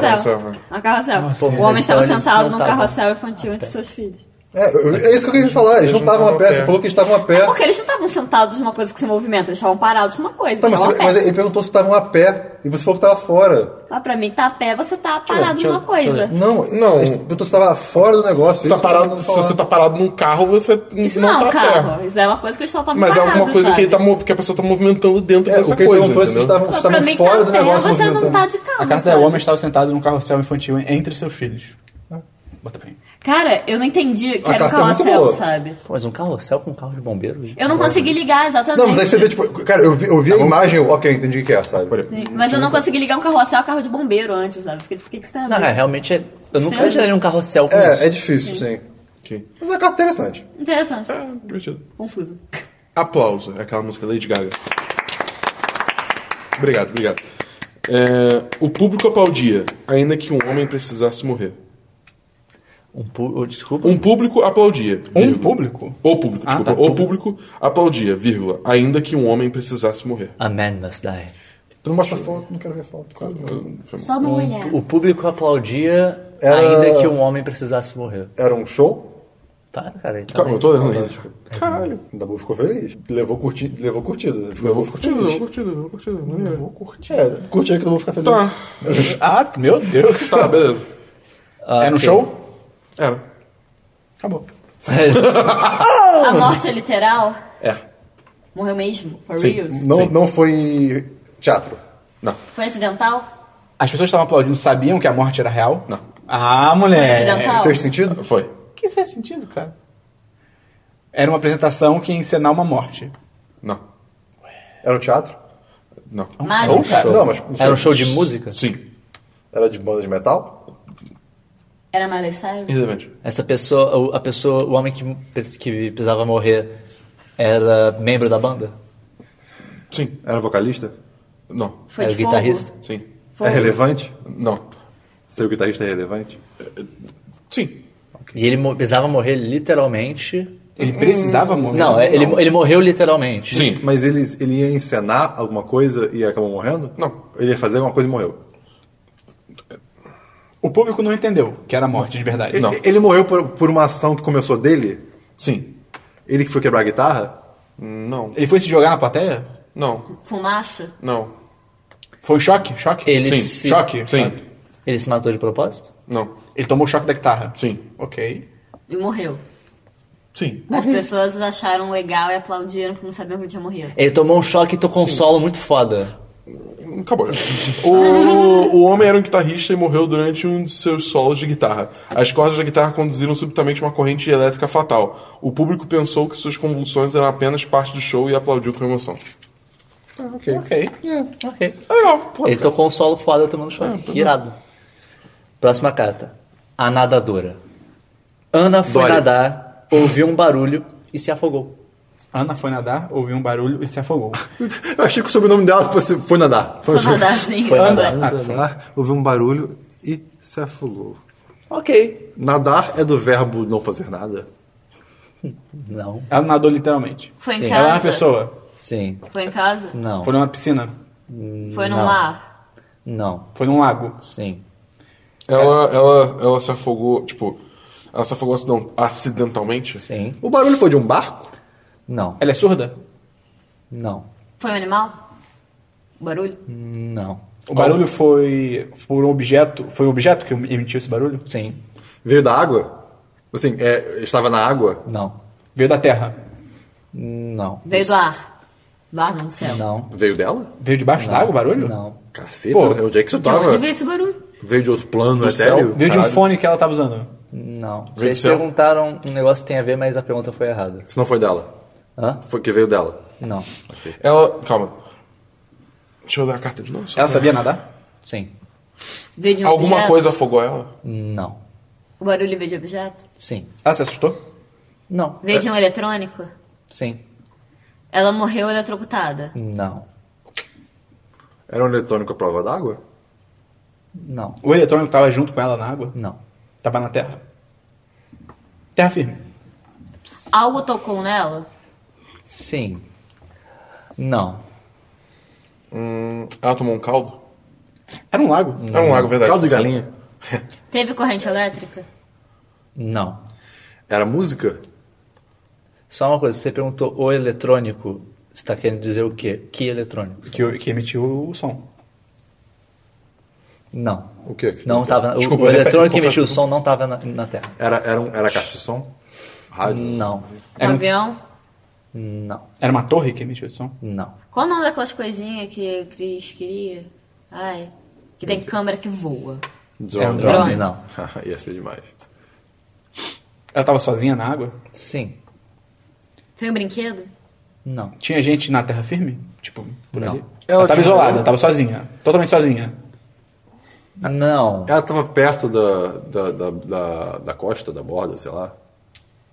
Speaker 5: carrossel, vai.
Speaker 4: Um carrossel.
Speaker 2: Carrossel.
Speaker 4: O homem
Speaker 1: Mas
Speaker 4: estava
Speaker 1: então eles
Speaker 4: sentado
Speaker 1: não
Speaker 4: num
Speaker 1: estavam.
Speaker 4: carrossel infantil entre seus filhos.
Speaker 6: É, eu- é isso que eu queria falar. Eles não estavam a pé. Você falou que eles estavam a pé.
Speaker 4: Porque eles não estavam sentados numa coisa que se movimenta, eles estavam parados numa coisa.
Speaker 6: Tá,
Speaker 4: eles
Speaker 6: mas,
Speaker 4: estavam a pé.
Speaker 6: mas ele perguntou se estavam a pé. E você falou que estava fora.
Speaker 4: Mas pra mim, tá a pé, você tá parado
Speaker 2: deixa eu-
Speaker 4: numa coisa.
Speaker 6: Não,
Speaker 5: Não.
Speaker 6: ele perguntou se estava fora do negócio.
Speaker 5: Você tá
Speaker 6: Isso que eu
Speaker 5: parado,
Speaker 6: tô
Speaker 5: se
Speaker 6: falando.
Speaker 5: você tá parado num carro, você
Speaker 4: Isso
Speaker 5: não,
Speaker 4: não, é um
Speaker 5: tá a pé.
Speaker 4: carro. Isso é uma coisa que eles só estavam
Speaker 5: Mas é
Speaker 4: parados,
Speaker 5: alguma coisa
Speaker 4: sabe?
Speaker 5: que, ele tá, mov- que a pessoa tá movimentando dentro
Speaker 6: É,
Speaker 5: dessa
Speaker 6: o que ele
Speaker 5: coisa.
Speaker 6: perguntou é se vocês
Speaker 5: entendeu?
Speaker 6: estavam
Speaker 4: Mas
Speaker 6: estavam
Speaker 4: pra mim,
Speaker 6: fora
Speaker 4: tá
Speaker 6: do
Speaker 4: a pé,
Speaker 6: negócio.
Speaker 4: você não
Speaker 6: movimentando.
Speaker 4: tá de
Speaker 2: A
Speaker 4: carro.
Speaker 2: carta é o
Speaker 4: sabe?
Speaker 2: homem estava sentado num carrossel infantil entre seus filhos. Bota pra mim.
Speaker 4: Cara, eu não entendi que
Speaker 6: A
Speaker 4: era um
Speaker 6: carta é muito
Speaker 4: carrossel,
Speaker 6: boa.
Speaker 4: sabe?
Speaker 1: Pô, mas um carrossel com um carro de bombeiro?
Speaker 4: Eu não
Speaker 1: é
Speaker 4: consegui ligar exatamente.
Speaker 6: Não, mas aí você vê, tipo, cara, eu vi, eu vi a imagem, eu- ok, entendi o que é, sabe?
Speaker 4: Sim, Mas eu não consegui ligar um carrossel a carro de bombeiro antes, sabe? Fiquei tipo, o que que isso tem a
Speaker 1: Não, é,
Speaker 4: ver?
Speaker 1: realmente é- eu nunca
Speaker 4: Sim.
Speaker 1: imaginaria um carrossel com isso.
Speaker 6: É, é difícil, sim.
Speaker 5: Ok.
Speaker 6: Mas é uma carta interessante.
Speaker 4: Interessante.
Speaker 5: É, divertido.
Speaker 4: Confuso.
Speaker 5: Aplauso. É aquela música Lady Gaga. Obrigado, obrigado. É, o público aplaudia, ainda que um homem precisasse morrer.
Speaker 1: Um pu- oh, Desculpa.
Speaker 5: Um público aplaudia.
Speaker 6: Um
Speaker 5: vírgula.
Speaker 2: público?
Speaker 5: O Um público,
Speaker 2: Ah,
Speaker 5: desculpa.
Speaker 2: tá,
Speaker 5: o público. aplaudia, vírgula, ainda que um homem precisasse morrer.
Speaker 1: A man must die.
Speaker 6: Tu não mostra foto, não quero ver foto. Quase.
Speaker 5: Foi mal.
Speaker 8: Só no olhar.
Speaker 4: É.
Speaker 1: O público aplaudia
Speaker 6: Era-
Speaker 1: ainda que um homem precisasse morrer.
Speaker 6: Era um show?
Speaker 1: Tá, cara. ele tá
Speaker 5: Calma,
Speaker 1: bem.
Speaker 5: eu
Speaker 1: *laughs*
Speaker 5: tô lendo ainda.
Speaker 6: Caralho. tipo, assim, O Dabu ficou feliz. Levou, curti... levou curtida. Levou
Speaker 5: Curtido, eu vou curtido, eu vou curtido. Levou curtido.
Speaker 6: É, curti aí que eu não vou ficar feliz.
Speaker 5: Tá,
Speaker 2: Ah, meu Deus.
Speaker 5: tá, beleza.
Speaker 1: Ah,
Speaker 2: É no
Speaker 1: ok.
Speaker 2: show?
Speaker 5: *laughs* Era.
Speaker 2: Acabou.
Speaker 4: A morte é literal?
Speaker 5: É.
Speaker 4: Morreu mesmo? For
Speaker 5: Sim.
Speaker 4: reals?
Speaker 6: Não,
Speaker 5: Sim.
Speaker 6: não foi teatro.
Speaker 5: Não.
Speaker 4: Foi acidental?
Speaker 2: As pessoas que estavam aplaudindo, sabiam que a morte era real?
Speaker 5: Não.
Speaker 2: Ah, mulher.
Speaker 4: Acidental?
Speaker 6: Sexto sentido?
Speaker 5: Foi.
Speaker 2: Que isso faz sentido, cara? Era uma apresentação que ia encenar uma morte.
Speaker 5: Não.
Speaker 6: Era um teatro?
Speaker 5: Não.
Speaker 4: Mágico?
Speaker 6: Não, mas não sei.
Speaker 1: Era um show de música?
Speaker 5: Sim.
Speaker 6: Era de banda de metal?
Speaker 4: Era Miley Cyrus?
Speaker 5: Exatamente.
Speaker 1: Essa pessoa, o- a pessoa, o homem que, que precisava morrer era membro da banda?
Speaker 5: Sim.
Speaker 6: Era vocalista?
Speaker 5: Não.
Speaker 4: Foi
Speaker 1: era
Speaker 4: de fogo?
Speaker 1: é, guitarrista?
Speaker 5: Sim.
Speaker 6: É relevante?
Speaker 5: Não.
Speaker 6: Ser o guitarrista é relevante?
Speaker 5: Sim.
Speaker 1: E ele mo- precisava morrer literalmente.
Speaker 2: Ele precisava morrer.
Speaker 1: Não, é- Ele, ele morreu literalmente.
Speaker 5: Sim.
Speaker 6: Mas ele, ele ia encenar alguma coisa e acabou morrendo?
Speaker 5: Não.
Speaker 6: Ele ia fazer alguma coisa e morreu?
Speaker 2: O público não entendeu que era morte de verdade.
Speaker 5: Não.
Speaker 6: E- Ele morreu por, por uma ação que começou dele?
Speaker 5: Sim.
Speaker 6: Ele que foi quebrar a guitarra? *laughs*
Speaker 5: Não.
Speaker 2: Ele foi se jogar na plateia?
Speaker 5: Não.
Speaker 4: Fumaça?
Speaker 5: Não.
Speaker 2: Foi um choque? Choque?
Speaker 1: Ele
Speaker 5: Sim.
Speaker 1: se...
Speaker 2: Choque?
Speaker 5: Sim.
Speaker 1: Ele se matou de propósito?
Speaker 5: Não.
Speaker 2: Ele tomou o choque da guitarra?
Speaker 5: Sim.
Speaker 2: Ok.
Speaker 4: E morreu.
Speaker 5: Sim.
Speaker 4: As pessoas acharam legal e aplaudiram porque não sabiam que tinha morrido.
Speaker 1: Ele tomou um choque e tocou um solo muito foda.
Speaker 6: *laughs*
Speaker 5: Acabou. O, o homem era um guitarrista e morreu durante um de seus solos de guitarra. As cordas da guitarra conduziram subitamente uma corrente elétrica fatal. O público pensou que suas convulsões eram apenas parte do show e aplaudiu com emoção.
Speaker 2: Ok.
Speaker 1: Ok.
Speaker 5: Legal.
Speaker 1: Ele tocou um solo foda tomando
Speaker 2: É,
Speaker 1: choque. Irado. Próxima carta. A nadadora. Ana foi
Speaker 6: Dória.
Speaker 1: nadar, ouviu um barulho e se afogou.
Speaker 2: Ana foi nadar, ouviu um barulho e se afogou.
Speaker 6: Eu achei que o sobrenome dela fosse, foi nadar.
Speaker 4: Foi nadarzinho.
Speaker 1: Foi
Speaker 4: André.
Speaker 1: nadar.
Speaker 6: *laughs* nadar, ouviu um barulho e se afogou.
Speaker 1: Ok.
Speaker 6: Nadar é do verbo não fazer nada?
Speaker 1: Não.
Speaker 2: Ela nadou literalmente.
Speaker 4: Foi em
Speaker 1: Sim.
Speaker 4: casa?
Speaker 2: Ela é uma pessoa.
Speaker 1: Sim.
Speaker 4: Foi em casa?
Speaker 1: Não.
Speaker 2: Foi numa piscina.
Speaker 4: Foi num
Speaker 1: Não.
Speaker 4: lar?
Speaker 1: Não.
Speaker 2: Foi num lago.
Speaker 1: Sim.
Speaker 5: Ela,
Speaker 6: É.
Speaker 5: ela, ela se afogou, tipo, ela se afogou acident- acidentalmente?
Speaker 1: Sim.
Speaker 6: O barulho foi de um barco?
Speaker 1: Não.
Speaker 2: Ela é surda?
Speaker 1: Não.
Speaker 4: Foi um animal? Barulho?
Speaker 1: Não.
Speaker 2: O barulho foi por um objeto. Foi um objeto que emitiu esse barulho?
Speaker 1: Sim.
Speaker 6: Veio da água? Assim, é, estava na água?
Speaker 1: Não.
Speaker 2: Veio da terra.
Speaker 1: Não.
Speaker 4: Veio do ar? Do ar não do céu.
Speaker 1: Não.
Speaker 6: Veio dela?
Speaker 2: Veio debaixo d'água o barulho?
Speaker 1: Não.
Speaker 6: Caceta,
Speaker 2: Pô,
Speaker 6: é onde é que você
Speaker 4: De
Speaker 6: tava?
Speaker 4: onde veio Tipo, esse barulho?
Speaker 6: Veio de outro plano, é
Speaker 5: Do
Speaker 6: etéreo?
Speaker 2: Veio de um
Speaker 5: Caralho.
Speaker 2: fone que ela tava usando.
Speaker 1: Não.
Speaker 5: Vem do
Speaker 1: Vocês
Speaker 2: é
Speaker 5: céu?
Speaker 1: perguntaram um negócio que tem a ver, mas a pergunta foi errada.
Speaker 6: Se não foi dela.
Speaker 1: Hã?
Speaker 6: Foi que veio dela.
Speaker 1: Não.
Speaker 5: Ela. Calma. Deixa eu dar a carta de novo. só
Speaker 2: Ela
Speaker 5: pra-
Speaker 2: sabia nadar?
Speaker 1: Sim.
Speaker 8: Veio de um
Speaker 5: Alguma
Speaker 8: objeto?
Speaker 5: coisa afogou ela?
Speaker 1: Não.
Speaker 8: O barulho veio de objeto?
Speaker 1: Sim.
Speaker 2: Ela se assustou?
Speaker 1: Não.
Speaker 8: Veio
Speaker 2: É.
Speaker 8: de um eletrônico?
Speaker 1: Sim.
Speaker 8: Ela morreu eletrocutada?
Speaker 1: Não.
Speaker 6: Era um eletrônico à prova d'água?
Speaker 1: Não.
Speaker 2: O eletrônico tava junto com ela na água?
Speaker 1: Não.
Speaker 2: Tava na terra? Terra firme.
Speaker 8: Algo tocou nela?
Speaker 1: Sim. Não.
Speaker 5: Hum, ela tomou um caldo?
Speaker 2: Era um lago.
Speaker 5: É um lago, verdade.
Speaker 6: Hum. Caldo de
Speaker 5: Sim.
Speaker 6: galinha.
Speaker 8: Teve corrente elétrica?
Speaker 1: Não.
Speaker 6: Era música?
Speaker 1: Só uma coisa, você perguntou o eletrônico, você está querendo dizer o quê? Que eletrônico?
Speaker 2: Que, que emitiu o som.
Speaker 1: Não.
Speaker 6: O quê?
Speaker 1: Não estava. O,
Speaker 5: Desculpa,
Speaker 1: o
Speaker 5: repete,
Speaker 1: eletrônico que
Speaker 5: confere.
Speaker 1: emitiu o som não estava na, na Terra.
Speaker 6: Era, era, um, era caixa de som? Rádio?
Speaker 1: Não.
Speaker 8: Um
Speaker 2: Era, um-
Speaker 8: avião?
Speaker 1: Não.
Speaker 2: era uma torre que emitiu o som?
Speaker 1: Não.
Speaker 8: Qual o nome daquelas coisinhas que a Cris queria? Ai, que tem câmera que voa.
Speaker 2: Era um
Speaker 6: Drone.
Speaker 2: drone.
Speaker 1: É Drone, não.
Speaker 6: Ah,
Speaker 5: Ia ser demais.
Speaker 2: Ela tava sozinha na água?
Speaker 1: Sim.
Speaker 8: Foi um brinquedo?
Speaker 1: Não.
Speaker 2: Tinha gente na terra firme? Tipo, por
Speaker 1: Não.
Speaker 2: ali? Ela,
Speaker 6: Ela
Speaker 2: tava
Speaker 6: tinha-
Speaker 2: isolada, tava sozinha. Totalmente sozinha.
Speaker 1: Não.
Speaker 6: Ela tava perto da, da, da, da, da costa, da borda, sei lá.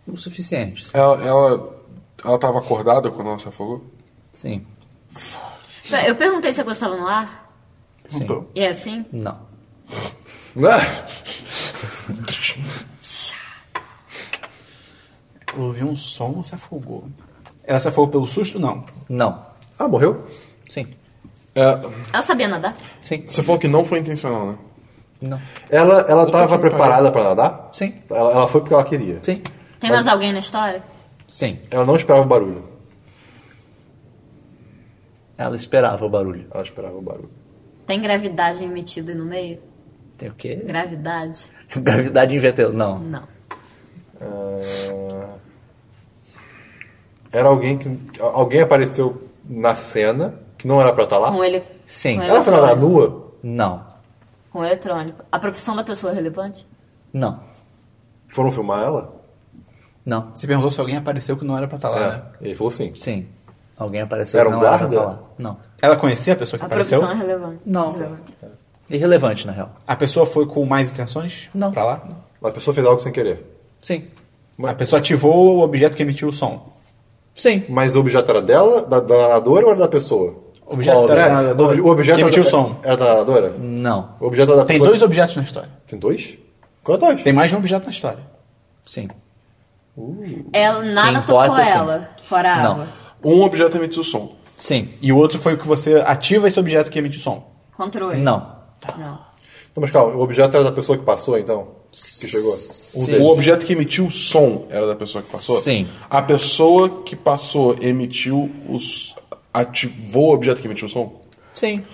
Speaker 1: O suficiente.
Speaker 5: Ela, ela, ela tava acordada quando ela se afogou?
Speaker 1: Sim.
Speaker 8: Eu perguntei se a coisa estava no ar.
Speaker 1: Sim.
Speaker 8: E é assim?
Speaker 1: Não.
Speaker 6: Ah,
Speaker 2: Ela ouviu um som e se afogou. Ela se afogou pelo susto? Não.
Speaker 1: Não.
Speaker 6: Ela Ah, morreu?
Speaker 1: Sim.
Speaker 5: É,
Speaker 8: Ela sabia nadar?
Speaker 1: Sim.
Speaker 5: você falou que não foi intencional, né?
Speaker 1: Não.
Speaker 6: Ela, ela tava
Speaker 5: que pariu.
Speaker 6: preparada pra nadar?
Speaker 1: Sim.
Speaker 6: Ela, ela foi porque ela queria.
Speaker 1: Sim.
Speaker 8: Tem mais alguém na história?
Speaker 1: Sim.
Speaker 6: Ela não esperava o barulho.
Speaker 1: Ela esperava o barulho.
Speaker 6: Ela esperava o barulho.
Speaker 8: Tem gravidade metida no meio?
Speaker 1: Tem o quê? *laughs*
Speaker 8: Gravidade?
Speaker 1: Gravidade inverteu. Não.
Speaker 8: Não.
Speaker 6: É, Ah, Era alguém que. Alguém apareceu na cena que não era tá pra
Speaker 2: Ah,
Speaker 6: estar lá?
Speaker 8: Com ele.
Speaker 1: Sim.
Speaker 8: Com
Speaker 6: Ela foi nadar nua?
Speaker 1: Não.
Speaker 8: Com o eletrônico. A profissão da pessoa é relevante?
Speaker 1: Não.
Speaker 6: Foram filmar ela?
Speaker 1: Não.
Speaker 2: Você perguntou se alguém apareceu que não era pra estar lá, né?
Speaker 6: É. Ele falou sim.
Speaker 1: Sim. Alguém apareceu
Speaker 6: Era
Speaker 1: que não
Speaker 6: um
Speaker 1: pra
Speaker 6: guarda?
Speaker 1: tá lá. Não.
Speaker 2: Ela conhecia a pessoa que
Speaker 8: A
Speaker 2: apareceu?
Speaker 8: profissão é relevante.
Speaker 1: Não.
Speaker 8: Relevante.
Speaker 1: Irrelevante, na real.
Speaker 2: A pessoa foi com mais intenções?
Speaker 1: Não.
Speaker 2: Pra lá?
Speaker 6: A pessoa fez algo sem querer.
Speaker 1: Sim.
Speaker 2: A pessoa ativou o objeto que emitiu o som.
Speaker 1: Sim.
Speaker 6: Mas o objeto era dela, da, da nadadora ou era da pessoa?
Speaker 2: O objeto
Speaker 1: Qual
Speaker 2: era
Speaker 1: objeto?
Speaker 2: da nadadora
Speaker 6: o objeto
Speaker 2: que
Speaker 6: era
Speaker 2: emitiu o
Speaker 6: da-
Speaker 2: som.
Speaker 6: Era da nadadora?
Speaker 1: Não.
Speaker 6: O objeto era da
Speaker 2: Tem
Speaker 6: pessoa.
Speaker 2: dois objetos na história.
Speaker 6: Tem dois? Qual é dois?
Speaker 2: Tem mais de um objeto na história.
Speaker 1: Sim.
Speaker 8: Ela, nada
Speaker 1: Quem importa,
Speaker 8: tocou
Speaker 1: sim.
Speaker 8: ela. Fora a
Speaker 1: Não.
Speaker 8: água.
Speaker 5: Um objeto emitiu som.
Speaker 1: Sim.
Speaker 2: E o outro foi o que você ativa esse objeto que emite o som.
Speaker 8: Controle.
Speaker 1: Não.
Speaker 8: Não.
Speaker 6: Não, Então, mas calma, o objeto era da pessoa que passou, então? Que chegou? Um
Speaker 1: Sim.
Speaker 5: O objeto que emitiu o som era da pessoa que passou?
Speaker 1: Sim.
Speaker 5: A pessoa que passou emitiu os. ativou o objeto que emitiu o som?
Speaker 1: Sim.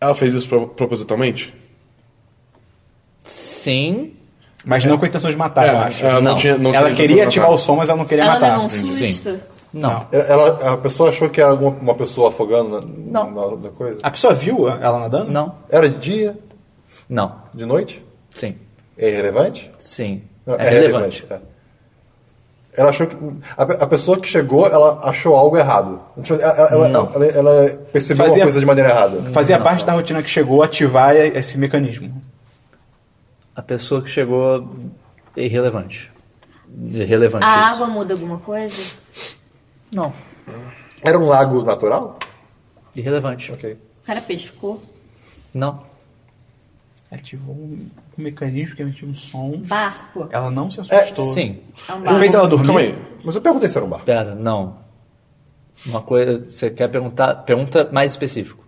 Speaker 5: Ela fez isso pro- propositalmente?
Speaker 1: Sim.
Speaker 2: Mas não com a intenção de matar,
Speaker 5: É,
Speaker 2: eu acho.
Speaker 5: ela não
Speaker 1: Não.
Speaker 5: tinha. Não
Speaker 2: ela
Speaker 5: tinha
Speaker 2: queria
Speaker 5: intenção de
Speaker 2: ativar
Speaker 5: matar.
Speaker 2: o som, mas ela não queria
Speaker 8: Ela
Speaker 2: matar.
Speaker 8: levou um susto.
Speaker 1: Não.
Speaker 6: Ela- É, ela- a pessoa achou que era alguma, uma pessoa afogando na,
Speaker 1: Não.
Speaker 6: na- na coisa?
Speaker 2: A pessoa viu ela nadando?
Speaker 1: Não.
Speaker 6: Era de dia?
Speaker 1: Não.
Speaker 6: De noite?
Speaker 1: Sim.
Speaker 6: É irrelevante?
Speaker 1: Sim.
Speaker 6: Não,
Speaker 1: é relevante.
Speaker 6: é. Ela achou que. A, pe- a pessoa que chegou, ela achou algo errado. Tipo, Ela, ela-
Speaker 1: Não.
Speaker 6: ela- ela percebeu
Speaker 2: Fazia- Hum.
Speaker 6: uma coisa de maneira errada.
Speaker 2: Fazia parte da rotina que chegou a ativar e- esse mecanismo.
Speaker 1: A pessoa que chegou é irrelevante. Irrelevante.
Speaker 8: A
Speaker 1: isso.
Speaker 8: água muda alguma coisa?
Speaker 1: Ah, Não.
Speaker 6: Era um lago natural?
Speaker 1: Irrelevante.
Speaker 6: Ok.
Speaker 8: O cara pescou.
Speaker 1: Não.
Speaker 2: Ativou um mecanismo que emitiu um som.
Speaker 8: Barco.
Speaker 2: Ela não se assustou.
Speaker 1: Sim.
Speaker 8: É um
Speaker 2: Fez
Speaker 8: barco.
Speaker 2: ela dormir.
Speaker 5: Calma aí.
Speaker 6: Mas eu perguntei se era um barco.
Speaker 1: Pera, não. Uma coisa. Você quer perguntar? Pergunta mais específico.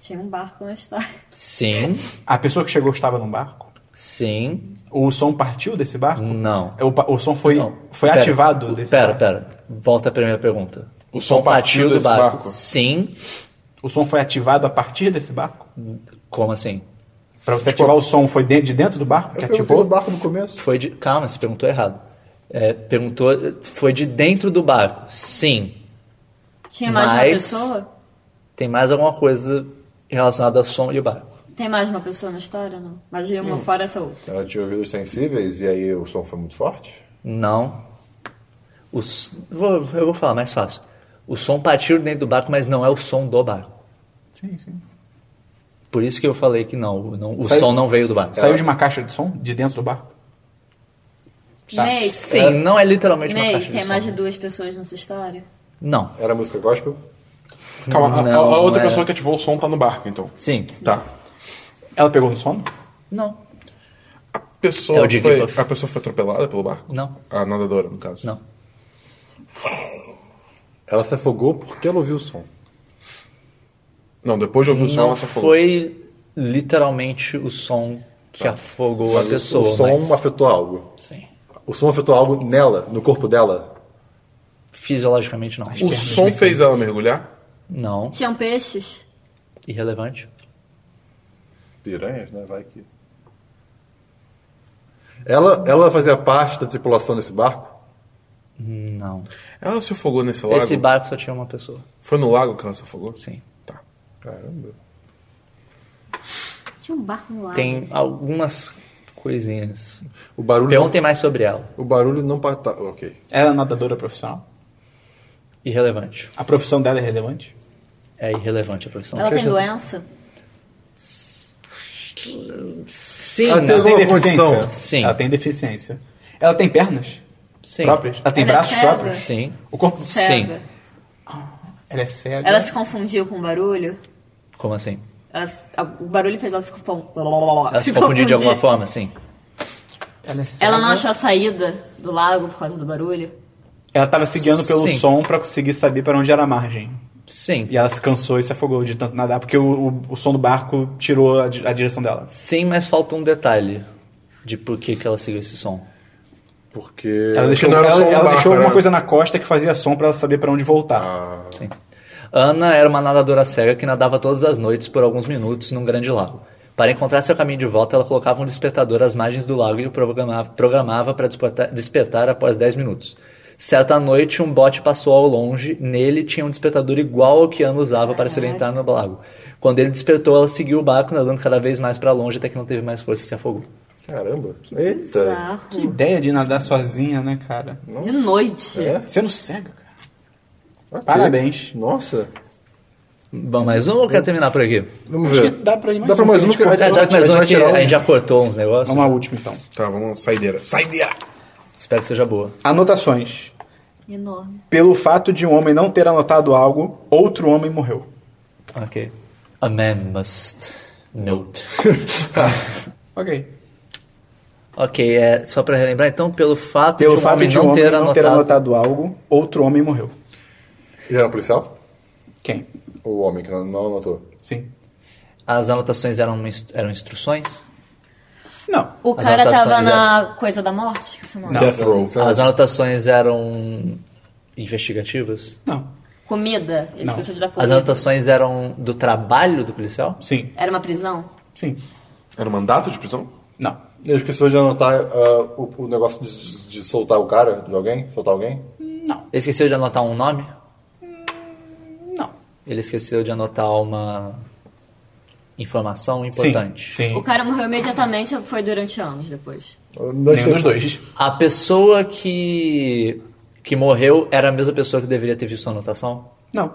Speaker 4: Tinha um barco na história. *laughs*
Speaker 1: Sim.
Speaker 2: A pessoa que chegou estava num barco?
Speaker 1: Sim.
Speaker 2: O som partiu desse barco? É,
Speaker 1: Não.
Speaker 2: O, pa- o som foi,
Speaker 1: Não.
Speaker 2: foi
Speaker 1: Pera,
Speaker 2: ativado desse
Speaker 1: Pera,
Speaker 2: barco?
Speaker 1: pera. Volta a primeira pergunta.
Speaker 5: O som partiu desse barco?
Speaker 1: Sim.
Speaker 2: O som foi ativado a partir desse barco?
Speaker 1: Como assim?
Speaker 2: Pra você ativar o som, foi de, de dentro do barco que
Speaker 6: Tipo, Eu perguntei do
Speaker 2: ativou?
Speaker 6: barco no começo.
Speaker 1: Foi de. Calma, você perguntou errado. É, perguntou. Foi de dentro do barco. Sim.
Speaker 8: Tinha mais de uma
Speaker 1: Mas-
Speaker 8: pessoa?
Speaker 1: Tem mais alguma coisa relacionada ao som e o barco.
Speaker 4: Tem mais uma pessoa na história, não? Magia
Speaker 1: Hum.
Speaker 4: uma fora essa outra.
Speaker 6: Ela tinha ouvidos sensíveis e aí o som foi muito forte?
Speaker 1: Não. Os, vou, eu vou falar mais fácil. O som partiu dentro do barco, mas não é o som do barco.
Speaker 2: Sim, sim.
Speaker 1: Por isso que eu falei que não, não- o
Speaker 2: Saiu-
Speaker 1: som não veio do barco.
Speaker 2: Saiu de uma caixa de som de dentro do barco?
Speaker 4: Ney,
Speaker 1: Sim, não é literalmente Tá. uma
Speaker 4: Ney,
Speaker 1: caixa de
Speaker 4: Né, tem
Speaker 1: som.
Speaker 4: mais de duas pessoas nessa história?
Speaker 1: Não.
Speaker 6: Era música gospel?
Speaker 5: Calma, a- a, a
Speaker 1: Não,
Speaker 5: outra
Speaker 1: não é.
Speaker 5: pessoa que ativou o som tá no barco, então.
Speaker 1: Sim.
Speaker 5: Tá.
Speaker 2: Ela pegou no sono?
Speaker 1: Não. É
Speaker 5: Pessoa
Speaker 1: o Diego
Speaker 5: foi,
Speaker 1: Lipa.
Speaker 5: a pessoa foi atropelada pelo barco?
Speaker 1: Não.
Speaker 5: A nadadora, no caso.
Speaker 1: Não.
Speaker 6: Ela se afogou porque ela ouviu o som.
Speaker 5: Não, depois de ouvir o som,
Speaker 6: um
Speaker 1: Não
Speaker 5: ela se afogou.
Speaker 1: foi literalmente o som que afogou a pessoa.
Speaker 6: Tá. o som
Speaker 1: mas-
Speaker 6: afetou algo.
Speaker 1: Sim.
Speaker 6: O som afetou algo nela, no corpo dela.
Speaker 1: Fisiologicamente não.
Speaker 5: O som fez ela mergulhar?
Speaker 1: Não.
Speaker 4: Tinham peixes?
Speaker 1: Irrelevante.
Speaker 6: Piranhas, né? Vai que. Ela, ela fazia parte da tripulação desse barco?
Speaker 1: Não.
Speaker 5: Ela se afogou nesse lago?
Speaker 1: Esse barco só tinha uma pessoa.
Speaker 5: Foi no lago que ela se afogou?
Speaker 1: Sim.
Speaker 5: Tá.
Speaker 6: Caramba.
Speaker 4: Tinha um barco no lago.
Speaker 1: Tem algumas coisinhas.
Speaker 6: O barulho. não-
Speaker 1: Perguntem mais sobre ela.
Speaker 6: O barulho não. pa- Tá, ok.
Speaker 2: Ela é nadadora profissional?
Speaker 1: Irrelevante.
Speaker 2: A profissão dela é relevante?
Speaker 1: É irrelevante a profissão.
Speaker 4: Ela tem doença?
Speaker 1: Sim.
Speaker 6: Ela tem alguma condição?
Speaker 1: Sim.
Speaker 2: Ela tem deficiência. Ela tem pernas
Speaker 1: Sim.
Speaker 2: próprias? Ela tem
Speaker 4: Ela é
Speaker 2: braços
Speaker 4: cega?
Speaker 2: próprios?
Speaker 1: Sim.
Speaker 2: O corpo...
Speaker 4: Cega?
Speaker 2: Ela é cega?
Speaker 4: Ela se confundiu com o barulho?
Speaker 1: Como assim?
Speaker 4: Ela se- a- o barulho fez ela se, confon...
Speaker 1: Ela se confundiu de alguma forma, sim.
Speaker 2: Ela é cega?
Speaker 4: Ela não achou a saída do lago por causa do barulho?
Speaker 2: Ela tava se guiando pelo
Speaker 1: Sim.
Speaker 2: som pra conseguir saber pra onde era a margem.
Speaker 1: Sim.
Speaker 2: E ela se cansou e se afogou de tanto nadar, porque o, o, o som do barco tirou a, di- a direção dela.
Speaker 1: Sim, mas falta um detalhe de por que, que ela seguiu esse som.
Speaker 6: Porque.
Speaker 2: Ela deixou,
Speaker 5: não era
Speaker 2: ela,
Speaker 5: só um
Speaker 2: ela
Speaker 5: barco,
Speaker 2: deixou
Speaker 5: era-
Speaker 2: alguma coisa na costa que fazia som pra ela saber pra onde voltar.
Speaker 1: Sim. Ana era uma nadadora cega que nadava todas as noites por alguns minutos num grande lago. Para encontrar seu caminho de volta, ela colocava um despertador às margens do lago e o programa- programava para despertar, despertar após 10 minutos. Certa noite, um bote passou ao longe. Nele tinha um despertador igual ao que Ana usava para se orientar no lago. Quando ele despertou, ela seguiu o barco, nadando cada vez mais para longe, até que não teve mais força e se afogou.
Speaker 6: Caramba. Eita.
Speaker 4: Bizarro.
Speaker 2: Que ideia de nadar sozinha, né, cara?
Speaker 4: De noite.
Speaker 6: É?
Speaker 2: Sendo cega, cara.
Speaker 6: Ok.
Speaker 2: Parabéns.
Speaker 6: Nossa.
Speaker 1: Bom, mais um ou quer terminar por aqui?
Speaker 6: Vamos
Speaker 2: Acho
Speaker 6: ver.
Speaker 2: que dá pra ir mais
Speaker 6: Dá pra
Speaker 2: um,
Speaker 6: mais
Speaker 2: que a
Speaker 6: um,
Speaker 2: gente
Speaker 6: que a
Speaker 1: É,
Speaker 6: gente
Speaker 1: tá
Speaker 6: vai-
Speaker 1: com mais um
Speaker 6: vai
Speaker 1: aqui,
Speaker 6: tirar
Speaker 1: a
Speaker 6: um-
Speaker 1: gente já cortou uns negócios.
Speaker 2: Vamos à última, então.
Speaker 5: Tá, vamos lá. Saideira. Saideira!
Speaker 1: Espero que seja boa.
Speaker 2: Anotações.
Speaker 4: Enorme.
Speaker 2: Pelo fato de um homem não ter anotado algo, outro homem morreu.
Speaker 1: Ok. A man must note.
Speaker 2: Ok.
Speaker 1: *laughs* ok, é só pra relembrar, então, pelo fato
Speaker 2: Pelo
Speaker 1: de um
Speaker 2: fato
Speaker 1: homem
Speaker 2: de um
Speaker 1: não,
Speaker 2: homem
Speaker 1: ter,
Speaker 2: não
Speaker 1: anotado,
Speaker 2: ter anotado algo, outro homem morreu.
Speaker 6: Ele era um policial?
Speaker 2: Quem?
Speaker 6: O homem que não, não anotou.
Speaker 2: Sim.
Speaker 1: as anotações eram, uma instru- eram instruções?
Speaker 2: Não.
Speaker 4: O
Speaker 1: As
Speaker 4: cara tava
Speaker 1: anotações
Speaker 4: na coisa da morte? Esqueci o nome.
Speaker 2: Não.
Speaker 5: Death row.
Speaker 1: As anotações eram investigativas?
Speaker 2: Não.
Speaker 4: Comida? Ele
Speaker 2: Não.
Speaker 4: esqueceu de dar
Speaker 1: As
Speaker 4: comida.
Speaker 1: anotações eram do trabalho do policial?
Speaker 2: Sim.
Speaker 4: Era uma prisão?
Speaker 2: Sim.
Speaker 5: Era um mandato de prisão?
Speaker 2: Não.
Speaker 6: Ele esqueceu de anotar ah, o, o negócio de, de- de soltar o cara de alguém? Soltar alguém?
Speaker 1: Ele esqueceu de anotar um nome?
Speaker 2: Não.
Speaker 1: Ele esqueceu de anotar uma informação importante?
Speaker 2: Sim.
Speaker 4: O cara morreu imediatamente ou foi durante anos depois?
Speaker 6: Nenhum
Speaker 2: Nenhum dos dois.
Speaker 1: A pessoa que, que morreu era a mesma pessoa que deveria ter visto a anotação?
Speaker 2: Não.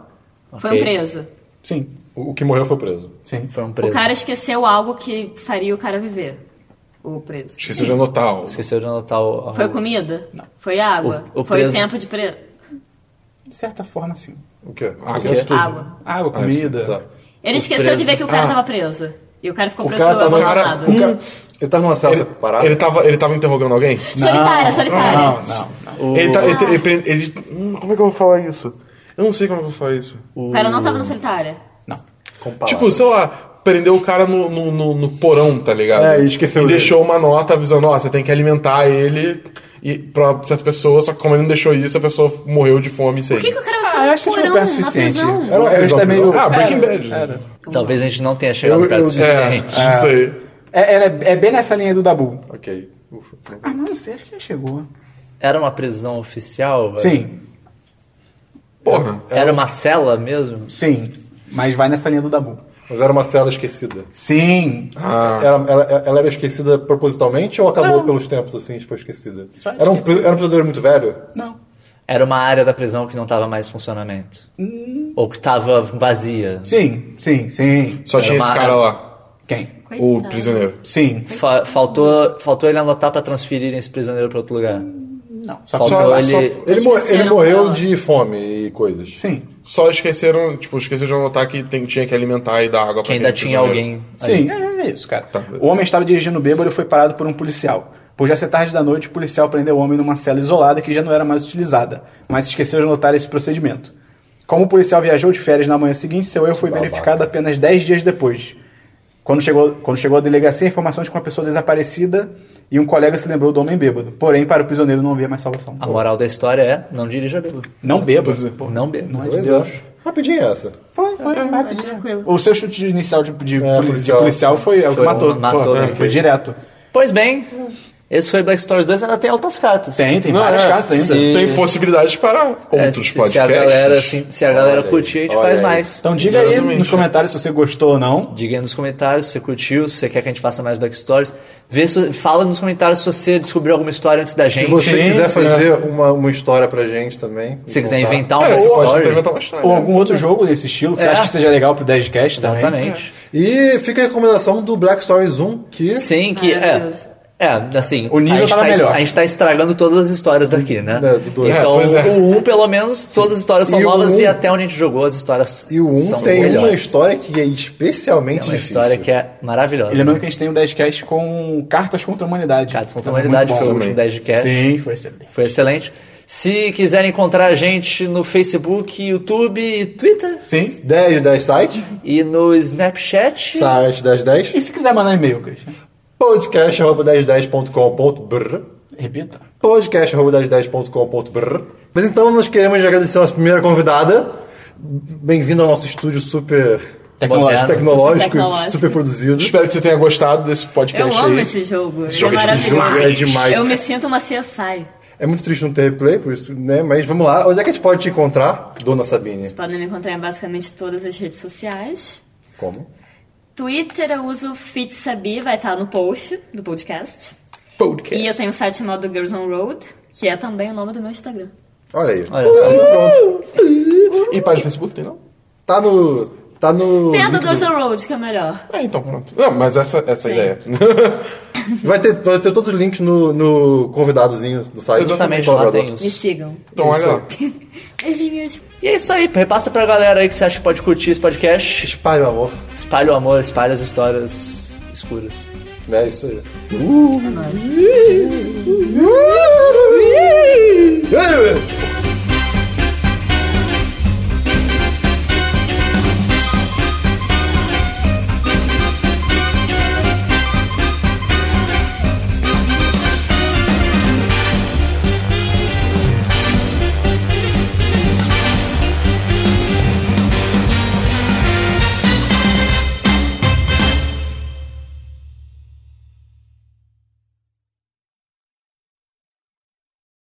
Speaker 4: Foi
Speaker 1: Ok.
Speaker 4: um preso.
Speaker 2: Sim.
Speaker 6: O que morreu foi preso.
Speaker 2: Sim.
Speaker 1: Foi um
Speaker 4: O
Speaker 1: preso.
Speaker 4: cara esqueceu algo que faria o cara viver. O preso.
Speaker 5: Esqueceu de anotar. algo.
Speaker 1: Esqueceu de anotar o.
Speaker 4: Foi comida? Foi água?
Speaker 1: O- o
Speaker 4: Foi
Speaker 1: preso-
Speaker 4: tempo de preso?
Speaker 2: De certa forma, sim.
Speaker 6: O quê?
Speaker 5: Ah,
Speaker 6: O quê?
Speaker 5: que isso tudo.
Speaker 4: Água.
Speaker 2: Água, comida.
Speaker 6: Tá.
Speaker 1: O
Speaker 4: Ele esqueceu
Speaker 1: preso-
Speaker 4: de ver que o cara
Speaker 5: Ah.
Speaker 4: tava preso. E o cara ficou
Speaker 6: O
Speaker 4: preso
Speaker 6: cara tava.
Speaker 4: abandonado.
Speaker 6: o cara- ele tava numa cela separada?
Speaker 5: Ele tava, ele tava interrogando alguém?
Speaker 4: Solitária, solitária.
Speaker 2: Não, não, não.
Speaker 5: Ele tá. Ele, ele, ele- ele- hum, como é que eu vou falar isso? Eu não sei como é que eu vou falar isso.
Speaker 4: O cara não tava no solitária.
Speaker 2: não.
Speaker 6: Com palavras.
Speaker 5: Tipo, sei lá, prendeu o cara no, no, no- no porão, tá ligado?
Speaker 6: É, e esqueceu
Speaker 5: E
Speaker 6: dele.
Speaker 5: deixou uma nota avisando, ó, você tem que alimentar ele e, pra certa pessoa, só que como ele não deixou isso, a pessoa morreu de fome e
Speaker 4: Por que,
Speaker 5: sede.
Speaker 4: que o cara vai
Speaker 2: Ah, eu
Speaker 4: ficar
Speaker 2: acho que
Speaker 4: no
Speaker 2: foi
Speaker 4: porão,
Speaker 2: perto o
Speaker 4: na
Speaker 2: suficiente.
Speaker 4: prisão?
Speaker 6: Era uma
Speaker 2: Eu acho
Speaker 6: prisão, né?
Speaker 2: que é meio-
Speaker 5: Ah, Breaking
Speaker 2: era,
Speaker 5: Bad.
Speaker 2: Era.
Speaker 1: Talvez a gente não tenha chegado
Speaker 6: Eu-
Speaker 1: perto o
Speaker 6: eu-
Speaker 5: É,
Speaker 1: suficiente.
Speaker 5: isso aí.
Speaker 2: É, era- é bem nessa linha do Dabu.
Speaker 6: Ok. Ufa.
Speaker 2: Ah, não sei, acho que já chegou.
Speaker 1: Era uma prisão oficial? velho?
Speaker 2: Sim,
Speaker 5: Porra.
Speaker 1: Era uma cela mesmo?
Speaker 2: sim. Mas vai nessa linha do Dabu.
Speaker 6: Mas era uma cela esquecida.
Speaker 2: Sim.
Speaker 5: Ah,
Speaker 6: Ela, ela- ela era esquecida propositalmente ou acabou pelos tempos assim, foi esquecida? Era um, pri- era um prisioneiro muito velho?
Speaker 2: Não.
Speaker 1: Era uma área da prisão que não tava mais em funcionamento. Ou que tava vazia.
Speaker 2: Sim, sim, sim.
Speaker 5: Só
Speaker 1: Era
Speaker 5: tinha esse
Speaker 1: uma-
Speaker 5: cara lá,
Speaker 2: Quem?
Speaker 5: o
Speaker 8: Coitado.
Speaker 5: prisioneiro.
Speaker 2: Sim.
Speaker 1: Fa- faltou, faltou ele anotar pra transferir esse prisioneiro pra outro lugar.
Speaker 2: Não. Só,
Speaker 1: Faltou
Speaker 5: só-
Speaker 1: ele.
Speaker 5: só-
Speaker 6: Ele, mo- ele
Speaker 8: Esqueceram
Speaker 6: morreu
Speaker 8: ela.
Speaker 6: de fome e coisas.
Speaker 2: Sim.
Speaker 5: Só esqueceram, tipo, esqueceram de anotar que tem- tinha que alimentar e dar água
Speaker 1: Que
Speaker 5: pra
Speaker 1: ainda
Speaker 5: aquele
Speaker 1: tinha
Speaker 5: prisioneiro.
Speaker 1: alguém. ali.
Speaker 2: Sim, é, é isso, cara. O homem estava dirigindo bêbado e foi parado por um policial. Por já ser tarde da noite, o policial prendeu o homem numa cela isolada que já não era mais utilizada, mas esqueceu de anotar esse procedimento. Como o policial viajou de férias na manhã seguinte, seu erro foi
Speaker 6: Babaca.
Speaker 2: verificado apenas 10 dias depois. Quando chegou, quando chegou à delegacia, informações de que uma pessoa desaparecida e um colega se lembrou do homem bêbado. Porém, para o prisioneiro não havia mais salvação.
Speaker 1: A moral da história é: não dirija bêbado.
Speaker 2: Não bêbado. pô.
Speaker 1: Não bêbado.
Speaker 2: Não é de
Speaker 6: Pois
Speaker 2: Deus.
Speaker 6: é. Rapidinho é essa.
Speaker 2: Foi, foi, foi.
Speaker 4: Tranquilo.
Speaker 2: O seu chute inicial de, de-
Speaker 6: É,
Speaker 2: de
Speaker 6: policial.
Speaker 2: policial foi, é o que
Speaker 1: Foi,
Speaker 2: matou.
Speaker 1: matou,
Speaker 2: Pô,
Speaker 1: né?
Speaker 2: Foi direto.
Speaker 1: Pois bem, esse foi Black Stories 2, ainda tem altas cartas.
Speaker 2: Tem, tem
Speaker 5: Não,
Speaker 2: várias
Speaker 5: é,
Speaker 2: cartas ainda. Então,
Speaker 1: sim.
Speaker 5: Tem possibilidade para
Speaker 1: É,
Speaker 5: outros
Speaker 1: se,
Speaker 5: podcasts.
Speaker 1: se a galera, assim, se, se a galera curtir, a gente
Speaker 6: olha
Speaker 1: faz
Speaker 6: aí.
Speaker 1: mais.
Speaker 2: Então diga aí
Speaker 5: exatamente.
Speaker 2: nos comentários se você gostou ou não.
Speaker 1: Diga aí nos comentários se você curtiu, se você quer que a gente faça mais Black Stories. Vê se- fala nos comentários se você descobriu alguma história antes da
Speaker 6: Se
Speaker 1: gente.
Speaker 6: você
Speaker 2: sim,
Speaker 6: quiser
Speaker 2: sim.
Speaker 6: fazer uma, uma história pra gente também.
Speaker 1: Se você quiser
Speaker 6: contar.
Speaker 1: inventar uma
Speaker 5: É, você pode
Speaker 1: história.
Speaker 5: experimentar uma história.
Speaker 2: Ou algum outro jogo desse estilo que você
Speaker 1: É.
Speaker 2: acha que seja legal pro 10cast também.
Speaker 1: Exatamente.
Speaker 6: E fica a recomendação do Black Stories 1, que
Speaker 1: Sim, que é.
Speaker 8: Maravilhoso.
Speaker 1: É, assim,
Speaker 2: O nível
Speaker 1: a, gente
Speaker 2: tava
Speaker 1: tá,
Speaker 2: melhor.
Speaker 1: a gente tá estragando todas as histórias daqui, né?
Speaker 6: É, do dois.
Speaker 1: Então,
Speaker 5: É, pois é.
Speaker 1: o 1, um, pelo menos, todas as histórias são
Speaker 6: E o
Speaker 1: novas e
Speaker 6: um-
Speaker 1: até onde a gente jogou, as histórias
Speaker 6: E o 1
Speaker 1: são
Speaker 6: tem uma
Speaker 1: melhores.
Speaker 6: história que é especialmente
Speaker 1: É uma
Speaker 6: difícil.
Speaker 1: história que é maravilhosa.
Speaker 2: E lembrando que a gente tem o 10cast com cartas contra a humanidade.
Speaker 1: Cartas contra a
Speaker 2: Então,
Speaker 1: Humanidade
Speaker 2: muito
Speaker 1: foi o
Speaker 2: bom.
Speaker 1: último 10 de cast.
Speaker 2: Sim, foi excelente.
Speaker 1: Foi excelente. Se quiserem encontrar a gente no Facebook, YouTube e Twitter.
Speaker 2: Sim.
Speaker 6: 10 10 site,
Speaker 1: E no Snapchat.
Speaker 6: site 1010,
Speaker 2: E se quiser mandar e-mail, Christian?
Speaker 6: podcast.1010.com.br
Speaker 2: Repita.
Speaker 6: podcast.1010.com.br Mas então nós queremos agradecer a nossa primeira convidada. Bem-vindo ao nosso estúdio super
Speaker 1: Tecnológico.
Speaker 6: tecnológico,
Speaker 4: Tecnológico.
Speaker 6: super produzido.
Speaker 5: Espero que você tenha gostado desse
Speaker 8: Eu
Speaker 5: podcast
Speaker 8: amo
Speaker 5: aí.
Speaker 8: esse jogo.
Speaker 5: Esse
Speaker 8: Ele é
Speaker 5: jogo- esse
Speaker 8: maravilhoso.
Speaker 6: jogo é demais.
Speaker 8: Eu me sinto uma CSI.
Speaker 6: É muito triste não ter replay, por isso, né? Mas vamos lá. Onde é que a gente pode te encontrar, Dona Sabine?
Speaker 8: Vocês podem me encontrar em basicamente todas as redes sociais.
Speaker 6: Como?
Speaker 8: Twitter eu uso FitSabi, vai estar no post do podcast.
Speaker 5: Podcast.
Speaker 8: E eu tenho um site chamado Girls on Road, que é também o nome do meu Instagram.
Speaker 6: Olha aí.
Speaker 1: Olha só.
Speaker 6: Pronto.
Speaker 5: E página do Facebook tem, não?
Speaker 6: Tá no. Tá no.
Speaker 8: Tem a do
Speaker 6: link do-
Speaker 8: Girls on Road, que é melhor.
Speaker 5: É, então pronto. Não, mas essa, essa ideia. *laughs*
Speaker 6: Vai ter, vai ter todos os links no, no convidadozinho do site.
Speaker 1: Exatamente,
Speaker 6: Qual
Speaker 1: lá
Speaker 6: jogador?
Speaker 1: tem os.
Speaker 8: Me sigam.
Speaker 5: então olha lá.
Speaker 8: Beijinhos.
Speaker 1: E é isso aí. Repassa pra galera aí que você acha que pode curtir esse podcast.
Speaker 6: Espalhe o amor.
Speaker 1: Espalha o amor, espalha as histórias escuras.
Speaker 6: É isso aí.
Speaker 8: É nóis.
Speaker 6: Ei, meu.